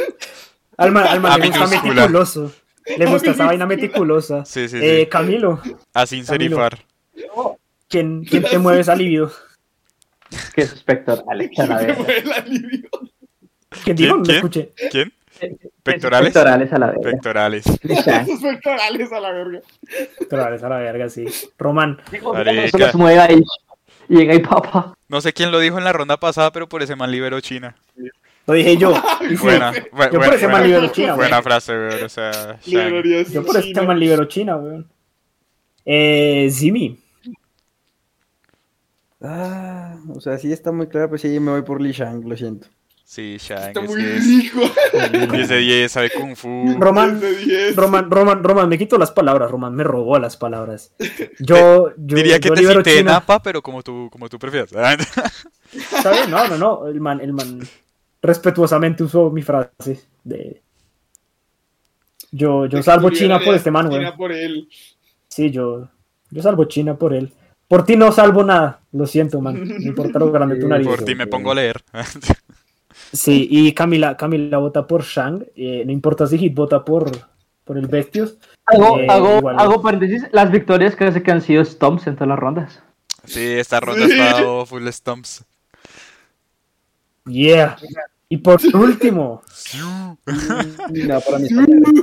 [SPEAKER 2] Alma, alma,
[SPEAKER 5] A
[SPEAKER 2] le gusta
[SPEAKER 5] minúscula.
[SPEAKER 2] meticuloso. Le gusta esa vaina meticulosa.
[SPEAKER 5] sí, sí, sí.
[SPEAKER 2] Eh, Camilo,
[SPEAKER 5] a sin
[SPEAKER 2] Camilo.
[SPEAKER 5] serifar.
[SPEAKER 2] ¿quién, quién te mueve esa libido?
[SPEAKER 9] Qué suspector. Alex, a la verga.
[SPEAKER 3] Fue el alivio.
[SPEAKER 2] ¿Quién dijo?
[SPEAKER 5] ¿Quién?
[SPEAKER 2] No
[SPEAKER 5] ¿Quién?
[SPEAKER 2] escuché.
[SPEAKER 5] ¿Quién? ¿Pectorales?
[SPEAKER 9] Pectorales a la verga.
[SPEAKER 5] Pectorales.
[SPEAKER 9] Lishan.
[SPEAKER 3] Esos pectorales a la verga.
[SPEAKER 2] Claro, esa la verga, sí. Román,
[SPEAKER 9] Se los mueve ahí. Y llega ahí, papá.
[SPEAKER 5] No sé quién lo dijo en la ronda pasada, pero por ese man liberó China.
[SPEAKER 2] lo dije yo. Y sí,
[SPEAKER 5] Buena, bu-
[SPEAKER 2] Yo por
[SPEAKER 5] buena-
[SPEAKER 2] ese man
[SPEAKER 5] buena-
[SPEAKER 2] libero China, weón.
[SPEAKER 5] buena frase, weón. O sea, Shang.
[SPEAKER 3] Librerías
[SPEAKER 2] Yo por ese
[SPEAKER 3] chinas.
[SPEAKER 2] man libero China, weón. Eh, Zimi.
[SPEAKER 6] Ah, o sea, sí está muy claro, pues sí, me voy por Lee Shang, lo siento.
[SPEAKER 5] Sí, Shang.
[SPEAKER 3] Está
[SPEAKER 5] Es
[SPEAKER 3] muy
[SPEAKER 5] que es
[SPEAKER 3] rico.
[SPEAKER 5] 10 de 10, sabe Kung Fu.
[SPEAKER 2] Román,
[SPEAKER 3] De 10.
[SPEAKER 2] Roman, Roman, Roman, me quito las palabras, Roman, me robó las palabras. Yo, yo
[SPEAKER 5] Diría que
[SPEAKER 2] yo
[SPEAKER 5] te
[SPEAKER 2] libero
[SPEAKER 5] cité
[SPEAKER 2] China.
[SPEAKER 5] Napa, pero como tú, como tú prefieras. Ah,
[SPEAKER 2] Está bien, No, no, no, el man, el man respetuosamente usó mi frase de... Yo, yo salvo China por este man, güey.
[SPEAKER 3] China por él.
[SPEAKER 2] Sí, yo, yo salvo China por él. Por ti no salvo nada, lo siento, man. No importa lo grande tu nariz.
[SPEAKER 5] Por ti me pongo a leer.
[SPEAKER 2] Sí, y Camila, Camila vota por Shang. eh, no importa si Hit vota por, por el Bestios.
[SPEAKER 9] Hago,
[SPEAKER 2] Eh,
[SPEAKER 9] hago,
[SPEAKER 2] igual.
[SPEAKER 9] hago paréntesis. Las victorias creo que han sido stomps en todas las rondas.
[SPEAKER 5] Sí, esta ronda ha estado full stumps.
[SPEAKER 2] Yeah. Y por último,
[SPEAKER 6] No, para mí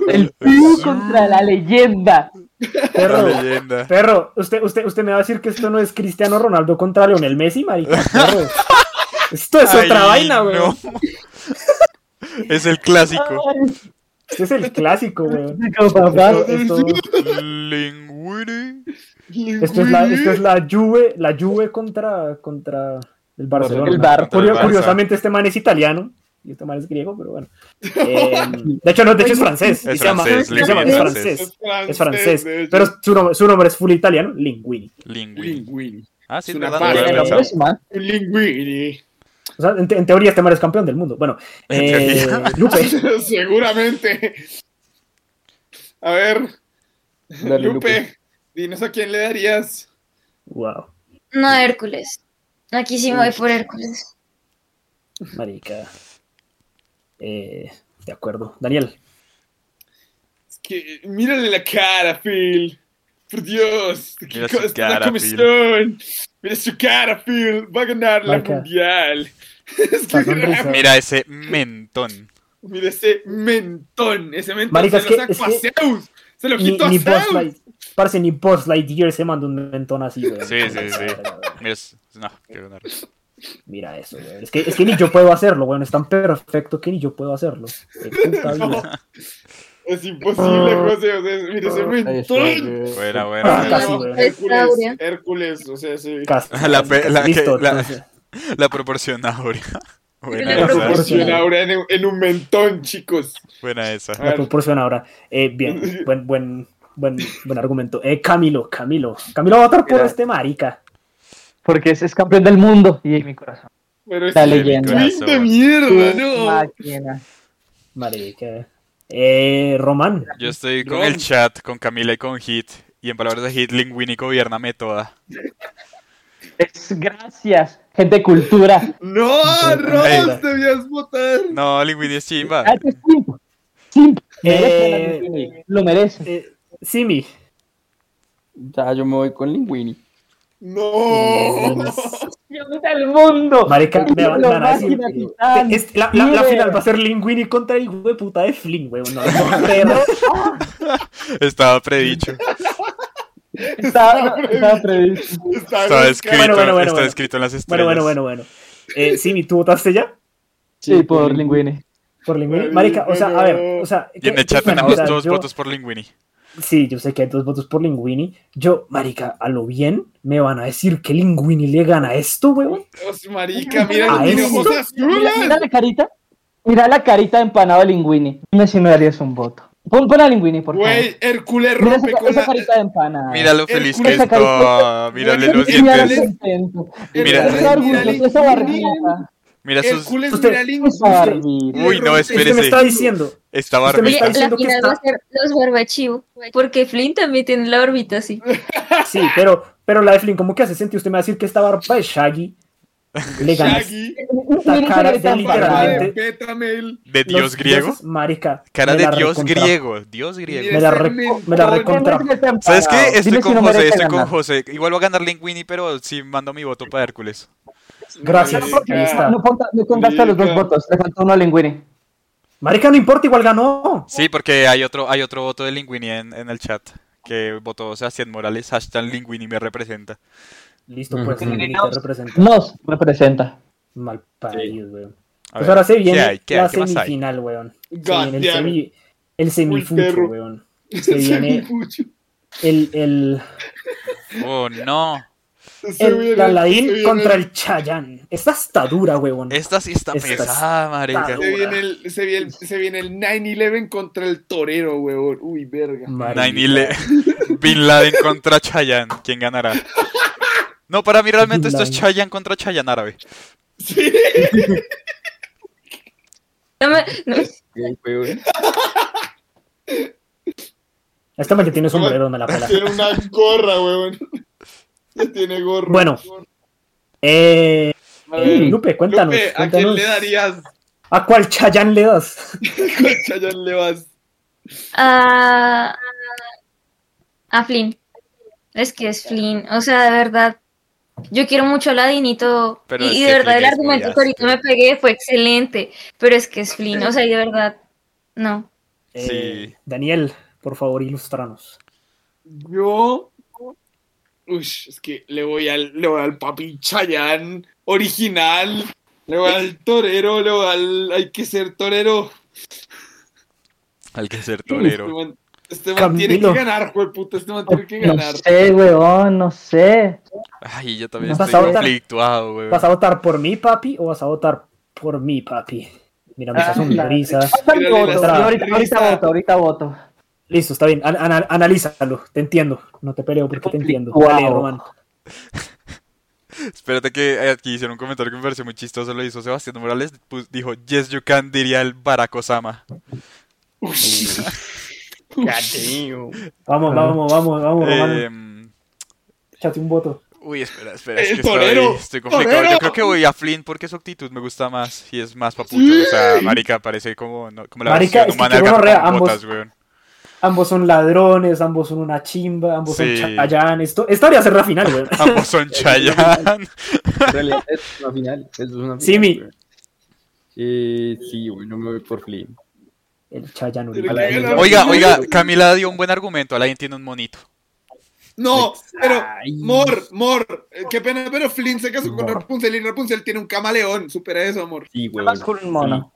[SPEAKER 9] El Q contra la leyenda.
[SPEAKER 5] La
[SPEAKER 2] perro.
[SPEAKER 5] leyenda.
[SPEAKER 2] Perro, usted, usted, usted me va a decir que esto no es Cristiano Ronaldo contra Lionel Messi, marica. perro. Esto es otra
[SPEAKER 5] Ay,
[SPEAKER 2] vaina, weón.
[SPEAKER 5] no. Es el clásico.
[SPEAKER 2] Este es el clásico, weón.
[SPEAKER 9] Papá.
[SPEAKER 2] Esto,
[SPEAKER 5] Linguini.
[SPEAKER 2] esto es la, esto es la Juve, la Juve contra, contra el Barcelona.
[SPEAKER 9] El Bar.
[SPEAKER 2] Curio-
[SPEAKER 5] El Barça.
[SPEAKER 2] curiosamente, este man es italiano. Y este man es griego, pero bueno. Eh, de hecho, no, de hecho es francés.
[SPEAKER 5] Es
[SPEAKER 2] y se llama-
[SPEAKER 5] francés,
[SPEAKER 2] se llama-
[SPEAKER 8] Linguini
[SPEAKER 2] es
[SPEAKER 8] es
[SPEAKER 2] francés. Es francés.
[SPEAKER 3] de hecho.
[SPEAKER 2] Pero su, nom- su nombre es full italiano, Linguini.
[SPEAKER 5] Linguini.
[SPEAKER 3] Linguini.
[SPEAKER 5] Ah, sí,
[SPEAKER 3] Es
[SPEAKER 5] es
[SPEAKER 3] una
[SPEAKER 5] verdad. no lo había
[SPEAKER 3] palabra.
[SPEAKER 5] pensado.
[SPEAKER 3] Linguini.
[SPEAKER 2] O sea, en, te- en teoría este man es campeón del mundo. Bueno,
[SPEAKER 5] En
[SPEAKER 2] eh,
[SPEAKER 5] teoría.
[SPEAKER 2] Lupe.
[SPEAKER 3] Seguramente. A ver,
[SPEAKER 6] Dale,
[SPEAKER 3] Lupe,
[SPEAKER 6] Lupe.
[SPEAKER 3] dinos a quién le darías.
[SPEAKER 2] Wow,
[SPEAKER 8] No, Hércules. Aquí sí me voy por Hércules.
[SPEAKER 2] marica. Eh, de acuerdo. Daniel,
[SPEAKER 3] Es que, mírale la cara, Phil. Por Dios, qué
[SPEAKER 5] Mira su
[SPEAKER 3] cosa,
[SPEAKER 5] cara,
[SPEAKER 3] una comezón. Mira su cara, Phil. Va a ganar la
[SPEAKER 2] Vaca.
[SPEAKER 3] mundial. Es que,
[SPEAKER 2] la sonrisa.
[SPEAKER 5] Mira ese mentón.
[SPEAKER 3] mira ese mentón. Ese mentón
[SPEAKER 2] Marica,
[SPEAKER 3] se
[SPEAKER 2] es
[SPEAKER 3] lo
[SPEAKER 2] que-
[SPEAKER 3] saco a
[SPEAKER 2] es que-
[SPEAKER 3] Zeus. Se lo
[SPEAKER 2] Ni,
[SPEAKER 3] quito
[SPEAKER 2] ni
[SPEAKER 3] a Zeus.
[SPEAKER 2] Buzz Light, parce, ni Buzz Lightyear se mandó un mentón así, güey.
[SPEAKER 5] Sí, sí, sí. Mira, es- no, qué ganar.
[SPEAKER 2] Mira eso, güey. Es que, es que ni yo puedo hacerlo, bueno, es tan perfecto que ni yo puedo hacerlo. De puta vida.
[SPEAKER 3] Es imposible,
[SPEAKER 2] Ah.
[SPEAKER 3] José. O sea, mira ese
[SPEAKER 6] Ahí está,
[SPEAKER 3] mentón.
[SPEAKER 6] güey.
[SPEAKER 5] Buena, buena, buena.
[SPEAKER 2] casi,
[SPEAKER 8] La
[SPEAKER 2] güey.
[SPEAKER 8] Sauria.
[SPEAKER 3] Hércules, Hércules, o sea, sí.
[SPEAKER 2] Casi,
[SPEAKER 5] La pe- la que-
[SPEAKER 2] Listo,
[SPEAKER 5] la-
[SPEAKER 2] entonces.
[SPEAKER 5] La proporción áurea. Buena
[SPEAKER 8] La
[SPEAKER 5] esa.
[SPEAKER 2] proporción.
[SPEAKER 3] Proporción ahora en, en un mentón, chicos.
[SPEAKER 5] Buena esa.
[SPEAKER 3] A
[SPEAKER 2] La
[SPEAKER 3] ver.
[SPEAKER 2] proporción ahora. Eh, bien, buen, buen, buen, buen argumento. Eh, Camilo, Camilo. Camilo va a votar por
[SPEAKER 9] Mira.
[SPEAKER 2] este marica.
[SPEAKER 9] Porque es, es campeón del mundo y en mi corazón.
[SPEAKER 3] Pero es
[SPEAKER 9] La
[SPEAKER 3] un
[SPEAKER 9] leyenda.
[SPEAKER 3] twin de mierda, no.
[SPEAKER 9] Máquina.
[SPEAKER 2] Marica. Eh, Román.
[SPEAKER 5] Yo estoy con
[SPEAKER 3] Ron.
[SPEAKER 5] el chat, con Camila y con Hit. Y en palabras de Hit, Linguini gobiername toda.
[SPEAKER 9] Es gracias, gente de cultura.
[SPEAKER 3] No,
[SPEAKER 5] Ey.
[SPEAKER 3] Ross, debías votar.
[SPEAKER 5] No, Linguini es chimba.
[SPEAKER 9] Gracias, Ah, Simp. Simp.
[SPEAKER 2] Eh,
[SPEAKER 9] Merece la Disney, Lo merece.
[SPEAKER 2] Eh, Simi.
[SPEAKER 6] Ya, yo me voy con Linguini.
[SPEAKER 3] No.
[SPEAKER 9] ¡El mundo!
[SPEAKER 2] Marica, me van, me van a decir.
[SPEAKER 9] Máquina, titán,
[SPEAKER 2] Es- la, la- la
[SPEAKER 9] líder.
[SPEAKER 2] final va a ser Linguini contra el hijo de puta de Flynn, weón. No, no, pero-
[SPEAKER 5] Estaba predicho.
[SPEAKER 9] Estaba, estaba previsto.
[SPEAKER 5] Estaba
[SPEAKER 3] escrito.
[SPEAKER 5] escrito,
[SPEAKER 2] Bueno, bueno, bueno,
[SPEAKER 5] está
[SPEAKER 2] bueno.
[SPEAKER 5] escrito en las
[SPEAKER 2] bueno,
[SPEAKER 5] estrellas.
[SPEAKER 2] bueno, bueno, bueno. Eh, Simi, ¿tú votaste ya?
[SPEAKER 9] Sí, por Linguini.
[SPEAKER 2] Por Linguini.
[SPEAKER 3] Bueno,
[SPEAKER 2] Marica, o sea, a ver.
[SPEAKER 3] bueno.
[SPEAKER 2] O sea,
[SPEAKER 5] Y en
[SPEAKER 2] ¿qué-
[SPEAKER 5] el chat
[SPEAKER 2] qué suena?
[SPEAKER 5] tenemos
[SPEAKER 2] O sea,
[SPEAKER 5] todos
[SPEAKER 2] yo-
[SPEAKER 5] votos por Linguini.
[SPEAKER 2] Sí, yo sé que hay dos votos por Linguini. Yo, marica, a lo bien, me van a decir que Linguini le gana a esto, weón.
[SPEAKER 3] Dios, marica, mira,
[SPEAKER 2] Ah,
[SPEAKER 3] tiene
[SPEAKER 2] ¿eso?
[SPEAKER 3] ojos
[SPEAKER 9] Mira, mira
[SPEAKER 3] azules.
[SPEAKER 9] la carita. Mira la carita de empanado de Linguini. Dime si no darías un voto. Pon, pon a Linguini, por favor.
[SPEAKER 3] Güey, Hércules
[SPEAKER 9] Mira
[SPEAKER 3] rompe
[SPEAKER 9] esa,
[SPEAKER 3] con
[SPEAKER 9] esa
[SPEAKER 3] la.
[SPEAKER 9] carita de empanada.
[SPEAKER 5] Mira lo
[SPEAKER 3] El
[SPEAKER 5] feliz
[SPEAKER 3] culo
[SPEAKER 5] que
[SPEAKER 9] se
[SPEAKER 5] está. Mírale los
[SPEAKER 3] Mira,
[SPEAKER 9] Mira,
[SPEAKER 5] dientes. Mira,
[SPEAKER 9] ese orgullo, esa barriga.
[SPEAKER 5] Mira sus.
[SPEAKER 3] Hércules,
[SPEAKER 2] Usted-
[SPEAKER 3] mira, Linguini.
[SPEAKER 9] Esa barriga.
[SPEAKER 5] Uy,
[SPEAKER 3] Usted
[SPEAKER 5] no,
[SPEAKER 3] me
[SPEAKER 2] Usted me
[SPEAKER 5] espérese.
[SPEAKER 2] está diciendo.
[SPEAKER 5] Esta
[SPEAKER 2] usted me
[SPEAKER 8] Oye,
[SPEAKER 2] está
[SPEAKER 5] barbita.
[SPEAKER 8] la
[SPEAKER 2] diciendo que
[SPEAKER 8] final va a
[SPEAKER 2] está.
[SPEAKER 8] ser los barbachivo. Porque Flynn también tiene la barbita así.
[SPEAKER 2] Sí, pero, pero la de Flynn, ¿cómo que hace sentido? Usted me va a decir que esta barba de Shaggy le gana.
[SPEAKER 3] Shaggy,
[SPEAKER 2] Esta
[SPEAKER 9] Miren
[SPEAKER 2] cara
[SPEAKER 9] esa
[SPEAKER 2] de
[SPEAKER 9] carita.
[SPEAKER 3] barba
[SPEAKER 2] literalmente.
[SPEAKER 3] de Petamel.
[SPEAKER 5] De
[SPEAKER 2] los
[SPEAKER 5] dios griego.
[SPEAKER 2] dioses, Marica.
[SPEAKER 5] Cara
[SPEAKER 2] me
[SPEAKER 5] de
[SPEAKER 2] la
[SPEAKER 5] dios
[SPEAKER 2] recontra-
[SPEAKER 5] griego. Dios griego.
[SPEAKER 2] Me la,
[SPEAKER 3] Ese
[SPEAKER 2] re-
[SPEAKER 3] mentón.
[SPEAKER 2] me la
[SPEAKER 9] Dime
[SPEAKER 2] recontra.
[SPEAKER 9] si no está empanado.
[SPEAKER 5] ¿Sabes qué? Estoy
[SPEAKER 9] Dime si
[SPEAKER 5] con
[SPEAKER 9] no
[SPEAKER 5] José,
[SPEAKER 9] merece
[SPEAKER 5] estoy con
[SPEAKER 9] ganar.
[SPEAKER 5] José. Igual va a ganar Linguini, pero sí mando mi voto para Hércules.
[SPEAKER 2] Gracias.
[SPEAKER 3] Marica.
[SPEAKER 2] Ahí está.
[SPEAKER 9] No, conta- no contaste los dos
[SPEAKER 3] Marica.
[SPEAKER 9] votos, le faltó uno a Linguini.
[SPEAKER 2] Marica, no importa, igual ganó.
[SPEAKER 5] Sí, porque hay otro, hay otro voto de Linguini en, en el chat que votó Sebastián Morales, hashtag Linguini me representa.
[SPEAKER 2] Listo, pues,
[SPEAKER 9] Ujú.
[SPEAKER 2] Linguini te representa.
[SPEAKER 9] Nos representa.
[SPEAKER 2] Mal parido, weón.
[SPEAKER 5] A
[SPEAKER 2] Pues
[SPEAKER 5] ver,
[SPEAKER 2] ahora se
[SPEAKER 5] ¿qué
[SPEAKER 2] viene
[SPEAKER 5] hay? ¿Qué hay?
[SPEAKER 2] la
[SPEAKER 5] ¿Qué más hay?
[SPEAKER 2] semifinal, weón. Se
[SPEAKER 3] God
[SPEAKER 2] viene el,
[SPEAKER 3] damn it.
[SPEAKER 2] semi, el semifucho,
[SPEAKER 3] perro.
[SPEAKER 2] weón. Se
[SPEAKER 3] Ese
[SPEAKER 2] viene
[SPEAKER 3] bifucho.
[SPEAKER 2] el, el,
[SPEAKER 5] Oh, no.
[SPEAKER 3] Ese
[SPEAKER 2] el
[SPEAKER 3] viene- ese
[SPEAKER 2] Galadín
[SPEAKER 3] viene-
[SPEAKER 2] contra el Chayanne. Esta está dura, weón.
[SPEAKER 5] Esta sí está
[SPEAKER 2] Esta
[SPEAKER 5] pesada, marica.
[SPEAKER 2] está-
[SPEAKER 3] Se viene el, se viene el, se viene el 9-11 contra el torero, huevón. Uy, verga.
[SPEAKER 2] Marica.
[SPEAKER 5] Nine Ele- Bin Laden contra Chayanne. ¿Quién ganará? No, para mí realmente
[SPEAKER 2] Bin
[SPEAKER 5] esto es
[SPEAKER 2] Laden.
[SPEAKER 5] Chayanne contra Chayanne árabe.
[SPEAKER 3] Sí.
[SPEAKER 8] No me- no-
[SPEAKER 2] Esta man que tiene sombrero, me la pela.
[SPEAKER 3] Tiene una gorra, huevón. Ya Tiene gorra.
[SPEAKER 2] Bueno. Eh,
[SPEAKER 3] A ver,
[SPEAKER 2] Lupe, cuéntanos.
[SPEAKER 3] Lupe, ¿a quién
[SPEAKER 2] cuéntanos.
[SPEAKER 3] le darías?
[SPEAKER 2] ¿A cuál Chayanne le das?
[SPEAKER 3] ¿Cuál Chayanne le vas?
[SPEAKER 8] a, ah, a Flynn. Es que es Flynn. O sea, de verdad. Yo quiero mucho a Aladdin y todo.
[SPEAKER 5] Pero es
[SPEAKER 8] y
[SPEAKER 5] que
[SPEAKER 8] y de verdad
[SPEAKER 5] Flynn
[SPEAKER 8] el
[SPEAKER 5] es muy
[SPEAKER 8] argumento que ahorita
[SPEAKER 5] áspero.
[SPEAKER 8] me pegué fue excelente. Pero es que es Flynn. O sea, y de verdad. No.
[SPEAKER 2] Eh,
[SPEAKER 5] Sí.
[SPEAKER 2] Daniel, por favor, ilustranos.
[SPEAKER 3] Yo. Uy, es que le voy al, le voy al papi Chayanne original. Le voy al torero, le voy al. Hay que ser torero.
[SPEAKER 5] Hay que ser
[SPEAKER 3] Este
[SPEAKER 5] torero.
[SPEAKER 3] man, este man tiene que
[SPEAKER 2] Camilo.
[SPEAKER 3] ganar, puta. Este man tiene que
[SPEAKER 9] No
[SPEAKER 3] ganar.
[SPEAKER 9] sé, weón, no sé.
[SPEAKER 5] Ay, yo también
[SPEAKER 2] ¿Vas
[SPEAKER 5] estoy
[SPEAKER 2] a votar?
[SPEAKER 5] conflictuado, weón.
[SPEAKER 2] ¿Vas a votar por mí, papi, o vas a votar por mí, papi? Mira esa
[SPEAKER 9] Ah,
[SPEAKER 2] sonrisa.
[SPEAKER 9] Ahorita
[SPEAKER 3] Mírale
[SPEAKER 2] la
[SPEAKER 9] voto, yo ahorita, ahorita voto, ahorita voto.
[SPEAKER 2] Listo, está bien. an- ana- analízalo. Te entiendo. No te peleo porque te entiendo.
[SPEAKER 9] Wow.
[SPEAKER 2] Dale, Román.
[SPEAKER 5] Espérate que eh, aquí hicieron un comentario que me pareció muy chistoso. Lo hizo Sebastián Morales. pues, dijo, yes, you can, diría el Barack Osama.
[SPEAKER 3] Uy, Cadeo.
[SPEAKER 2] Vamos, vamos, vamos, vamos, Román.
[SPEAKER 5] Em,
[SPEAKER 2] Échate un voto.
[SPEAKER 5] Uy, espera, espera, es
[SPEAKER 3] ¡El
[SPEAKER 5] que estoy,
[SPEAKER 3] torero!
[SPEAKER 5] estoy complicado.
[SPEAKER 3] ¡Torero!
[SPEAKER 5] Yo creo que voy a Flynn porque su actitud me gusta más y es más papucho. O sea, marica parece como, no- como la
[SPEAKER 2] Marica,
[SPEAKER 5] versión
[SPEAKER 2] es que
[SPEAKER 5] humana
[SPEAKER 2] qué
[SPEAKER 5] del
[SPEAKER 2] gonorrea,
[SPEAKER 5] Capitán
[SPEAKER 2] ambos.
[SPEAKER 5] Botas, weón.
[SPEAKER 2] Ambos son ladrones, ambos son una chimba, ambos
[SPEAKER 5] Sí.
[SPEAKER 2] son chayán. Esto, esta debería ser la final, güey.
[SPEAKER 5] Ambos son Chayanne.
[SPEAKER 6] En realidad, esto es una final. Esto es una final.
[SPEAKER 2] Sí, mi-
[SPEAKER 6] güey. Eh, sí, güey, no me voy por Flynn.
[SPEAKER 2] El chayán
[SPEAKER 3] Pero que
[SPEAKER 2] Uribe.
[SPEAKER 3] gana-
[SPEAKER 5] Oiga, oiga, Camila dio un buen argumento. Alguien tiene un monito.
[SPEAKER 3] No, pero
[SPEAKER 6] Ay.
[SPEAKER 3] Mor, Mor, eh, qué pena, pero Flynn se casó con
[SPEAKER 6] Mor.
[SPEAKER 3] Rapunzel y Rapunzel tiene un camaleón. Supera eso, amor.
[SPEAKER 6] Sí, güey.
[SPEAKER 2] Con un mono.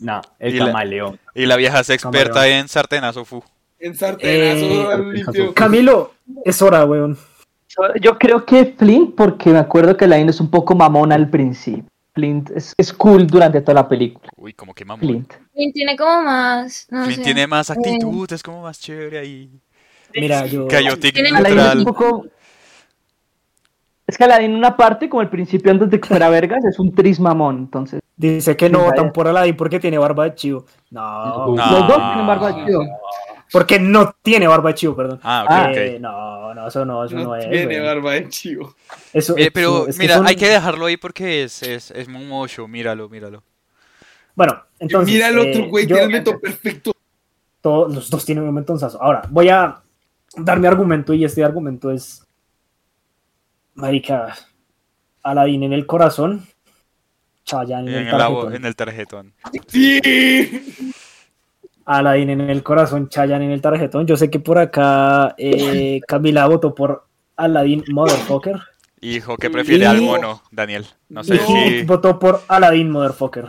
[SPEAKER 6] No,
[SPEAKER 5] Y
[SPEAKER 6] el
[SPEAKER 5] la-
[SPEAKER 6] camaleón.
[SPEAKER 5] Y la vieja es experta en sartenazo fu.
[SPEAKER 3] En sartenazo,
[SPEAKER 2] Eh,
[SPEAKER 3] al limpio.
[SPEAKER 2] Camilo, es hora, weón.
[SPEAKER 9] Yo- Yo creo que Flint, porque me acuerdo que Elaine es un poco mamona al principio. Flint es, es cool durante toda la película.
[SPEAKER 5] Uy, como que mamón. Flynn,
[SPEAKER 9] Flint.
[SPEAKER 8] Flynn tiene como más. No sé.
[SPEAKER 5] tiene
[SPEAKER 2] eh.
[SPEAKER 5] más actitud, es como más chévere ahí.
[SPEAKER 2] Mira, yo.
[SPEAKER 5] Chaotic
[SPEAKER 8] Tiene
[SPEAKER 9] Alain es un
[SPEAKER 5] neutral.
[SPEAKER 9] poco. Es que Alain en una parte, como al principio antes de que fuera vergas, es un tris mamón. Entonces,
[SPEAKER 2] Dice que no
[SPEAKER 9] Vaya.
[SPEAKER 2] votan por Aladdin porque tiene barba de chivo. No,
[SPEAKER 5] No.
[SPEAKER 9] los dos tienen barba chido.
[SPEAKER 2] porque no tiene barba de chivo, perdón.
[SPEAKER 5] Ah,
[SPEAKER 9] Ah,
[SPEAKER 5] ok,
[SPEAKER 2] Eh,
[SPEAKER 5] ok.
[SPEAKER 2] no, no, eso no, eso no,
[SPEAKER 3] No
[SPEAKER 2] es.
[SPEAKER 3] tiene
[SPEAKER 2] weón.
[SPEAKER 3] barba de chivo.
[SPEAKER 2] Eso-
[SPEAKER 5] Mire,
[SPEAKER 2] eso-
[SPEAKER 5] Eh, pero
[SPEAKER 2] es que
[SPEAKER 5] mira,
[SPEAKER 2] son-
[SPEAKER 5] hay que dejarlo ahí porque es, es, es muy mocho. Míralo, míralo.
[SPEAKER 2] Bueno, entonces.
[SPEAKER 3] Mira el otro
[SPEAKER 2] eh,
[SPEAKER 3] güey,
[SPEAKER 2] yo-
[SPEAKER 3] tiene el método perfecto.
[SPEAKER 2] todos los dos tienen un momento Ahora, voy a dar mi argumento y este argumento es, marica, Aladín en el corazón, Chayanne en,
[SPEAKER 5] En
[SPEAKER 2] el
[SPEAKER 5] el, abo-
[SPEAKER 2] tarjetón.
[SPEAKER 5] en el tarjetón.
[SPEAKER 3] Sí.
[SPEAKER 2] Aladín en el corazón, Chayanne en el tarjetón. Yo sé que por acá eh, Camila votó por Aladín Motherfucker
[SPEAKER 5] Hijo, ¿qué prefiere al
[SPEAKER 2] Y-
[SPEAKER 5] mono, Daniel? No
[SPEAKER 2] y
[SPEAKER 5] sé
[SPEAKER 2] Hit
[SPEAKER 5] si.
[SPEAKER 2] votó por Aladín Motherfucker.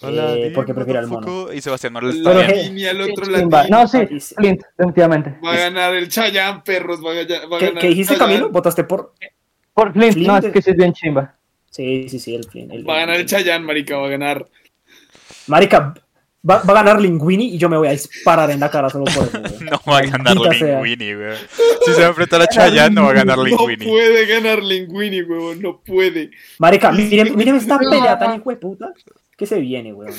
[SPEAKER 2] Eh,
[SPEAKER 5] Dime,
[SPEAKER 2] porque prefiere al mono.
[SPEAKER 5] motherfucker. Y Sebastián no le está
[SPEAKER 3] La
[SPEAKER 2] Pero
[SPEAKER 5] bien.
[SPEAKER 2] que-
[SPEAKER 3] línea, el otro
[SPEAKER 9] Chimba.
[SPEAKER 3] latín.
[SPEAKER 9] No, sí, Flint, definitivamente.
[SPEAKER 3] Va a ganar el Chayán, perros. Va a gana- va a ganar.
[SPEAKER 2] ¿Qué, qué dijiste,
[SPEAKER 3] Chayanne.
[SPEAKER 2] Camilo? ¿Votaste por...?
[SPEAKER 9] Por Flint, no,
[SPEAKER 2] Flint.
[SPEAKER 9] es que sí es bien chimba.
[SPEAKER 2] Sí, sí, sí, el fin. el-
[SPEAKER 3] Va a ganar
[SPEAKER 2] el-
[SPEAKER 3] el Chayán, marica, va a ganar.
[SPEAKER 2] Marica, va, va a ganar Linguini y yo me voy a disparar en la cara solo por eso. güey.
[SPEAKER 5] No va a ganar
[SPEAKER 2] Maldita sea.
[SPEAKER 5] Linguini, weón. Si se va a enfrentar a Chayanne, no va a ganar
[SPEAKER 3] No
[SPEAKER 5] Linguini.
[SPEAKER 3] puede ganar Linguini, huevón, no puede.
[SPEAKER 2] Marica, miren, miren esta
[SPEAKER 8] No.
[SPEAKER 2] pelea tan hijo de puta que se viene, weón.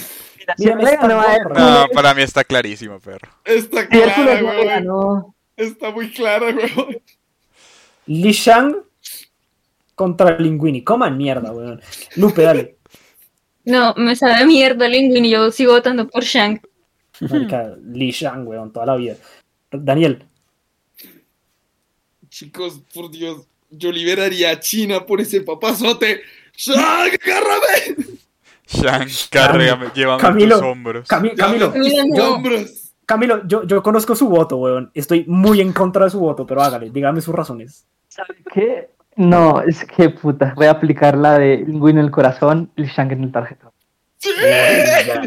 [SPEAKER 2] Miren
[SPEAKER 9] le
[SPEAKER 2] esta
[SPEAKER 9] ganó a él.
[SPEAKER 2] gorra.
[SPEAKER 5] No, para mí está clarísimo, perro.
[SPEAKER 3] Está
[SPEAKER 9] Y Hércules
[SPEAKER 3] clara,
[SPEAKER 9] no le
[SPEAKER 3] huevón.
[SPEAKER 9] ganó.
[SPEAKER 3] Está muy clara, huevón.
[SPEAKER 2] Li Shang contra Linguini. Coman mierda, weón. Lupe, dale.
[SPEAKER 8] No, me sabe a mierda Linguini. Yo sigo votando por Shang.
[SPEAKER 2] Marica, Li Shang, weón, toda la vida. Daniel,
[SPEAKER 3] Chicos, por Dios, yo liberaría a China por ese papazote. ¡Shang, agárrame!
[SPEAKER 5] Shang, cárgame, llévame
[SPEAKER 2] Camilo,
[SPEAKER 5] en tus hombros.
[SPEAKER 2] Cami- Camilo,
[SPEAKER 8] Camilo, no.
[SPEAKER 2] yo,
[SPEAKER 3] ¡Hombros!
[SPEAKER 2] Camilo yo, yo conozco su voto, weón. Estoy muy en contra de su voto, pero hágale, dígame sus razones.
[SPEAKER 9] ¿Qué? No, es que puta, voy a aplicar la de Linguini en el corazón y Shang en el tarjetón.
[SPEAKER 2] Ya.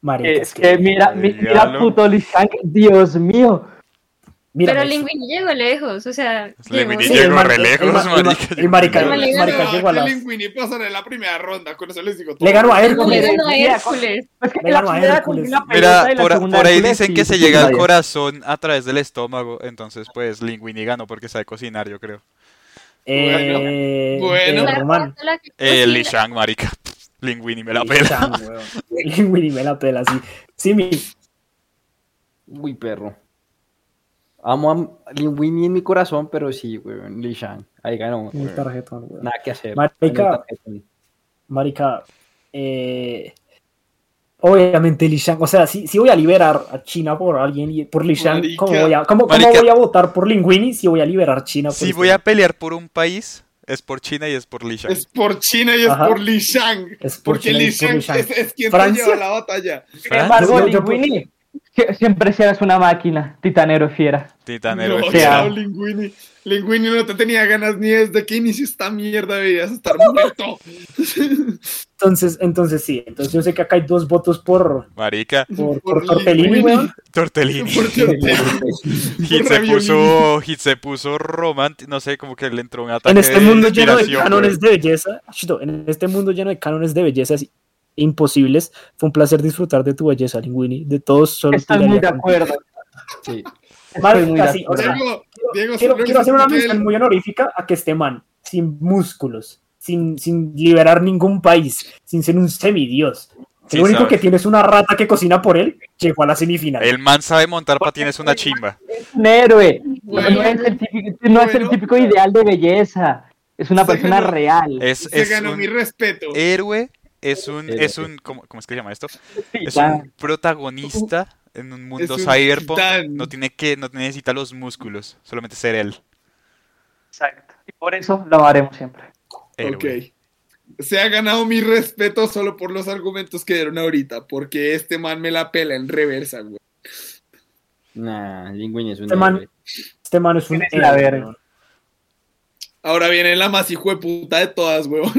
[SPEAKER 2] Marica,
[SPEAKER 9] Es que mira, mi- mira
[SPEAKER 5] regalo.
[SPEAKER 9] puto Lee Shang, Dios mío.
[SPEAKER 2] mira pues.
[SPEAKER 8] Pero
[SPEAKER 2] eso.
[SPEAKER 8] Linguini llegó lejos. O sea,
[SPEAKER 5] Linguini
[SPEAKER 2] Sí,
[SPEAKER 8] llegó.
[SPEAKER 5] llegó
[SPEAKER 2] el mar-
[SPEAKER 5] re
[SPEAKER 2] el
[SPEAKER 5] lejos,
[SPEAKER 2] mar- el mar-
[SPEAKER 5] marica.
[SPEAKER 2] el marica-
[SPEAKER 5] llegó re
[SPEAKER 8] el
[SPEAKER 5] lejos.
[SPEAKER 8] marica
[SPEAKER 3] Ah,
[SPEAKER 2] llegó a
[SPEAKER 3] que
[SPEAKER 2] las-
[SPEAKER 3] Linguini pasan en la primera ronda, con eso les digo todo.
[SPEAKER 2] Le ganó a
[SPEAKER 8] No le
[SPEAKER 2] Hércules.
[SPEAKER 8] ganó a Hércules.
[SPEAKER 9] Pues que
[SPEAKER 2] Le
[SPEAKER 9] la
[SPEAKER 2] ganó a
[SPEAKER 9] primera
[SPEAKER 2] Hércules.
[SPEAKER 9] consiguió la
[SPEAKER 5] Mira,
[SPEAKER 9] pelota y la
[SPEAKER 5] por,
[SPEAKER 9] segunda
[SPEAKER 5] por ahí
[SPEAKER 9] Hércules
[SPEAKER 5] dicen
[SPEAKER 9] y-
[SPEAKER 5] que se llega al
[SPEAKER 9] Nadie.
[SPEAKER 5] corazón a través del estómago, entonces pues Linguini ganó porque sabe cocinar, yo creo.
[SPEAKER 2] Eh,
[SPEAKER 3] Bueno.
[SPEAKER 2] eh,
[SPEAKER 8] La
[SPEAKER 2] Román.
[SPEAKER 8] cosa la que
[SPEAKER 2] Pues
[SPEAKER 5] Eh, Li
[SPEAKER 8] cocina.
[SPEAKER 5] Shang, marica. Linguini me la pela.
[SPEAKER 2] Chan, weón. Linguini me la pela, sí. Sí, mi.
[SPEAKER 6] Uy, perro. Amo a Linguini en mi corazón, pero sí, güey, Li Shang. Ahí ganó,
[SPEAKER 2] mi
[SPEAKER 6] güey.
[SPEAKER 2] tarjetón, weón.
[SPEAKER 6] Nada que hacer.
[SPEAKER 2] Marica.
[SPEAKER 6] Ahí está, güey.
[SPEAKER 2] Marica. eh, obviamente, Li Shang. O sea, si, si voy a liberar a China por alguien, y por Li Shang,
[SPEAKER 3] Marica.
[SPEAKER 2] ¿cómo, voy a, cómo, cómo
[SPEAKER 5] Marica.
[SPEAKER 2] voy a votar por Linguini si voy a liberar China? Por
[SPEAKER 5] Si
[SPEAKER 2] este?
[SPEAKER 5] voy a pelear por un país, es por China y es por Li Shang.
[SPEAKER 3] Es por China y es
[SPEAKER 2] Ajá.
[SPEAKER 3] por Li Shang.
[SPEAKER 2] Es por
[SPEAKER 3] Porque
[SPEAKER 2] China y
[SPEAKER 3] Li
[SPEAKER 2] es por
[SPEAKER 3] Shang
[SPEAKER 2] Li
[SPEAKER 3] es,
[SPEAKER 2] Shang.
[SPEAKER 3] es quien te
[SPEAKER 2] Francia.
[SPEAKER 3] lleva la batalla.
[SPEAKER 9] Sin embargo,
[SPEAKER 2] Yo- yo-
[SPEAKER 9] Linguini sie- siempre serás una máquina, titanero fiera.
[SPEAKER 5] Titanero.
[SPEAKER 3] no,
[SPEAKER 9] sea.
[SPEAKER 2] ah.
[SPEAKER 3] chao, Linguini. Linguini no te tenía ganas ni desde que inició esta mierda, deberías estar muerto.
[SPEAKER 2] Entonces, entonces sí. Entonces, yo sé que acá hay dos votos por.
[SPEAKER 5] Marica,
[SPEAKER 2] Por,
[SPEAKER 3] Por
[SPEAKER 2] por Tortellini,
[SPEAKER 3] Linguini.
[SPEAKER 2] weón.
[SPEAKER 5] Tortellini.
[SPEAKER 3] Por Dios, te-
[SPEAKER 5] Hit se puso, Hit se puso romántico, no sé, como que le entró un ataque
[SPEAKER 2] En este mundo
[SPEAKER 5] de
[SPEAKER 2] lleno de
[SPEAKER 5] inspiración,
[SPEAKER 2] cánones
[SPEAKER 5] güey.
[SPEAKER 2] de belleza, Shito, en este mundo lleno de cánones de bellezas imposibles, fue un placer disfrutar de tu belleza, Linguini, de todos solo
[SPEAKER 9] Estoy
[SPEAKER 2] tiraría
[SPEAKER 9] muy de
[SPEAKER 2] contigo.
[SPEAKER 9] acuerdo.
[SPEAKER 6] Sí.
[SPEAKER 9] Estoy muy de
[SPEAKER 2] Marica, sí, o sea,
[SPEAKER 9] acuerdo.
[SPEAKER 3] Diego, Diego,
[SPEAKER 2] Quiero,
[SPEAKER 3] solo
[SPEAKER 2] quiero hacer una
[SPEAKER 3] existe
[SPEAKER 2] mención
[SPEAKER 3] él.
[SPEAKER 2] muy honorífica a que este man, sin músculos, sin, sin liberar ningún país, sin ser un semidios,
[SPEAKER 5] Sí,
[SPEAKER 2] el único
[SPEAKER 5] sabe.
[SPEAKER 2] que tiene es una rata que cocina por él, llegó a la semifinal.
[SPEAKER 5] El man sabe montar patines una chimba.
[SPEAKER 9] Un héroe. No,
[SPEAKER 3] Bueno,
[SPEAKER 9] no es el típico, este no es el
[SPEAKER 3] bueno.
[SPEAKER 9] típico ideal de belleza. Es una
[SPEAKER 3] Se
[SPEAKER 9] persona
[SPEAKER 3] ganó-
[SPEAKER 9] real.
[SPEAKER 5] Es,
[SPEAKER 3] Se
[SPEAKER 5] es
[SPEAKER 3] ganó
[SPEAKER 5] un
[SPEAKER 3] mi respeto.
[SPEAKER 5] héroe, es un,
[SPEAKER 10] Héroe.
[SPEAKER 5] es un, ¿cómo, cómo es que se llama esto?
[SPEAKER 9] Sí,
[SPEAKER 5] Es
[SPEAKER 9] ya.
[SPEAKER 5] un protagonista en un mundo
[SPEAKER 3] un
[SPEAKER 5] cyberpunk.
[SPEAKER 3] titán.
[SPEAKER 5] No tiene que, no necesita los músculos, solamente ser él.
[SPEAKER 9] Exacto. Y por eso lo amaremos siempre.
[SPEAKER 5] Héroe.
[SPEAKER 3] Ok. Se ha ganado mi respeto solo por los argumentos que dieron ahorita, porque este man me la pela en reversa, güey.
[SPEAKER 10] Nah, Lingüín es un
[SPEAKER 2] Este man-
[SPEAKER 10] héroe.
[SPEAKER 2] Este man es un.
[SPEAKER 9] Eres la
[SPEAKER 2] héroe,
[SPEAKER 9] verga.
[SPEAKER 2] weón.
[SPEAKER 3] Ahora viene la más hijo de puta de todas, weón.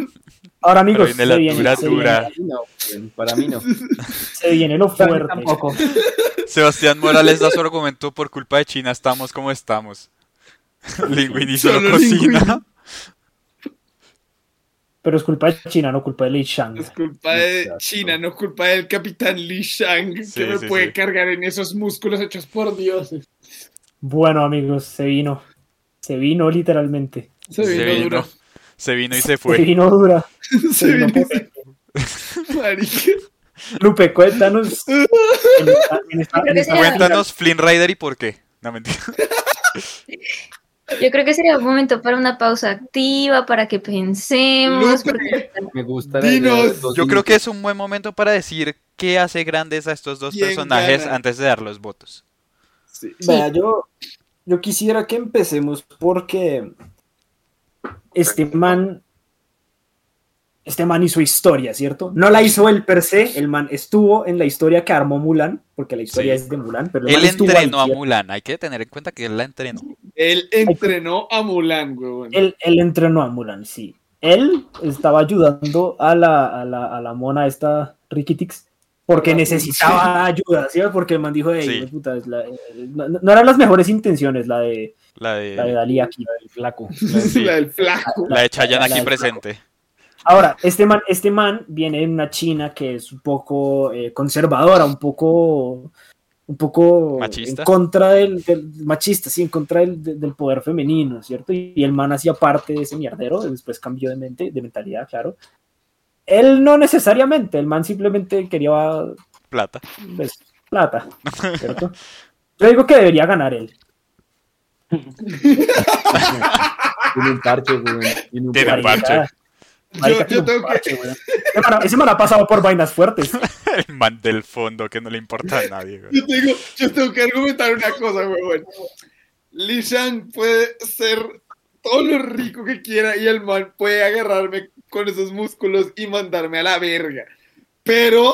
[SPEAKER 2] Ahora,
[SPEAKER 5] Pero
[SPEAKER 2] amigos,
[SPEAKER 5] viene la
[SPEAKER 2] se, viene,
[SPEAKER 5] dura,
[SPEAKER 2] se
[SPEAKER 5] dura.
[SPEAKER 10] Para mí no, güey, Para mí no.
[SPEAKER 2] viene- se viene lo
[SPEAKER 9] Para mí
[SPEAKER 2] fuerte.
[SPEAKER 9] Tampoco.
[SPEAKER 5] Sebastián Morales da su argumento por culpa de China estamos como estamos. Linguini solo,
[SPEAKER 3] Solo
[SPEAKER 5] cocina.
[SPEAKER 3] Linguini.
[SPEAKER 2] Pero es culpa de China, no culpa de Lee
[SPEAKER 3] Es
[SPEAKER 2] Shang.
[SPEAKER 3] culpa de
[SPEAKER 10] Exacto.
[SPEAKER 3] China, no culpa del capitán Li Shang, que
[SPEAKER 5] Sí,
[SPEAKER 3] me
[SPEAKER 5] sí,
[SPEAKER 3] puede
[SPEAKER 5] sí.
[SPEAKER 3] cargar en esos músculos hechos por Dios.
[SPEAKER 2] Bueno, amigos, se vino. Se vino literalmente.
[SPEAKER 3] Se vino, duro.
[SPEAKER 5] se vino y se
[SPEAKER 2] Se
[SPEAKER 5] fue.
[SPEAKER 2] vino dura.
[SPEAKER 3] Se
[SPEAKER 2] Se vino
[SPEAKER 3] vino-
[SPEAKER 2] fuerte.
[SPEAKER 3] Marica.
[SPEAKER 2] Lupe, cuéntanos. en esta- en esta- en esta-
[SPEAKER 5] Cuéntanos Flynn Rider y por qué. No mentira.
[SPEAKER 8] Yo creo que sería un momento para una pausa activa, para que pensemos.
[SPEAKER 3] Lupe.
[SPEAKER 8] porque-
[SPEAKER 10] Me gusta.
[SPEAKER 3] Dinos.
[SPEAKER 5] Yo creo que es un buen momento para decir qué hace grandes a estos dos
[SPEAKER 3] ¿Quién
[SPEAKER 5] personajes
[SPEAKER 3] gana?
[SPEAKER 5] antes de dar los votos.
[SPEAKER 3] Sí.
[SPEAKER 11] Vea, yo, yo quisiera que empecemos porque
[SPEAKER 2] este man. Este man hizo historia, ¿cierto? No la hizo él per se, el man estuvo en la historia que armó Mulan, porque la historia
[SPEAKER 5] Sí.
[SPEAKER 2] es de Mulan, pero el
[SPEAKER 5] Él
[SPEAKER 2] man estuvo
[SPEAKER 5] entrenó a
[SPEAKER 2] ahí,
[SPEAKER 5] Mulan. Hay que tener en cuenta que él la entrenó.
[SPEAKER 3] Él entrenó a Mulan, weón.
[SPEAKER 2] Él, él entrenó a Mulan, sí. Él estaba ayudando a la, a la, a la mona esta Rikitix porque
[SPEAKER 3] Ah,
[SPEAKER 2] necesitaba ayuda, ¿sí? Porque el man dijo, "Ey,
[SPEAKER 5] Sí.
[SPEAKER 2] hijo de puta, es la- eh, no, no eran las mejores intenciones la de,
[SPEAKER 5] La
[SPEAKER 2] la de
[SPEAKER 5] de,
[SPEAKER 2] Dalí aquí, la del flaco.
[SPEAKER 5] sí.
[SPEAKER 3] La del flaco.
[SPEAKER 5] la de Chayanne
[SPEAKER 2] la
[SPEAKER 5] aquí
[SPEAKER 2] de-
[SPEAKER 5] presente.
[SPEAKER 2] Ahora, este man, este man viene de una China que es un poco eh, conservadora, un poco, un poco
[SPEAKER 5] Machista.
[SPEAKER 2] en contra del, del- machista, sí, en contra del, del- del poder femenino, ¿cierto? Y, y el man hacía parte de ese mierdero, después cambió de mente, de mentalidad, claro. Él no necesariamente, el man simplemente quería
[SPEAKER 5] Plata.
[SPEAKER 2] pues, plata, ¿cierto? Yo digo que debería ganar él.
[SPEAKER 10] Tiene un parche, güey. Tiene un parche.
[SPEAKER 5] Tiene un parche.
[SPEAKER 2] Marica,
[SPEAKER 3] Yo, yo tengo que.
[SPEAKER 2] weón. Ese man- Ese man ha pasado por vainas fuertes.
[SPEAKER 5] El man del fondo que no le importa a nadie. güey.
[SPEAKER 3] Yo tengo, yo tengo que argumentar una cosa, weón. Li Shang puede ser todo lo rico que quiera y el man puede agarrarme con esos músculos y mandarme a la verga. Pero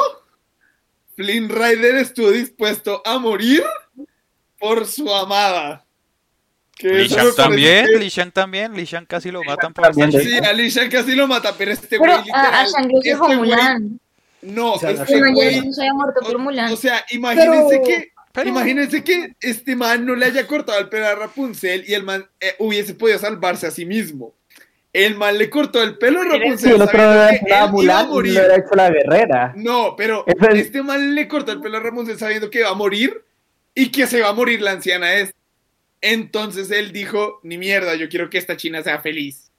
[SPEAKER 3] Flynn Rider estuvo dispuesto a morir por su amada. Que
[SPEAKER 5] Li
[SPEAKER 3] eso me
[SPEAKER 5] Shang
[SPEAKER 3] parece
[SPEAKER 5] también,
[SPEAKER 3] que-
[SPEAKER 5] Li Shang también, Li Shang casi lo matan por
[SPEAKER 9] también,
[SPEAKER 5] estar
[SPEAKER 9] de-
[SPEAKER 3] Sí, a Li Shang casi lo mata, pero este
[SPEAKER 8] Pero
[SPEAKER 3] güey
[SPEAKER 8] a, a
[SPEAKER 3] literal,
[SPEAKER 8] Shang-Chi
[SPEAKER 3] este
[SPEAKER 8] fue
[SPEAKER 3] güey-
[SPEAKER 8] Mulan.
[SPEAKER 3] No,
[SPEAKER 2] O sea,
[SPEAKER 3] este
[SPEAKER 2] Sí,
[SPEAKER 8] Pero
[SPEAKER 3] güey
[SPEAKER 8] ya no se había muerto por Mulan.
[SPEAKER 3] o, o sea, imagínense
[SPEAKER 2] Pero-
[SPEAKER 3] que imagínense que este man no le haya cortado el pelo a Rapunzel y el man eh, hubiese podido salvarse a sí mismo. El man le cortó el pelo a
[SPEAKER 9] Sí,
[SPEAKER 3] Rapunzel
[SPEAKER 9] el otro
[SPEAKER 3] sabiendo que
[SPEAKER 9] era
[SPEAKER 3] él
[SPEAKER 9] era
[SPEAKER 3] iba a
[SPEAKER 9] Mulan y
[SPEAKER 3] morir.
[SPEAKER 9] lo era hecho la guerrera.
[SPEAKER 3] No, pero
[SPEAKER 9] Es el-
[SPEAKER 3] este man le cortó el pelo a Rapunzel sabiendo que va a morir y que se va a morir la anciana esta. Entonces él dijo, ni mierda, yo quiero que esta china sea feliz.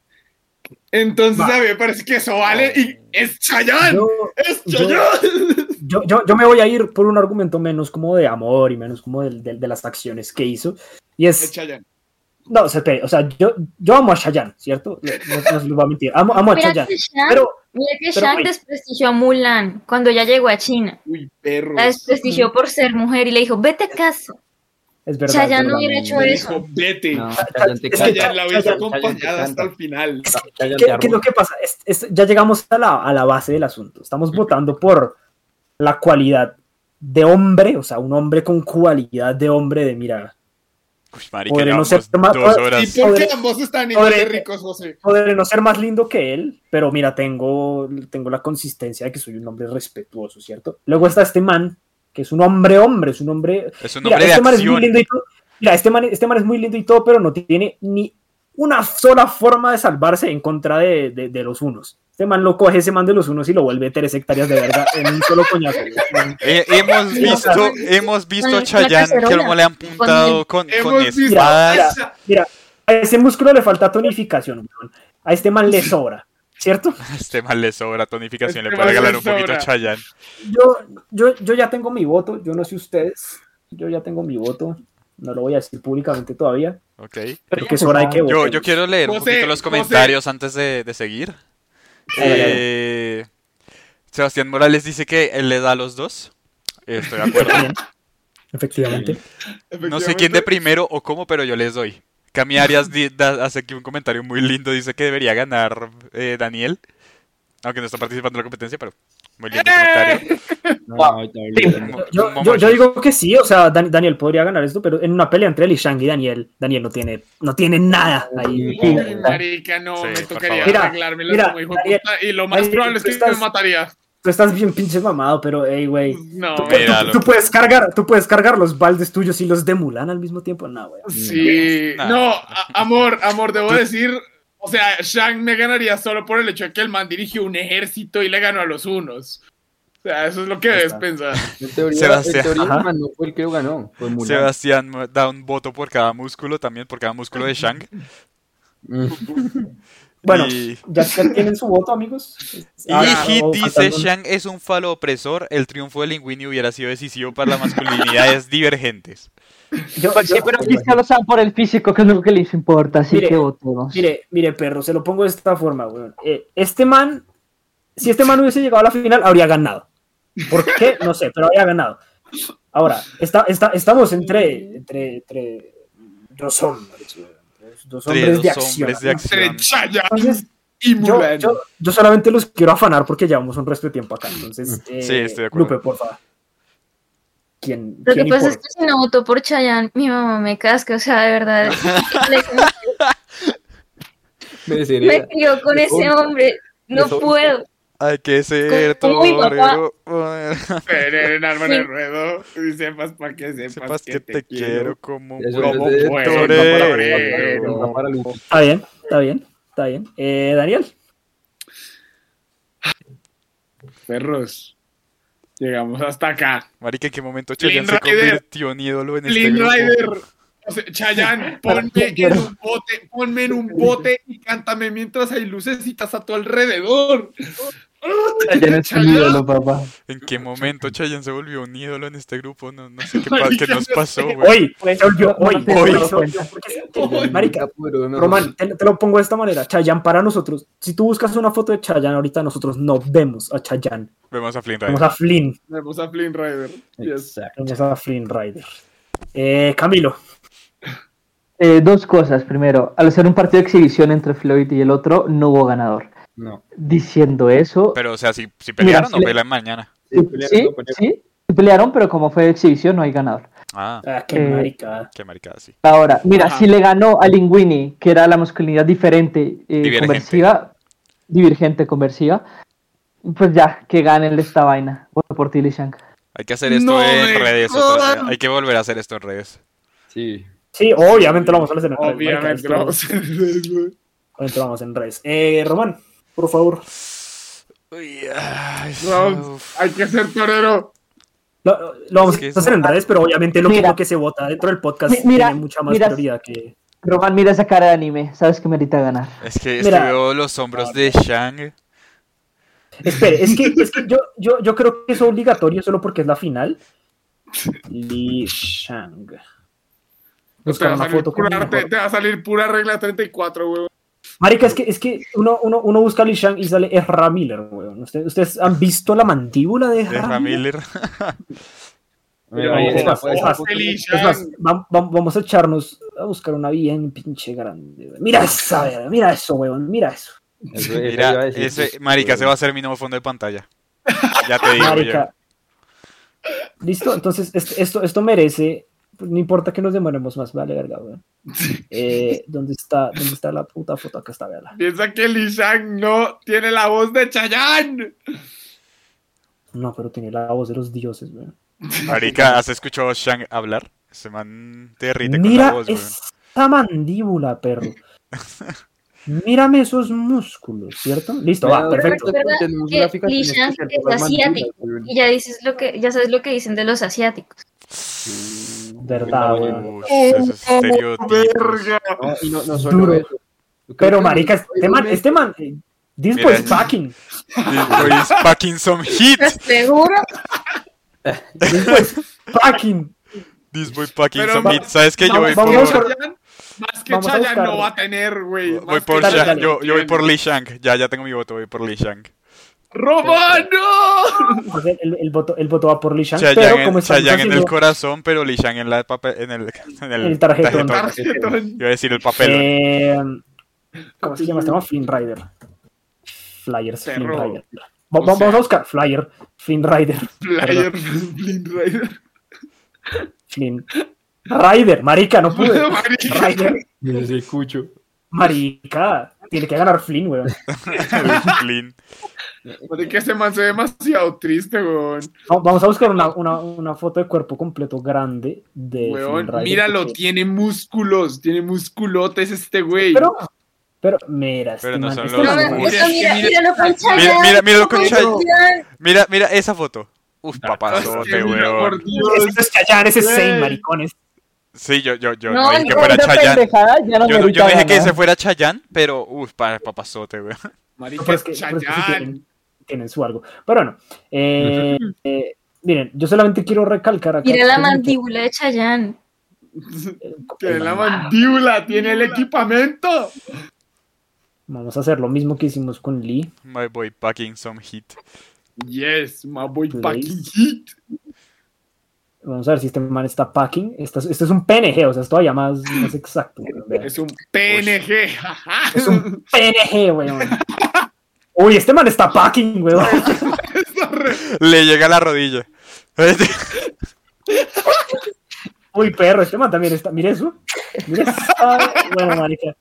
[SPEAKER 3] Entonces a mí me parece que eso vale y es Chayanne.
[SPEAKER 2] Yo-
[SPEAKER 3] ¡Es
[SPEAKER 2] yo-
[SPEAKER 3] Chayanne!
[SPEAKER 2] yo, yo, yo me voy a ir por un argumento menos como de amor y menos como del- del- de, las acciones que hizo. Y
[SPEAKER 3] Es
[SPEAKER 2] es,
[SPEAKER 3] Chayanne.
[SPEAKER 2] no, o sea, espere, o sea, yo, yo amo a Chayanne, ¿cierto? No, no se los voy a mentir, amo, amo a
[SPEAKER 8] Mira
[SPEAKER 2] Chayanne.
[SPEAKER 8] que Shang,
[SPEAKER 2] Pero,
[SPEAKER 8] mira que
[SPEAKER 2] pero,
[SPEAKER 8] Shang
[SPEAKER 2] güey.
[SPEAKER 8] desprestigió a Mulan cuando ya llegó a China.
[SPEAKER 3] Uy, perro.
[SPEAKER 2] Ah,
[SPEAKER 8] La desprestigió por ser mujer y le dijo, vete a casa.
[SPEAKER 2] es verdad. es
[SPEAKER 8] Chayanne
[SPEAKER 2] verdad.
[SPEAKER 8] no hubiera hecho
[SPEAKER 3] Me
[SPEAKER 8] eso.
[SPEAKER 3] dijo, vete.
[SPEAKER 10] No, Chayanne te
[SPEAKER 2] Es que
[SPEAKER 10] canta.
[SPEAKER 3] Chayanne la hubiese
[SPEAKER 2] Chayanne,
[SPEAKER 3] acompañada
[SPEAKER 10] Chayanne te
[SPEAKER 3] hasta el
[SPEAKER 10] canta.
[SPEAKER 3] final.
[SPEAKER 10] Chayanne te
[SPEAKER 2] ¿Qué, qué es lo
[SPEAKER 10] arruga.
[SPEAKER 2] que pasa? Es- es- ya llegamos a la, a la base del asunto. Estamos votando por la cualidad de hombre, o sea, un hombre con cualidad de hombre de mirada.
[SPEAKER 5] Uy, marica,
[SPEAKER 2] Podré no este
[SPEAKER 5] llevamos
[SPEAKER 2] ser más-
[SPEAKER 5] dos
[SPEAKER 3] ¿Y
[SPEAKER 5] horas.
[SPEAKER 3] por qué
[SPEAKER 2] Sobre-
[SPEAKER 3] ambos están igual de
[SPEAKER 2] sobre-
[SPEAKER 3] ricos, José?
[SPEAKER 2] Podré no ser más lindo que él, pero mira, tengo, tengo la consistencia de que soy un hombre respetuoso, ¿cierto? Luego está este man, que es un hombre hombre, es un hombre...
[SPEAKER 5] Es un
[SPEAKER 2] Mira,
[SPEAKER 5] hombre de
[SPEAKER 2] este man es muy
[SPEAKER 5] acción.
[SPEAKER 2] lindo y todo. Mira, este man, este man es muy lindo y todo, pero no tiene ni una sola forma de salvarse en contra de, de- de los unos. Este man lo coge, ese man de los unos y lo vuelve tres hectáreas de verga en un solo coñazo.
[SPEAKER 5] Eh, hemos
[SPEAKER 2] Sí, o sea,
[SPEAKER 5] visto, hemos visto a
[SPEAKER 8] una
[SPEAKER 5] Chayanne que
[SPEAKER 8] cacerola.
[SPEAKER 5] como le han puntado con, con
[SPEAKER 3] Hemos visto Ah,
[SPEAKER 5] espadas.
[SPEAKER 2] Mira, a ese músculo le falta tonificación, weón. a este man le sobra. ¿Cierto?
[SPEAKER 5] A Este mal le sobra tonificación,
[SPEAKER 2] Este
[SPEAKER 5] le
[SPEAKER 2] mal
[SPEAKER 5] puede
[SPEAKER 2] le
[SPEAKER 5] regalar un poquito a
[SPEAKER 2] sobra.
[SPEAKER 5] Chayanne.
[SPEAKER 2] Yo, yo, yo ya tengo mi voto, yo no sé ustedes, yo ya tengo mi voto, no lo voy a decir públicamente todavía.
[SPEAKER 5] Ok.
[SPEAKER 2] Pero que es hora de que
[SPEAKER 5] yo,
[SPEAKER 2] voten.
[SPEAKER 5] yo quiero leer un
[SPEAKER 2] José,
[SPEAKER 5] poquito los
[SPEAKER 2] José.
[SPEAKER 5] comentarios antes de, de seguir.
[SPEAKER 2] Dale, dale.
[SPEAKER 5] Eh, Sebastián Morales dice que él le da a los dos. Eh, Estoy de acuerdo.
[SPEAKER 2] Efectivamente.
[SPEAKER 5] No sé quién de primero o cómo, pero yo les doy. Cami Arias di- da- hace aquí un comentario muy lindo. Dice que debería ganar eh, Daniel. Aunque no está participando en la competencia, pero muy
[SPEAKER 2] ¡Eh!
[SPEAKER 5] lindo comentario.
[SPEAKER 2] Yo, yo- yo digo que sí, o sea, Dan- Daniel podría ganar esto, pero en una pelea entre él y Shang y Daniel, Daniel no tiene, no tiene nada ahí.
[SPEAKER 3] Ay, marica, no, me tocaría
[SPEAKER 2] favor. Mira,
[SPEAKER 3] arreglármela
[SPEAKER 2] mira,
[SPEAKER 3] como hijo de puta, y lo más
[SPEAKER 2] Ariel,
[SPEAKER 3] probable es
[SPEAKER 2] tú
[SPEAKER 3] que
[SPEAKER 2] estás-
[SPEAKER 3] me mataría.
[SPEAKER 2] Tú estás bien pinche mamado, pero hey, güey.
[SPEAKER 3] No,
[SPEAKER 2] tú, tú-
[SPEAKER 5] míralo.
[SPEAKER 2] tú puedes cargar, tú puedes cargar los baldes tuyos y los de Mulan al mismo tiempo. No, güey.
[SPEAKER 3] Sí,
[SPEAKER 2] Nah.
[SPEAKER 3] no, a- amor, amor, debo decir, o sea, Shang me ganaría solo por el hecho de que el man dirigió un ejército y le ganó a los unos. O sea, eso es lo que debes pensar.
[SPEAKER 6] En teoría,
[SPEAKER 5] Sebastián.
[SPEAKER 6] en teoría el
[SPEAKER 5] Ajá.
[SPEAKER 6] man no fue el que lo ganó. Fue Mulan.
[SPEAKER 5] Sebastián mu- da un voto por cada músculo también, por cada músculo de Shang.
[SPEAKER 2] Bueno,
[SPEAKER 5] Y-
[SPEAKER 2] ya, ya tienen su voto, amigos.
[SPEAKER 5] Y
[SPEAKER 2] Ahora, oh,
[SPEAKER 5] Hit
[SPEAKER 2] o-
[SPEAKER 5] dice,
[SPEAKER 2] faltando-
[SPEAKER 5] Shang es un falo opresor, el triunfo de Linguini hubiera sido decisivo para las masculinidades divergentes.
[SPEAKER 9] Pues sí, pero aquí solo saben por el físico, que es lo que les importa, así
[SPEAKER 2] Mire,
[SPEAKER 9] que votemos.
[SPEAKER 2] Mire, mire, perro, se lo pongo de esta forma, weón. Eh, este man, si este man hubiese llegado a la final, habría ganado. ¿Por qué? No sé, pero habría ganado. Ahora, está, está- estamos entre, entre, entre dos hombres, weón. Dos
[SPEAKER 5] Entre
[SPEAKER 2] hombres de
[SPEAKER 5] dos
[SPEAKER 2] acción.
[SPEAKER 5] hombres de acción. Entre
[SPEAKER 2] Entonces, yo, yo- yo solamente los quiero afanar porque llevamos un resto de tiempo acá. Entonces, eh,
[SPEAKER 5] Sí, estoy de acuerdo.
[SPEAKER 2] Lupe, por favor. ¿Quién,
[SPEAKER 8] Lo que
[SPEAKER 2] quién
[SPEAKER 8] pasa es
[SPEAKER 2] importa?
[SPEAKER 8] que si no votó por Chayanne, mi mamá me casca, o sea, de verdad. me crió con ese hombre. No
[SPEAKER 5] Eso-
[SPEAKER 8] puedo.
[SPEAKER 5] Hay que ser
[SPEAKER 8] Como mi papá.
[SPEAKER 5] torero.
[SPEAKER 3] Pero en arma en el
[SPEAKER 8] Sí.
[SPEAKER 3] ruedo, y sepas para que sepas, que, te, quiero
[SPEAKER 5] como
[SPEAKER 3] un
[SPEAKER 2] como
[SPEAKER 3] buen torero.
[SPEAKER 2] Está bien, está bien, está bien. Eh, Daniel.
[SPEAKER 3] Perros, llegamos hasta acá.
[SPEAKER 5] Marica, ¿en qué momento
[SPEAKER 3] Flynn
[SPEAKER 5] Chayanne se
[SPEAKER 3] Rider.
[SPEAKER 5] convirtió en ídolo en este
[SPEAKER 3] Flynn
[SPEAKER 5] grupo?
[SPEAKER 3] Rider. O sea, Chayanne, ponme en un bote, ponme en un bote y cántame mientras hay lucecitas a tu alrededor.
[SPEAKER 9] Ya no es un ídolo, papá.
[SPEAKER 5] ¿En qué momento Chayanne se volvió un ídolo en este grupo? No, no sé qué, pa- qué nos pasó,
[SPEAKER 2] Hoy,
[SPEAKER 5] güey.
[SPEAKER 8] Pues,
[SPEAKER 2] se volvió hoy,
[SPEAKER 5] no,
[SPEAKER 2] hoy.
[SPEAKER 5] no,
[SPEAKER 2] se volvió, porque se volvió. Marica, Román,
[SPEAKER 5] pues.
[SPEAKER 2] te, te lo pongo de esta manera. Chayanne para nosotros. Si tú buscas una foto de Chayanne ahorita, nosotros no vemos a Chayanne.
[SPEAKER 5] Vemos a Flynn Rider.
[SPEAKER 2] Vemos a Flynn.
[SPEAKER 3] Vemos a Flynn Rider.
[SPEAKER 2] Vemos a Flynn Rider. Eh, Camilo.
[SPEAKER 9] Eh, dos cosas. Primero, al ser un partido de exhibición entre Floyd y el otro, no hubo ganador.
[SPEAKER 10] No.
[SPEAKER 9] Diciendo eso,
[SPEAKER 5] Pero, o sea, si, si pelearon
[SPEAKER 9] Mira,
[SPEAKER 5] o
[SPEAKER 9] Flynn-
[SPEAKER 5] pelean mañana.
[SPEAKER 9] sí, sí, sí, pelearon, pero como fue de exhibición, no hay ganador.
[SPEAKER 5] Ah,
[SPEAKER 9] qué Eh, maricada.
[SPEAKER 5] Qué maricada, sí.
[SPEAKER 9] Ahora, mira,
[SPEAKER 5] Ajá.
[SPEAKER 9] si le ganó a Linguini, que era la masculinidad diferente, eh,
[SPEAKER 5] Divergente.
[SPEAKER 9] conversiva, divergente, conversiva, pues ya, que ganen esta vaina. Voto por Tilly Shank.
[SPEAKER 5] Hay que hacer esto
[SPEAKER 9] No
[SPEAKER 5] en
[SPEAKER 9] me
[SPEAKER 5] redes. otra vez. Hay que volver a hacer esto en redes.
[SPEAKER 10] Sí.
[SPEAKER 2] Sí, obviamente lo vamos a hacer en redes. marica,
[SPEAKER 3] Obviamente
[SPEAKER 2] esto
[SPEAKER 3] lo vamos a hacer en redes, güey.
[SPEAKER 2] Obviamente lo vamos a hacer en redes. Eh, Román, por favor.
[SPEAKER 3] Raúl, Hay que ser torero.
[SPEAKER 2] Lo, lo vamos
[SPEAKER 3] Es que
[SPEAKER 2] a hacer en redes, pero obviamente lo
[SPEAKER 9] Mira.
[SPEAKER 2] lo que se vota dentro del podcast
[SPEAKER 9] Mi- mira,
[SPEAKER 2] tiene mucha más
[SPEAKER 9] mira.
[SPEAKER 2] prioridad que.
[SPEAKER 9] Roman, mira esa cara de anime, sabes que merita ganar.
[SPEAKER 5] Es que, es que
[SPEAKER 9] Mira.
[SPEAKER 5] veo los hombros de Shang.
[SPEAKER 2] Espere, es que, es que yo, yo, yo creo que es obligatorio solo porque es la final. Li Shang.
[SPEAKER 3] Te
[SPEAKER 2] Buscar
[SPEAKER 3] va, a
[SPEAKER 2] una
[SPEAKER 3] salir
[SPEAKER 2] foto con
[SPEAKER 3] Pues pura,
[SPEAKER 2] el
[SPEAKER 3] arte-
[SPEAKER 2] mejor.
[SPEAKER 3] te va a salir pura regla 34, güey.
[SPEAKER 2] Marica, es que, es que uno, uno, uno busca Li Shang y sale Ezra Miller, weón. ¿Ustedes, ustedes han visto la mandíbula de Ezra
[SPEAKER 5] Ezra
[SPEAKER 2] Miller?
[SPEAKER 5] Miller.
[SPEAKER 2] Pero
[SPEAKER 5] ahí
[SPEAKER 2] es
[SPEAKER 5] está,
[SPEAKER 2] más,
[SPEAKER 5] pues,
[SPEAKER 2] es más,
[SPEAKER 5] Eli
[SPEAKER 2] es más, vam- vam- vamos a echarnos a buscar una bien pinche grande. weón. Mira esa, verga, mira eso, weón, mira eso.
[SPEAKER 5] Mira, ese, marica, se va a hacer mi nuevo fondo de pantalla. Ya te digo yo.
[SPEAKER 2] Marica. Listo, entonces est- esto, esto merece. No importa que nos demoremos más, vale, verga, weón. Eh, ¿dónde, está, ¿Dónde está la puta foto? Acá está, véala.
[SPEAKER 3] Piensa que Lee Shang no tiene la voz de Chayanne.
[SPEAKER 2] No, pero tiene la voz de los dioses, weón.
[SPEAKER 5] Marica, ¿has escuchado a Shang hablar? Ese man derrite con la
[SPEAKER 2] Mira
[SPEAKER 5] voz, weón.
[SPEAKER 2] esa mandíbula, perro. Mírame esos músculos, ¿cierto? Listo, va, perfecto.
[SPEAKER 8] Recuerda que
[SPEAKER 6] gráficas
[SPEAKER 8] Li
[SPEAKER 6] que nos
[SPEAKER 8] Shang
[SPEAKER 6] explican
[SPEAKER 8] es
[SPEAKER 6] todas las
[SPEAKER 8] asiático.
[SPEAKER 6] mandíbulas,
[SPEAKER 8] Y ya, dices lo que, ya sabes lo que dicen de los asiáticos.
[SPEAKER 2] Verdad, weón. Oh,
[SPEAKER 5] estereotipos.
[SPEAKER 6] No, y no, no solo
[SPEAKER 2] Duro.
[SPEAKER 6] eso.
[SPEAKER 2] Pero, marica, este man, este man, eh, This
[SPEAKER 5] Mira,
[SPEAKER 2] boy is
[SPEAKER 5] es-
[SPEAKER 2] packing.
[SPEAKER 5] This boy is packing some heat.
[SPEAKER 8] ¿Seguro?
[SPEAKER 2] This boy is packing.
[SPEAKER 5] This boy packing
[SPEAKER 3] Pero
[SPEAKER 5] some
[SPEAKER 3] va-
[SPEAKER 5] heat. ¿Sabes qué? Yo voy
[SPEAKER 2] vamos-
[SPEAKER 3] pues,
[SPEAKER 5] por,
[SPEAKER 2] vamos
[SPEAKER 5] voy
[SPEAKER 3] Más que
[SPEAKER 2] Vamos a
[SPEAKER 3] Chayanne no
[SPEAKER 2] buscarlo.
[SPEAKER 3] va a tener, güey. más que
[SPEAKER 5] por,
[SPEAKER 3] Chayanne
[SPEAKER 5] Shang-
[SPEAKER 3] no
[SPEAKER 5] yo, yo voy
[SPEAKER 3] tiene.
[SPEAKER 5] por Lee Shang. Ya, ya tengo mi voto, voy por Lee Shang.
[SPEAKER 3] ¡Romano!
[SPEAKER 2] Entonces, el, el voto, el voto va por Lee Shang, pero
[SPEAKER 5] Chayanne
[SPEAKER 2] como
[SPEAKER 5] en,
[SPEAKER 2] estamos
[SPEAKER 5] Chayanne en el
[SPEAKER 2] haciendo-
[SPEAKER 5] corazón, pero Lee Shang en, la papel, en el, en el,
[SPEAKER 2] El tarjetón.
[SPEAKER 3] Tarjetón.
[SPEAKER 5] Yo iba a decir el papel.
[SPEAKER 2] Eh, ¿Cómo se llama? Se llama Flynn Rider. Flyers, Flynn
[SPEAKER 3] Perro.
[SPEAKER 2] Rider. Va- va- vamos a buscar Flyer, Flynn Rider.
[SPEAKER 3] Flyer, Blind Rider.
[SPEAKER 2] Flynn. Rider, marica, no pude.
[SPEAKER 3] Marica.
[SPEAKER 2] Rider,
[SPEAKER 10] Yo soy Cucho.
[SPEAKER 2] marica. Tiene que ganar Flynn, weón.
[SPEAKER 5] Flynn.
[SPEAKER 3] Marica, ese man se ve demasiado triste, weón.
[SPEAKER 2] Va- Vamos a buscar una, una, una foto de cuerpo completo grande de
[SPEAKER 3] Weón,
[SPEAKER 2] Flynn Rider.
[SPEAKER 3] míralo,
[SPEAKER 2] porque-
[SPEAKER 3] tiene músculos, tiene musculotes este güey.
[SPEAKER 2] Pero, pero, mira, este
[SPEAKER 5] Pero no
[SPEAKER 2] man-
[SPEAKER 5] son
[SPEAKER 2] este
[SPEAKER 5] los
[SPEAKER 8] No,
[SPEAKER 2] man-
[SPEAKER 8] no,
[SPEAKER 5] Mira,
[SPEAKER 8] eso mira,
[SPEAKER 3] mira.
[SPEAKER 8] míralo con Chayanne,
[SPEAKER 5] mira, míralo con
[SPEAKER 8] con
[SPEAKER 5] Chayanne. Mira, mira esa foto. Uf,
[SPEAKER 3] Ah.
[SPEAKER 5] papazote,
[SPEAKER 3] Hostia, mira,
[SPEAKER 5] weón.
[SPEAKER 3] por Dios.
[SPEAKER 2] Ese es Chayanne, ese es
[SPEAKER 3] Güey.
[SPEAKER 2] Zane, maricones.
[SPEAKER 5] Sí, yo, yo, yo no,
[SPEAKER 8] No,
[SPEAKER 5] dije que
[SPEAKER 8] no,
[SPEAKER 5] fuera
[SPEAKER 8] no,
[SPEAKER 5] Chayanne.
[SPEAKER 9] pendejada, ya no
[SPEAKER 5] Yo, no- yo
[SPEAKER 9] merita
[SPEAKER 5] no dije que
[SPEAKER 9] ganar.
[SPEAKER 5] ese fuera Chayanne, pero uf, pa- papazote, weón.
[SPEAKER 3] Marica,
[SPEAKER 2] Pero
[SPEAKER 3] es
[SPEAKER 2] es pues que- pero es que sí
[SPEAKER 3] Chayanne.
[SPEAKER 2] tienen, tienen su algo. Pero bueno, eh, eh, miren, yo solamente quiero recalcar acá.
[SPEAKER 8] Mira la
[SPEAKER 2] que-
[SPEAKER 8] mandíbula de Chayanne.
[SPEAKER 3] Tiene la mandíbula, tiene el equipamiento.
[SPEAKER 2] Vamos a hacer lo mismo que hicimos con Lee.
[SPEAKER 5] My boy packing some heat.
[SPEAKER 3] Yes, my boy
[SPEAKER 2] Place.
[SPEAKER 3] packing heat.
[SPEAKER 2] Vamos a ver si este man está packing. Esto, es- esto es un PNG, o sea, es todavía más, más exacto. weón.
[SPEAKER 3] Es un PNG, jaja.
[SPEAKER 2] Es un PNG, weón. Uy, este man está packing, weón.
[SPEAKER 5] Le llega a la rodilla.
[SPEAKER 2] Uy, perro, este man también está. Mire eso. Mire esa- Bueno, marica.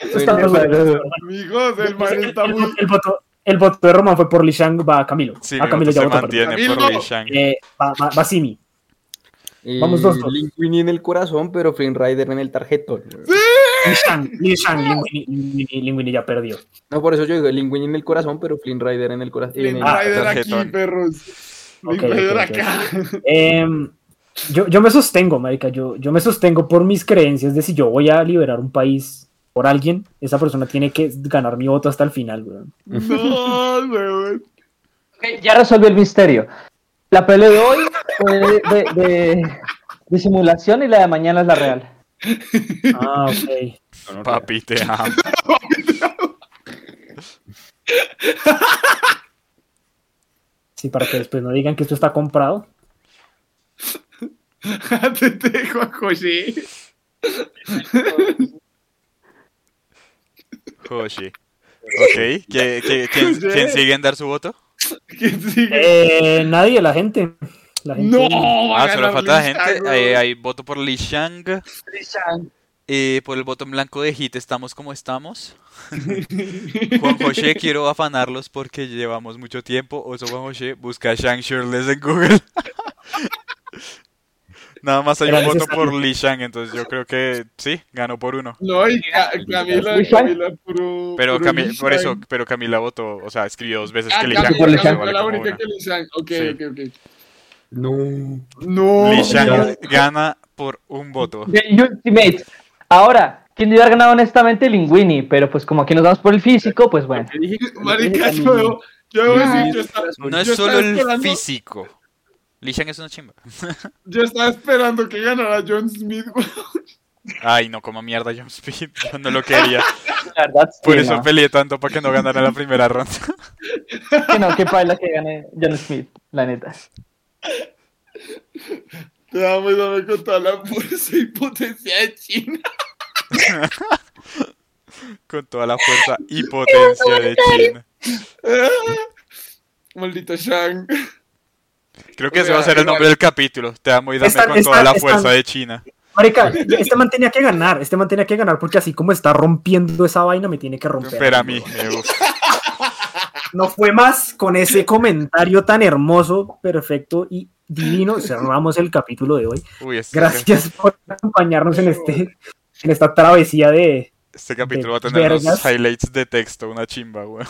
[SPEAKER 2] Eso está más bueno.
[SPEAKER 3] Amigos, el man
[SPEAKER 2] El,
[SPEAKER 3] está
[SPEAKER 2] el-
[SPEAKER 3] muy.
[SPEAKER 2] el voto, el voto de Román fue por Lee Shang, va a Camilo.
[SPEAKER 5] Sí,
[SPEAKER 2] a
[SPEAKER 5] mi
[SPEAKER 2] Camilo
[SPEAKER 5] voto
[SPEAKER 2] ya
[SPEAKER 5] se
[SPEAKER 2] votó. perdón.
[SPEAKER 5] mantiene
[SPEAKER 3] Camilo.
[SPEAKER 5] por Lee Shang.
[SPEAKER 2] Eh, va, va, va Simi.
[SPEAKER 10] Eh,
[SPEAKER 2] Vamos, dos, dos.
[SPEAKER 10] Link Winnie en el corazón, pero Flynn Rider en el tarjetón.
[SPEAKER 2] Lee Shang, Lee Shang, Linguini, Linguini- Linguini ya perdió.
[SPEAKER 10] No, por eso yo digo Link Winnie en el corazón, pero Flynn Rider en el corazón. en
[SPEAKER 3] Blind
[SPEAKER 10] el-
[SPEAKER 2] Ah,
[SPEAKER 3] Rider aquí,
[SPEAKER 5] tarjetón.
[SPEAKER 3] perros. Blind
[SPEAKER 2] Ok,
[SPEAKER 3] Rider
[SPEAKER 2] ok,
[SPEAKER 3] acá.
[SPEAKER 2] Em, yo, yo me sostengo, marica, yo, yo me sostengo por mis creencias de si yo voy a liberar un país por alguien, esa persona tiene que ganar mi voto hasta el final, weón.
[SPEAKER 3] No, weón.
[SPEAKER 9] Ok, Ya resolví el misterio. La pelea de hoy fue de, de- de- de simulación y la de mañana es la real.
[SPEAKER 2] Ah, ok.
[SPEAKER 5] Papi, te amo.
[SPEAKER 2] Sí, para que después no digan que esto está comprado.
[SPEAKER 3] Te dejo a José.
[SPEAKER 5] Joshi. Ok, ¿qué- qué- quién,
[SPEAKER 3] José.
[SPEAKER 5] quién sigue en dar su voto?
[SPEAKER 3] ¿Quién sigue?
[SPEAKER 2] Eh, nadie, la gente. La gente
[SPEAKER 3] No, va a
[SPEAKER 5] Ah, solo
[SPEAKER 3] ganar
[SPEAKER 5] falta la
[SPEAKER 3] Luis
[SPEAKER 5] gente.
[SPEAKER 3] Chagas.
[SPEAKER 5] Eh, hay voto por Lee Shang. Eh, por el voto en blanco de Hit estamos como estamos. Juan José, quiero afanarlos porque llevamos mucho tiempo. Oso Juan José, busca Shang Shirtless en Google. Nada más hay
[SPEAKER 2] Era
[SPEAKER 5] un voto por
[SPEAKER 2] necesario.
[SPEAKER 5] Lee Shang, entonces yo creo que sí, ganó por uno.
[SPEAKER 3] No, y Ca- Camila,
[SPEAKER 9] Luis Chagas.
[SPEAKER 3] Camila, puro.
[SPEAKER 5] eh, Pero
[SPEAKER 3] puro
[SPEAKER 5] Cami-
[SPEAKER 3] Luis
[SPEAKER 5] por eso,
[SPEAKER 3] Chagas.
[SPEAKER 5] pero Camila votó, o sea, escribió dos veces
[SPEAKER 3] Ah,
[SPEAKER 5] que Lee
[SPEAKER 3] Camila,
[SPEAKER 5] Shang.
[SPEAKER 9] por Luis
[SPEAKER 5] entonces
[SPEAKER 3] Camila,
[SPEAKER 5] vale
[SPEAKER 3] la
[SPEAKER 5] como
[SPEAKER 3] única
[SPEAKER 5] una.
[SPEAKER 3] que Luis Chagas. Ok,
[SPEAKER 5] Sí.
[SPEAKER 3] ok, ok.
[SPEAKER 10] No.
[SPEAKER 3] No.
[SPEAKER 5] Lee Shang gana por un voto.
[SPEAKER 9] The Ultimate. Ahora, quien iba a ganar honestamente Linguini, pero pues como aquí nos vamos por el físico, pues bueno.
[SPEAKER 10] Yo dije- yo
[SPEAKER 3] Marica,
[SPEAKER 10] dije
[SPEAKER 3] yo, yo debo decir, yo estaba,
[SPEAKER 5] No es
[SPEAKER 3] yo estaba
[SPEAKER 5] solo el
[SPEAKER 3] esperando-
[SPEAKER 5] físico. Lee Shang es una chimba.
[SPEAKER 3] yo estaba esperando que ganara John Smith. güey.
[SPEAKER 5] Ay, no, como mierda John Speed. Yo no lo quería.
[SPEAKER 9] La verdad, sí,
[SPEAKER 5] Por eso
[SPEAKER 9] no.
[SPEAKER 5] peleé tanto para que no ganara la primera ronda.
[SPEAKER 9] Que no, que paila que gane John Smith, la neta.
[SPEAKER 3] Te amo y dame con toda la fuerza y potencia de China.
[SPEAKER 5] Con toda la fuerza y potencia de China.
[SPEAKER 3] Maldito Shang.
[SPEAKER 5] Creo que ese va a ser el nombre del capítulo. Te amo y dame
[SPEAKER 2] Están-
[SPEAKER 5] con toda
[SPEAKER 2] están-
[SPEAKER 5] la fuerza
[SPEAKER 2] están-
[SPEAKER 5] de China.
[SPEAKER 2] Marica, este man tenía que ganar, este man tenía que ganar porque así como está rompiendo esa vaina, me tiene que romper.
[SPEAKER 5] Pero a mí. eh, uf.
[SPEAKER 2] No fue más con ese comentario tan hermoso, perfecto y divino. Cerramos el capítulo de hoy.
[SPEAKER 5] Uy, este,
[SPEAKER 2] Gracias por acompañarnos en, este, en esta travesía de...
[SPEAKER 5] este capítulo va a tener unos
[SPEAKER 2] Vergas.
[SPEAKER 5] highlights de texto, una chimba, weón.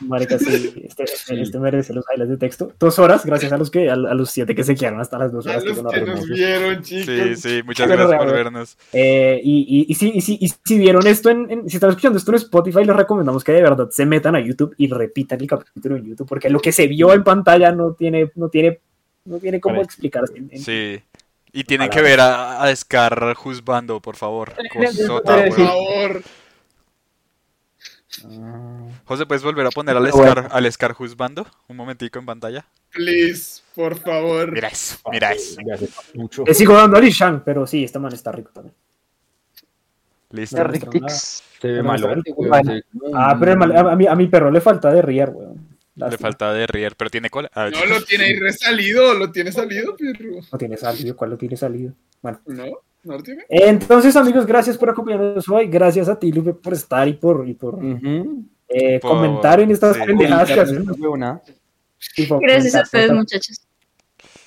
[SPEAKER 2] Marica, sí, este, este merece los highlights de texto. Dos horas, gracias a los que a, a los siete que se quedaron hasta las dos
[SPEAKER 3] A
[SPEAKER 2] horas.
[SPEAKER 3] los
[SPEAKER 2] fue una
[SPEAKER 3] que
[SPEAKER 2] reunión.
[SPEAKER 3] nos vieron, chicos.
[SPEAKER 7] Sí, sí, muchas
[SPEAKER 2] Pero
[SPEAKER 7] gracias
[SPEAKER 2] raro.
[SPEAKER 7] por vernos.
[SPEAKER 2] Eh, y, y, y si, y si- y si vieron esto, en, en- si están escuchando esto en Spotify, les recomendamos que de verdad se metan a YouTube y repitan el capítulo en YouTube, porque lo que se vio en pantalla no tiene, no tiene, no tiene cómo explicarse. en- en-
[SPEAKER 7] Sí. Y tienen que ver a, a Scar juzgando, por favor. Cosota,
[SPEAKER 3] Por
[SPEAKER 7] weón.
[SPEAKER 3] favor.
[SPEAKER 7] José, ¿puedes volver a poner al
[SPEAKER 3] Pero bueno.
[SPEAKER 7] Scar, al Scar juzgando? Un momentico en pantalla.
[SPEAKER 3] Please, por favor.
[SPEAKER 7] Mira eso, mira eso.
[SPEAKER 3] mucho.
[SPEAKER 2] Le sigo dando a Lee Shang, pero sí, este man está rico también.
[SPEAKER 7] Listo.
[SPEAKER 2] No me gusta nada.
[SPEAKER 9] Se ve
[SPEAKER 2] No me
[SPEAKER 9] malo,
[SPEAKER 2] gusta
[SPEAKER 9] güey,
[SPEAKER 2] nada.
[SPEAKER 9] se ve como-
[SPEAKER 2] Ah,
[SPEAKER 6] Mm.
[SPEAKER 2] pero el mal- a, a mí, a mi perro le falta de riar, weón.
[SPEAKER 7] Le
[SPEAKER 2] Lástima.
[SPEAKER 7] falta de rier, pero tiene cola. Ah,
[SPEAKER 3] No lo tiene ahí resalido, lo tiene salido, perro.
[SPEAKER 2] No tiene salido, ¿cuál lo tiene salido? Bueno.
[SPEAKER 3] No, no lo tiene.
[SPEAKER 2] Entonces, amigos, gracias por acompañarnos hoy. Gracias a ti, Lupe, por estar y por, y por eh,
[SPEAKER 6] Por-
[SPEAKER 2] comentar en estas
[SPEAKER 6] sí.
[SPEAKER 2] pendejadas que
[SPEAKER 6] Comentar
[SPEAKER 2] hacemos.
[SPEAKER 6] esta huevonada.
[SPEAKER 2] Y por
[SPEAKER 8] Gracias a
[SPEAKER 2] comentar
[SPEAKER 8] ustedes,
[SPEAKER 2] esta-
[SPEAKER 8] muchachos.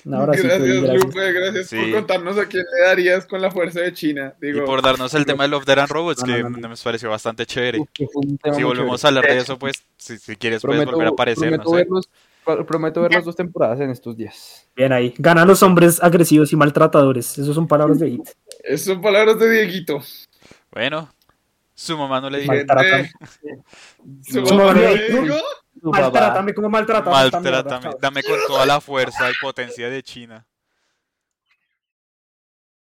[SPEAKER 2] Un abrazo,
[SPEAKER 3] gracias,
[SPEAKER 2] Luis, gracias.
[SPEAKER 3] Lupe, gracias
[SPEAKER 7] Sí.
[SPEAKER 3] por contarnos a quién le darías con la fuerza de China.
[SPEAKER 7] Y
[SPEAKER 3] Digo,
[SPEAKER 7] por darnos el tema de Love, Dead and Robots, que me pareció bastante chévere.
[SPEAKER 6] Uh, tema
[SPEAKER 7] Si
[SPEAKER 6] muy
[SPEAKER 7] volvemos
[SPEAKER 6] chévere.
[SPEAKER 7] a hablar de eso, pues, si, si quieres, puedes volver a aparecer,
[SPEAKER 6] prometo
[SPEAKER 7] no sé.
[SPEAKER 6] verlos- pro- prometo ver las dos temporadas en estos días.
[SPEAKER 2] Bien ahí. Ganan los hombres agresivos y maltratadores. Esos son palabras de hit.
[SPEAKER 3] esas son palabras de Dieguito.
[SPEAKER 7] Bueno, su mamá no le dijo.
[SPEAKER 2] Maltrátame.
[SPEAKER 7] Su
[SPEAKER 2] Su
[SPEAKER 7] mamá
[SPEAKER 2] mamá
[SPEAKER 7] no
[SPEAKER 2] le
[SPEAKER 7] le
[SPEAKER 2] dijo.
[SPEAKER 7] dijo.
[SPEAKER 2] Maltrátame como maltrátame. esta mierda,
[SPEAKER 7] Maltrátame. Dame con toda la fuerza y potencia de China.